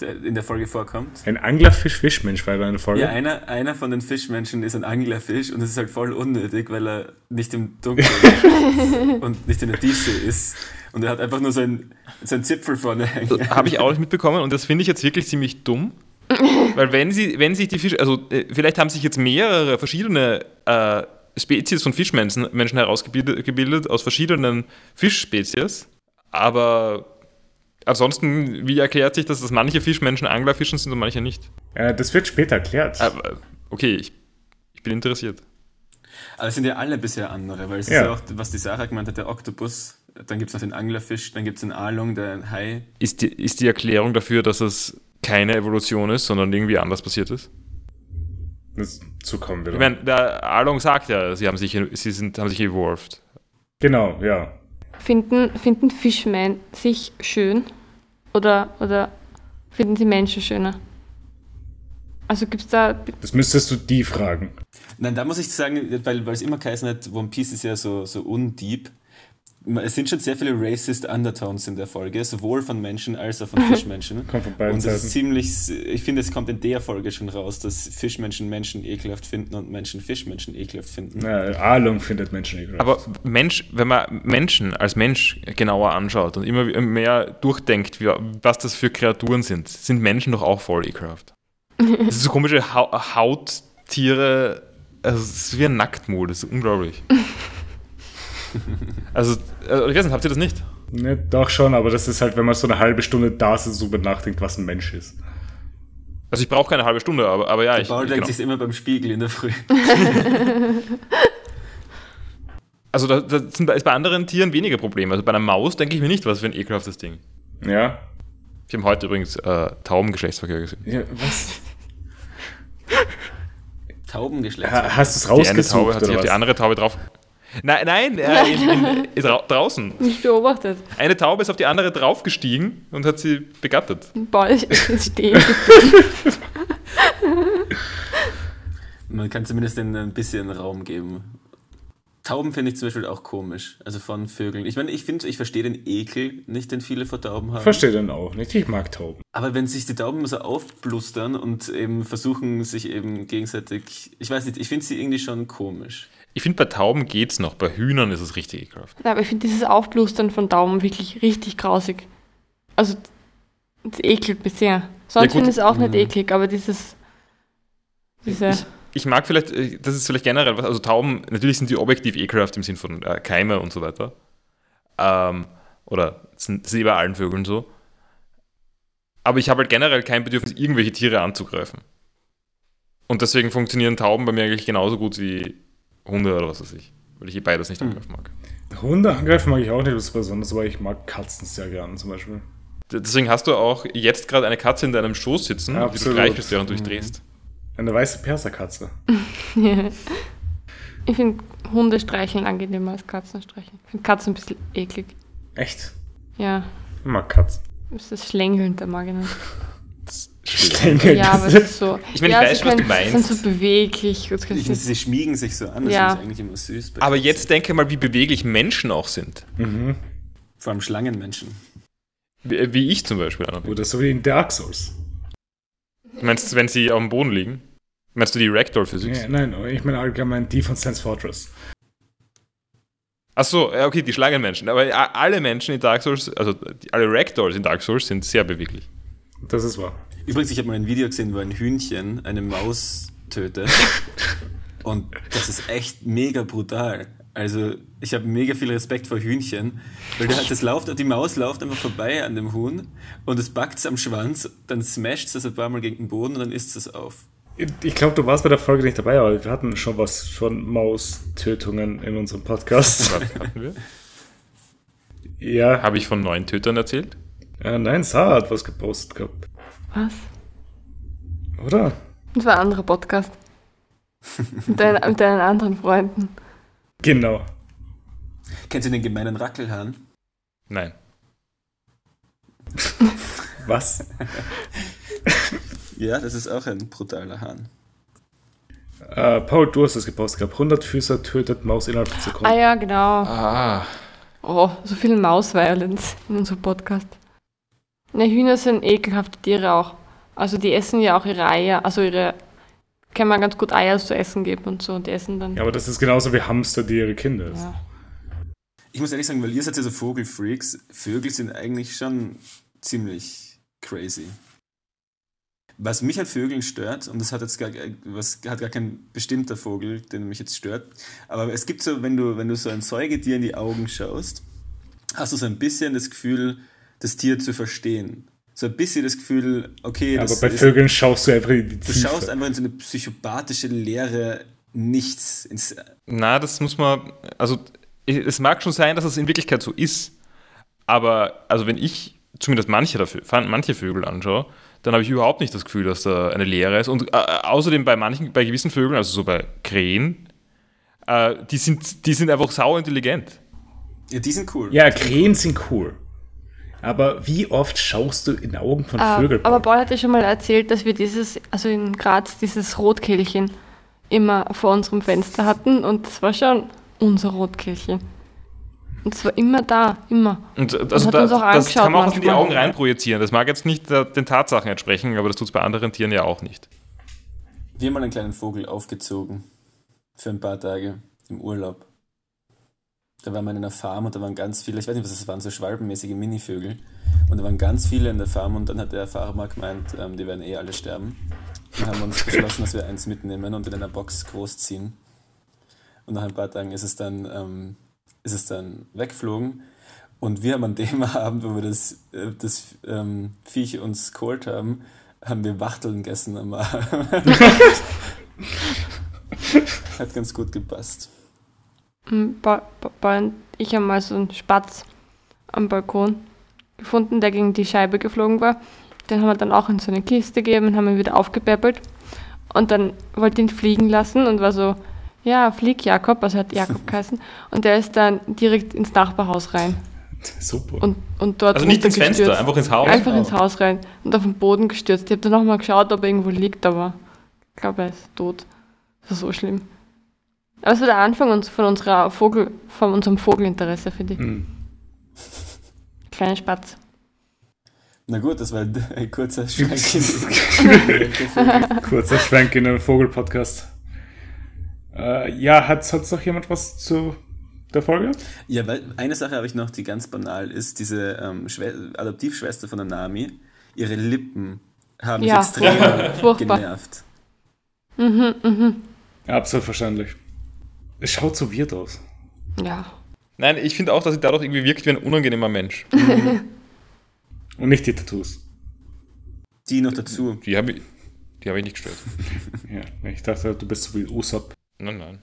[SPEAKER 2] der in der Folge vorkommt?
[SPEAKER 1] Ein Anglerfisch-Fischmensch war da eine Folge.
[SPEAKER 2] Ja, einer, einer von den Fischmenschen ist ein Anglerfisch und es ist halt voll unnötig, weil er nicht im Dunkeln ist und nicht in der Tiefe ist. Und er hat einfach nur seinen sein Zipfel vorne hängen.
[SPEAKER 4] Habe ich auch nicht mitbekommen und das finde ich jetzt wirklich ziemlich dumm. Weil wenn sie, wenn sich die Fische, also äh, vielleicht haben sich jetzt mehrere verschiedene äh, Spezies von Fischmenschen Menschen herausgebildet gebildet aus verschiedenen Fischspezies, aber ansonsten, wie erklärt sich das, dass manche Fischmenschen Anglerfischen sind und manche nicht?
[SPEAKER 1] Äh, das wird später erklärt.
[SPEAKER 4] Aber, okay, ich, ich bin interessiert.
[SPEAKER 2] Aber es sind ja alle bisher andere, weil es
[SPEAKER 1] Ja.
[SPEAKER 2] ist ja auch, was die Sarah gemeint hat, der Oktopus, dann gibt es noch den Anglerfisch, dann gibt es den Ahlung, der ein Hai.
[SPEAKER 4] Ist die, ist die Erklärung dafür, dass es keine Evolution ist, sondern irgendwie anders passiert ist?
[SPEAKER 1] Das, so kommen wir
[SPEAKER 4] Ich
[SPEAKER 1] da.
[SPEAKER 4] meine, der Arlong sagt ja, sie haben sich, sie sind, haben sich evolved.
[SPEAKER 1] Genau, ja.
[SPEAKER 3] Finden, finden Fischmen sich schön? Oder, oder finden sie Menschen schöner? Also gibt's da.
[SPEAKER 1] Das müsstest du die fragen.
[SPEAKER 2] Nein, da muss ich sagen, weil, weil es immer geheißen hat, One Piece ist ja so, so undeep. Es sind schon sehr viele racist Undertones in der Folge, sowohl von Menschen als auch von Fischmenschen.
[SPEAKER 1] Kommt von beiden
[SPEAKER 2] und das
[SPEAKER 1] Seiten.
[SPEAKER 2] ist ziemlich, ich finde, es kommt in der Folge schon raus, dass Fischmenschen Menschen ekelhaft finden und Menschen Fischmenschen ekelhaft finden.
[SPEAKER 1] Äh, Ahlung findet Menschen ekelhaft.
[SPEAKER 4] Aber Mensch, wenn man Menschen als Mensch genauer anschaut und immer mehr durchdenkt, wie, was das für Kreaturen sind, sind Menschen doch auch voll ekelhaft. Das ist so komische ha Hauttiere, also es ist wie ein Nacktmol, das ist unglaublich. Also, äh, ich weiß nicht, habt ihr das nicht?
[SPEAKER 1] Ne, doch schon, aber das ist halt, wenn man so eine halbe Stunde da sitzt und darüber nachdenkt, was ein Mensch ist.
[SPEAKER 4] Also ich brauche keine halbe Stunde, aber, aber ja,
[SPEAKER 2] Der
[SPEAKER 4] ich,
[SPEAKER 2] Paul denkt
[SPEAKER 4] genau.
[SPEAKER 2] sich immer beim Spiegel in der Früh.
[SPEAKER 4] Also da, da sind, ist bei anderen Tieren weniger Probleme. Also bei einer Maus denke ich mir nicht, was für ein ekelhaftes Ding.
[SPEAKER 1] Ja?
[SPEAKER 4] Wir haben heute übrigens äh, Taubengeschlechtsverkehr gesehen.
[SPEAKER 1] ja was?
[SPEAKER 2] Taubengeschlecht.
[SPEAKER 1] Ha, hast du es
[SPEAKER 4] Die eine Taube
[SPEAKER 1] rausgesucht
[SPEAKER 4] hat sich
[SPEAKER 1] oder
[SPEAKER 4] auf die
[SPEAKER 1] was?
[SPEAKER 4] andere Taube drauf. Nein, nein, äh, in, in, in, drau- draußen.
[SPEAKER 3] Nicht beobachtet.
[SPEAKER 4] Eine Taube ist auf die andere draufgestiegen und hat sie begattet.
[SPEAKER 3] Paul stehen.
[SPEAKER 2] Man kann zumindest denen ein bisschen Raum geben. Tauben finde ich zum Beispiel auch komisch. Also von Vögeln. Ich meine, ich finde, ich verstehe den Ekel nicht, den viele vor Tauben haben.
[SPEAKER 1] Ich verstehe den auch nicht. Ich mag Tauben.
[SPEAKER 2] Aber wenn sich die Tauben so aufblustern und eben versuchen, sich eben gegenseitig. Ich weiß nicht, ich finde sie irgendwie schon komisch.
[SPEAKER 4] Ich finde, bei Tauben geht's noch, bei Hühnern ist es richtig ekelhaft.
[SPEAKER 3] Nein, aber ich finde dieses Aufblustern von Daumen wirklich richtig grausig. Also, das ekelt mich sehr.
[SPEAKER 4] Ja,
[SPEAKER 3] Sonst
[SPEAKER 4] gut.
[SPEAKER 3] finde ich es auch nicht eklig, aber dieses. Diese,
[SPEAKER 4] Ich, ich mag vielleicht, äh, das ist vielleicht generell was, also eh Tauben, natürlich sind die objektiv ekelhaft im Sinn von äh, Keime und so weiter. Ähm, Oder das ist eh bei allen Vögeln so. Aber ich habe halt generell kein Bedürfnis, irgendwelche Tiere anzugreifen. Und deswegen funktionieren Tauben bei mir eigentlich genauso gut wie Hunde oder was weiß ich. Weil ich eh beides nicht angreifen mag.
[SPEAKER 1] Hunde angreifen mag ich auch nicht was Besonderes, aber ich mag Katzen sehr gerne zum Beispiel.
[SPEAKER 4] D- Deswegen hast du auch jetzt gerade eine Katze in deinem Schoß sitzen, die du
[SPEAKER 1] Absolut.
[SPEAKER 4] streichelst, während du dich drehst.
[SPEAKER 1] Eine weiße Perserkatze.
[SPEAKER 3] Ich finde Hunde streicheln angenehmer als Katzen streicheln. Ich finde Katzen ein bisschen eklig.
[SPEAKER 1] Echt?
[SPEAKER 3] Ja,
[SPEAKER 1] Ich mag Katzen.
[SPEAKER 3] es ist das Schlängeln der mag ich nicht.
[SPEAKER 1] Stängel.
[SPEAKER 3] Ja, aber es ist so.
[SPEAKER 4] Ich meine,
[SPEAKER 3] ja,
[SPEAKER 4] ich weiß,
[SPEAKER 3] sie
[SPEAKER 4] was du
[SPEAKER 3] können- sie
[SPEAKER 4] meinst.
[SPEAKER 3] sind so beweglich. Und
[SPEAKER 2] Ich,
[SPEAKER 3] können-
[SPEAKER 2] sie schmiegen sich so an, das
[SPEAKER 3] Ja.
[SPEAKER 2] ist eigentlich immer süß. bei
[SPEAKER 4] Aber
[SPEAKER 2] Katzen.
[SPEAKER 4] jetzt denke mal, wie beweglich Menschen auch sind.
[SPEAKER 1] Mhm.
[SPEAKER 2] Vor allem Schlangenmenschen.
[SPEAKER 4] Wie, wie ich zum Beispiel.
[SPEAKER 1] Oder so wie in Dark Souls.
[SPEAKER 4] Du meinst, wenn sie auf dem Boden liegen? Meinst du die Ragdoll-Physik?
[SPEAKER 1] Ja, nein, ich meine allgemein die von Sans Fortress.
[SPEAKER 4] Ach so, ja, okay, die Schlangenmenschen. Aber a- alle Menschen in Dark Souls, also die, alle Ragdolls in Dark Souls sind sehr beweglich.
[SPEAKER 1] Das ist wahr.
[SPEAKER 2] Übrigens, ich habe mal ein Video gesehen, wo ein Hühnchen eine Maus tötet. Und das ist echt mega brutal. Also, ich habe mega viel Respekt vor Hühnchen, weil der halt, das lauft, die Maus läuft einfach vorbei an dem Huhn und es packt es am Schwanz, dann smasht es ein paar Mal gegen den Boden und dann isst es auf.
[SPEAKER 1] Ich glaube, du warst bei der Folge nicht dabei, aber wir hatten schon was von Maustötungen in unserem Podcast.
[SPEAKER 4] Was Hatten wir?
[SPEAKER 1] ja.
[SPEAKER 4] Habe ich von neun Tötern erzählt?
[SPEAKER 1] Äh, nein, Sarah hat was gepostet gehabt.
[SPEAKER 3] Was?
[SPEAKER 1] Oder?
[SPEAKER 3] Das war ein anderer Podcast. mit, deinen, mit deinen anderen Freunden.
[SPEAKER 1] Genau.
[SPEAKER 2] Kennst du den gemeinen Rackelhahn?
[SPEAKER 4] Nein.
[SPEAKER 1] Was?
[SPEAKER 2] Ja, das ist auch ein brutaler Hahn.
[SPEAKER 1] äh, Paul, du hast es gepostet gehabt. 100 Füßer tötet Maus innerhalb von Sekunden.
[SPEAKER 3] Ah ja, genau.
[SPEAKER 4] Ah.
[SPEAKER 3] Oh, so viel Maus-Violence in unserem Podcast. Ne, Hühner sind ekelhafte Tiere auch. Also die essen ja auch ihre Eier, also ihre, kann man ganz gut Eier zu essen geben und so und die essen dann.
[SPEAKER 1] Ja, aber das ist genauso wie Hamster, die ihre Kinder ist.
[SPEAKER 3] Ja.
[SPEAKER 2] Ich muss ehrlich sagen, weil ihr seid ja so Vogelfreaks, Vögel sind eigentlich schon ziemlich crazy. Was mich an Vögeln stört, und das hat jetzt gar, was, hat gar kein bestimmter Vogel, den mich jetzt stört, aber es gibt so, wenn du, wenn du so ein Säugetier in die Augen schaust, hast du so ein bisschen das Gefühl, das Tier zu verstehen. So ein bisschen das Gefühl, okay,
[SPEAKER 1] aber
[SPEAKER 2] das
[SPEAKER 1] bei
[SPEAKER 2] ist-
[SPEAKER 1] Vögeln schaust du einfach in die
[SPEAKER 2] du
[SPEAKER 1] Tiefe.
[SPEAKER 2] schaust einfach in so eine psychopathische Leere nichts, ins
[SPEAKER 4] Na, das muss man, also ich- es mag schon sein, dass es in Wirklichkeit so ist, aber also wenn ich zumindest manche, dafür, manche Vögel anschaue, dann habe ich überhaupt nicht das Gefühl, dass da eine Leere ist. Und äh, außerdem bei manchen, bei gewissen Vögeln, also so bei Krähen, äh, die, sind, die sind einfach sau intelligent.
[SPEAKER 2] Ja, die sind cool.
[SPEAKER 1] ja, Krähen sind cool. Aber wie oft schaust du in die Augen von
[SPEAKER 3] Ah,
[SPEAKER 1] Vögeln?
[SPEAKER 3] aber Paul hat ja schon mal erzählt, dass wir dieses, also in Graz, dieses Rotkehlchen immer vor unserem Fenster hatten und das war schon unser Rotkehlchen. Und es war immer da, immer.
[SPEAKER 4] Und äh, also
[SPEAKER 3] hat
[SPEAKER 4] da,
[SPEAKER 3] uns auch
[SPEAKER 4] das
[SPEAKER 3] angeschaut
[SPEAKER 4] kann man auch in die
[SPEAKER 3] manchmal.
[SPEAKER 4] Augen reinprojizieren. Das mag jetzt nicht äh, den Tatsachen entsprechen, aber das tut es bei anderen Tieren ja auch nicht.
[SPEAKER 2] Wir haben mal einen kleinen Vogel aufgezogen. Für ein paar Tage im Urlaub. Da waren wir in einer Farm und da waren ganz viele, ich weiß nicht, was das waren, so schwalbenmäßige Minivögel. Und da waren ganz viele in der Farm und dann hat der Farmer gemeint, ähm, die werden eh alle sterben. Dann haben wir uns beschlossen, dass wir eins mitnehmen und in einer Box großziehen. Und nach ein paar Tagen ist es dann, ähm, ist es dann weggeflogen. Und wir haben an dem Abend, wo wir das, äh, das ähm, Viech uns geholt haben, haben wir Wachteln gegessen am Abend. Hat ganz gut gepasst.
[SPEAKER 3] Mm, Ba ba Ba- und ich habe mal so einen Spatz am Balkon gefunden, der gegen die Scheibe geflogen war. Den haben wir dann auch in so eine Kiste gegeben und haben ihn wieder aufgepäppelt. Und dann wollte ihn fliegen lassen und war so, ja, flieg Jakob, also hat Jakob geheißen. Und der ist dann direkt ins Nachbarhaus rein
[SPEAKER 1] Super.
[SPEAKER 3] und, und dort
[SPEAKER 4] Also nicht ins Fenster,
[SPEAKER 3] runtergestürzt.
[SPEAKER 4] einfach ins Haus.
[SPEAKER 3] Einfach ins Haus rein und auf den Boden gestürzt. Ich habe dann nochmal geschaut, ob er irgendwo liegt, aber ich glaube, er ist tot. Das war so schlimm. Aber es war der Anfang uns von, unserer Vogel, von unserem Vogelinteresse, finde ich.
[SPEAKER 4] Hm.
[SPEAKER 1] Mhm.
[SPEAKER 3] Kleiner Spatz.
[SPEAKER 2] Na gut, das war ein kurzer Schwenk. in die-
[SPEAKER 1] Kurzer Schwenk in den Vogel-Podcast. Äh, ja, hat sonst noch jemand was zu der Folge?
[SPEAKER 2] ja, weil eine Sache habe ich noch, die ganz banal ist: diese ähm, Schwe Adoptivschwester von der Nami, ihre Lippen haben
[SPEAKER 3] Ja,
[SPEAKER 2] mich extrem
[SPEAKER 3] furchtbar.
[SPEAKER 2] genervt.
[SPEAKER 1] Absolut verständlich. Es schaut so weird aus.
[SPEAKER 3] Ja.
[SPEAKER 4] Nein, ich finde auch, dass sie dadurch irgendwie wirkt wie ein unangenehmer Mensch.
[SPEAKER 1] Und nicht die Tattoos.
[SPEAKER 2] Die noch dazu.
[SPEAKER 4] Die habe ich, die hab ich nicht gestört.
[SPEAKER 1] Ja, ich dachte, du bist so wie Usopp.
[SPEAKER 4] Nein, nein.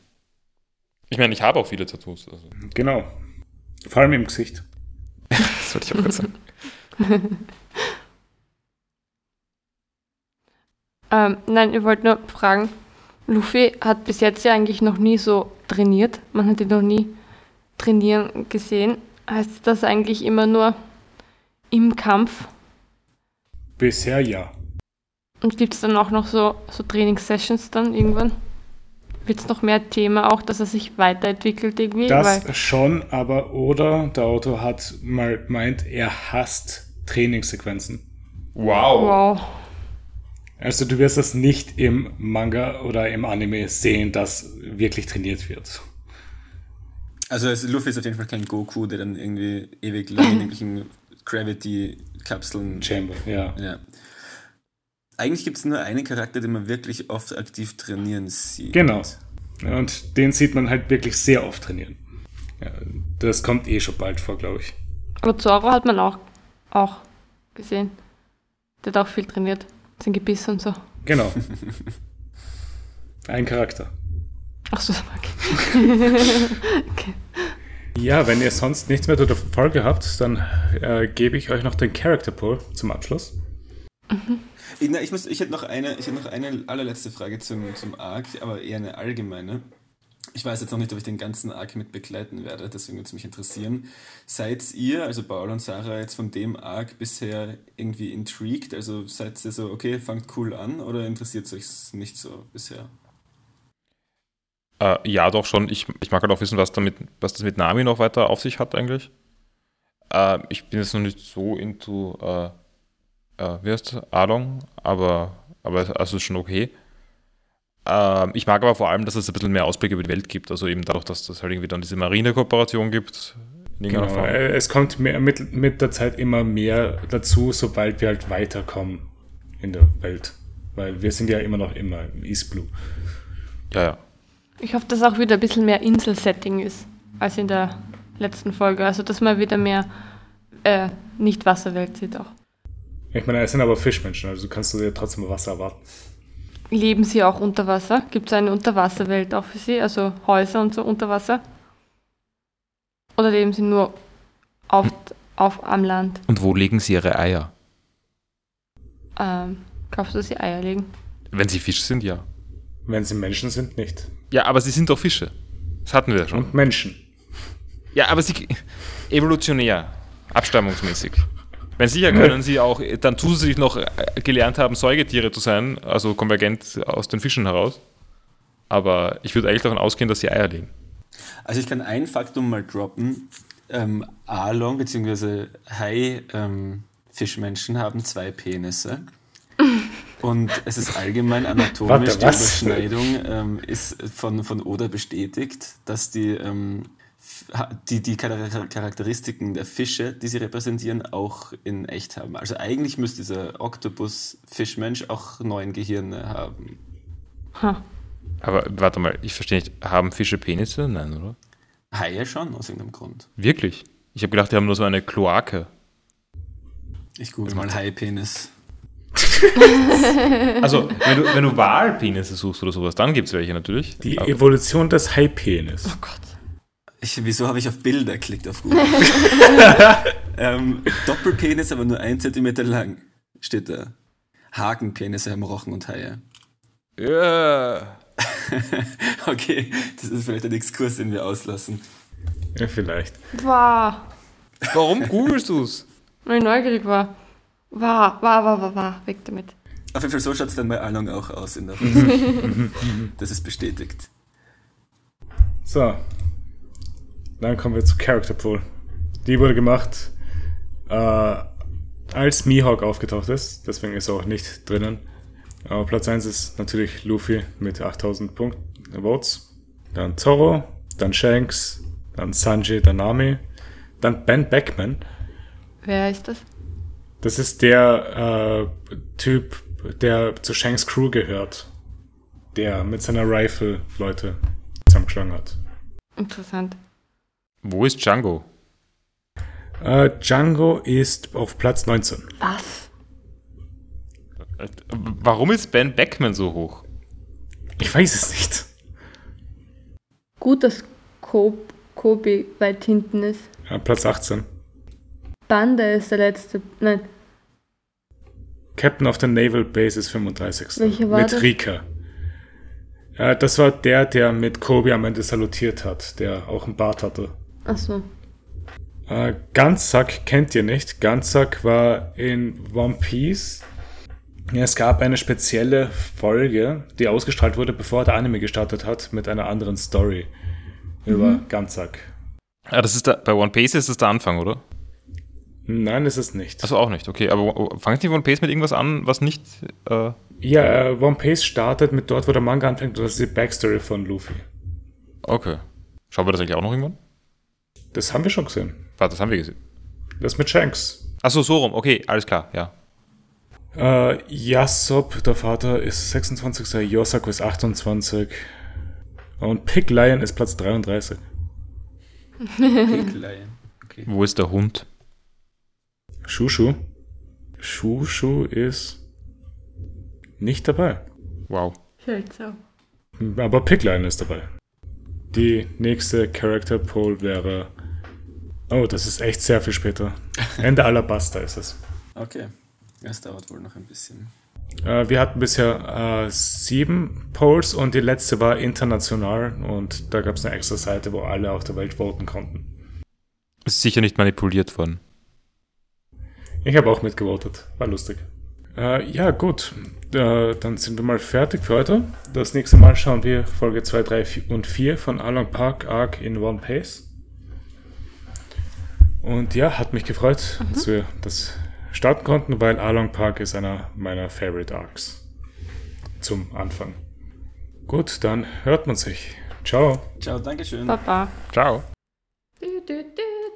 [SPEAKER 4] Ich meine, ich habe auch viele Tattoos. Also.
[SPEAKER 1] Genau. Vor allem im Gesicht.
[SPEAKER 4] Das wollte ich auch gerade sagen.
[SPEAKER 3] Ähm, nein, ich wollte nur fragen, Luffy hat bis jetzt ja eigentlich noch nie so trainiert. Man hat ihn noch nie trainieren gesehen. Heißt das eigentlich immer nur im Kampf?
[SPEAKER 1] Bisher ja.
[SPEAKER 3] Und gibt es dann auch noch so, so Trainingssessions dann irgendwann? Wird es noch mehr Thema auch, dass er sich weiterentwickelt irgendwie?
[SPEAKER 1] Das äh,
[SPEAKER 3] Weil,
[SPEAKER 1] schon, aber oder der Autor hat mal meint, er hasst Trainingssequenzen.
[SPEAKER 4] Wow.
[SPEAKER 3] wow.
[SPEAKER 1] Also du wirst das nicht im Manga oder im Anime sehen, dass wirklich trainiert wird.
[SPEAKER 2] Also es- Luffy ist auf jeden Fall kein Goku, der dann irgendwie ewig lang in irgendwelchen Gravity-Kapseln
[SPEAKER 1] Chamber, ja.
[SPEAKER 2] Ja. Eigentlich gibt es nur einen Charakter, den man wirklich oft aktiv trainieren sieht.
[SPEAKER 1] Genau. Und den sieht man halt wirklich sehr oft trainieren. Ja, das kommt eh schon bald vor, glaube ich.
[SPEAKER 3] Aber Zorro hat man auch, auch gesehen. Der hat auch viel trainiert. Sein Gebiss und so.
[SPEAKER 1] Genau. Ein Charakter.
[SPEAKER 3] Ach so, okay. okay.
[SPEAKER 1] Ja, wenn ihr sonst nichts mehr zu der Folge habt, dann äh, gebe ich euch noch den Character Pool zum Abschluss.
[SPEAKER 2] Ich, na, ich, muss, ich hätte noch eine, ich hätte noch eine allerletzte Frage zum, zum Arc, aber eher eine allgemeine. Ich weiß jetzt noch nicht, ob ich den ganzen Arc mit begleiten werde, deswegen würde es mich interessieren. Seid ihr, also Paul und Sarah, jetzt von dem Arc bisher irgendwie intrigued? Also seid ihr so, okay, fangt cool an oder interessiert es euch nicht so bisher?
[SPEAKER 4] Äh, ja, doch schon. Ich, ich mag halt auch wissen, was, damit, was das mit Nami noch weiter auf sich hat eigentlich. Äh, ich bin jetzt noch nicht so into, äh, äh, wie heißt das? Adong, aber, aber also ist schon okay. Ähm, ich mag aber vor allem, dass es ein bisschen mehr Ausblick über die Welt gibt. Also eben dadurch, dass es halt irgendwie dann diese Marine-Kooperation gibt. In irgendeiner
[SPEAKER 1] Genau.
[SPEAKER 4] Form.
[SPEAKER 1] äh, Es kommt mehr, mit, mit der Zeit immer mehr dazu, sobald wir halt weiterkommen in der Welt. Weil wir sind ja immer noch immer im East Blue.
[SPEAKER 4] Ja, ja.
[SPEAKER 3] Ich hoffe, dass auch wieder ein bisschen mehr Insel-Setting ist als in der letzten Folge. Also, dass man wieder mehr äh, Nicht-Wasserwelt sieht auch.
[SPEAKER 1] Ich meine, es sind aber Fischmenschen, also kannst du dir trotzdem Wasser erwarten.
[SPEAKER 3] Leben sie auch unter Wasser? Gibt es eine Unterwasserwelt auch für sie? Also Häuser und so unter Wasser? Oder leben sie nur auf, auf am Land?
[SPEAKER 4] Und wo legen sie ihre Eier?
[SPEAKER 3] Ähm, glaubst du, dass sie Eier legen?
[SPEAKER 4] Wenn sie Fische sind, ja.
[SPEAKER 1] Wenn sie Menschen sind, nicht.
[SPEAKER 4] Ja, aber sie sind doch Fische. Das hatten wir ja schon.
[SPEAKER 1] Und Menschen.
[SPEAKER 4] Ja, aber sie evolutionär, abstammungsmäßig. Wenn sicher können sie auch äh, dann zusätzlich noch äh, gelernt haben, Säugetiere zu sein, also konvergent aus den Fischen heraus. Aber ich würde eigentlich davon ausgehen, dass sie Eier legen.
[SPEAKER 2] Also ich kann ein Faktum mal droppen. Ähm, Along bzw. Hai-Fischmenschen haben zwei Penisse. Und es ist allgemein anatomisch,
[SPEAKER 1] Warte,
[SPEAKER 2] die
[SPEAKER 1] was?
[SPEAKER 2] Überschneidung ähm, ist von, von Oda bestätigt, dass die, ähm, f- ha- die, die Char- Charakteristiken der Fische, die sie repräsentieren, auch in echt haben. Also eigentlich müsste dieser Oktopus-Fischmensch auch neun Gehirne haben.
[SPEAKER 4] Aber warte mal, ich verstehe nicht, haben Fische Penisse? Nein, oder?
[SPEAKER 2] Haie schon, aus irgendeinem Grund.
[SPEAKER 4] Wirklich? Ich habe gedacht, die haben nur so eine Kloake.
[SPEAKER 2] Ich google mal Hai-Penis.
[SPEAKER 4] Also, wenn du, wenn du Walpenisse suchst oder sowas, dann gibt es welche natürlich.
[SPEAKER 1] Die
[SPEAKER 4] Aber-
[SPEAKER 1] Evolution des Hai-Penis.
[SPEAKER 3] Oh Gott.
[SPEAKER 2] Ich, wieso habe ich auf Bilder geklickt auf Google? ähm, Doppelpenis, aber nur ein Zentimeter lang, steht da. Hakenpenisse haben Rochen und Haie.
[SPEAKER 4] Ja.
[SPEAKER 2] Okay, das ist vielleicht ein Exkurs, den wir auslassen.
[SPEAKER 1] Ja, vielleicht.
[SPEAKER 3] Wow.
[SPEAKER 4] warum googelst du's?
[SPEAKER 3] Weil ich neugierig war. War, war, war, war, war. Weg damit.
[SPEAKER 2] Auf jeden Fall, so schaut es dann bei Along auch aus in der Das ist bestätigt.
[SPEAKER 1] So. Dann kommen wir zu Character Pool. Die wurde gemacht, äh, als Mihawk aufgetaucht ist. Deswegen ist er auch nicht drinnen. Aber Platz 1 ist natürlich Luffy mit 8000 Punkten, Votes. Dann Zorro, dann Shanks, dann Sanji, dann Nami, dann Ben Beckman.
[SPEAKER 3] Wer ist das?
[SPEAKER 1] Das ist der äh, Typ, der zu Shanks Crew gehört. Der mit seiner Rifle Leute zusammengeschlagen hat.
[SPEAKER 3] Interessant.
[SPEAKER 4] Wo ist Django?
[SPEAKER 1] Äh, Django ist auf Platz 19.
[SPEAKER 3] Was?
[SPEAKER 4] Äh, Warum ist Ben Beckman so hoch?
[SPEAKER 1] Ich weiß es nicht.
[SPEAKER 3] Gut, dass Kobe, Kobe weit hinten ist.
[SPEAKER 1] Äh, Platz 18.
[SPEAKER 3] Banda ist der letzte. Nein,
[SPEAKER 1] Captain of the Naval Base ist 35.
[SPEAKER 3] Welcher war
[SPEAKER 1] mit
[SPEAKER 3] das?
[SPEAKER 1] Rika. Äh, das war der, der mit Kobe am Ende salutiert hat, der auch einen Bart hatte.
[SPEAKER 3] achso.
[SPEAKER 1] Äh, Ganzsack kennt ihr nicht. Ganzsack war in One Piece. Ja, Es gab eine spezielle Folge, die ausgestrahlt wurde, bevor der Anime gestartet hat, mit einer anderen Story über Ganzsack.
[SPEAKER 4] Ah, das ist da, bei One Piece ist das der Anfang, oder?
[SPEAKER 1] Nein, ist es nicht.
[SPEAKER 4] Achso, auch nicht. Okay, aber fangt ihr One Piece mit irgendwas an, was nicht. Äh,
[SPEAKER 1] Ja, äh, One Piece startet mit dort, wo der Manga anfängt, und das ist die Backstory von Luffy.
[SPEAKER 4] okay. Schauen wir das eigentlich auch noch irgendwann?
[SPEAKER 1] Das haben wir schon gesehen.
[SPEAKER 4] Warte, das haben wir gesehen.
[SPEAKER 1] Das mit Shanks.
[SPEAKER 4] Achso, so rum. Okay, alles klar, ja.
[SPEAKER 1] Äh, Yasop, der Vater, ist 26. Yosaku ist 28. Und Pig Lion ist Platz 33.
[SPEAKER 2] Pink Lion. Okay.
[SPEAKER 4] Wo ist der Hund?
[SPEAKER 1] Shushu. Shushu ist nicht dabei.
[SPEAKER 4] Wow.
[SPEAKER 3] Seltsam.
[SPEAKER 1] Aber Pig Lion ist dabei. Die nächste Character Poll wäre. Oh, das ist echt sehr viel später. Ende Alabasta ist es.
[SPEAKER 2] Okay. Das dauert wohl noch ein bisschen.
[SPEAKER 1] Äh, wir hatten bisher äh, sieben Polls und die letzte war international und da gab es eine extra Seite, wo alle auf der Welt voten konnten.
[SPEAKER 4] Ist sicher nicht manipuliert worden.
[SPEAKER 1] Ich habe auch mitgevotet. War lustig. Äh, ja, gut. Äh, dann sind wir mal fertig für heute. Das nächste Mal schauen wir Folge 2, 3 vi- und 4 von Along Park Arc in One Piece. Und ja, hat mich gefreut, dass wir das starten konnten, weil Along Park ist einer meiner Favorite Arcs. Zum Anfang. Gut, dann hört man sich. Ciao.
[SPEAKER 2] Ciao, Dankeschön.
[SPEAKER 3] Baba.
[SPEAKER 4] Ciao.
[SPEAKER 3] Du, du, du,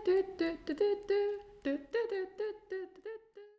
[SPEAKER 3] du, du, du, du, du, du, du, du, du, du.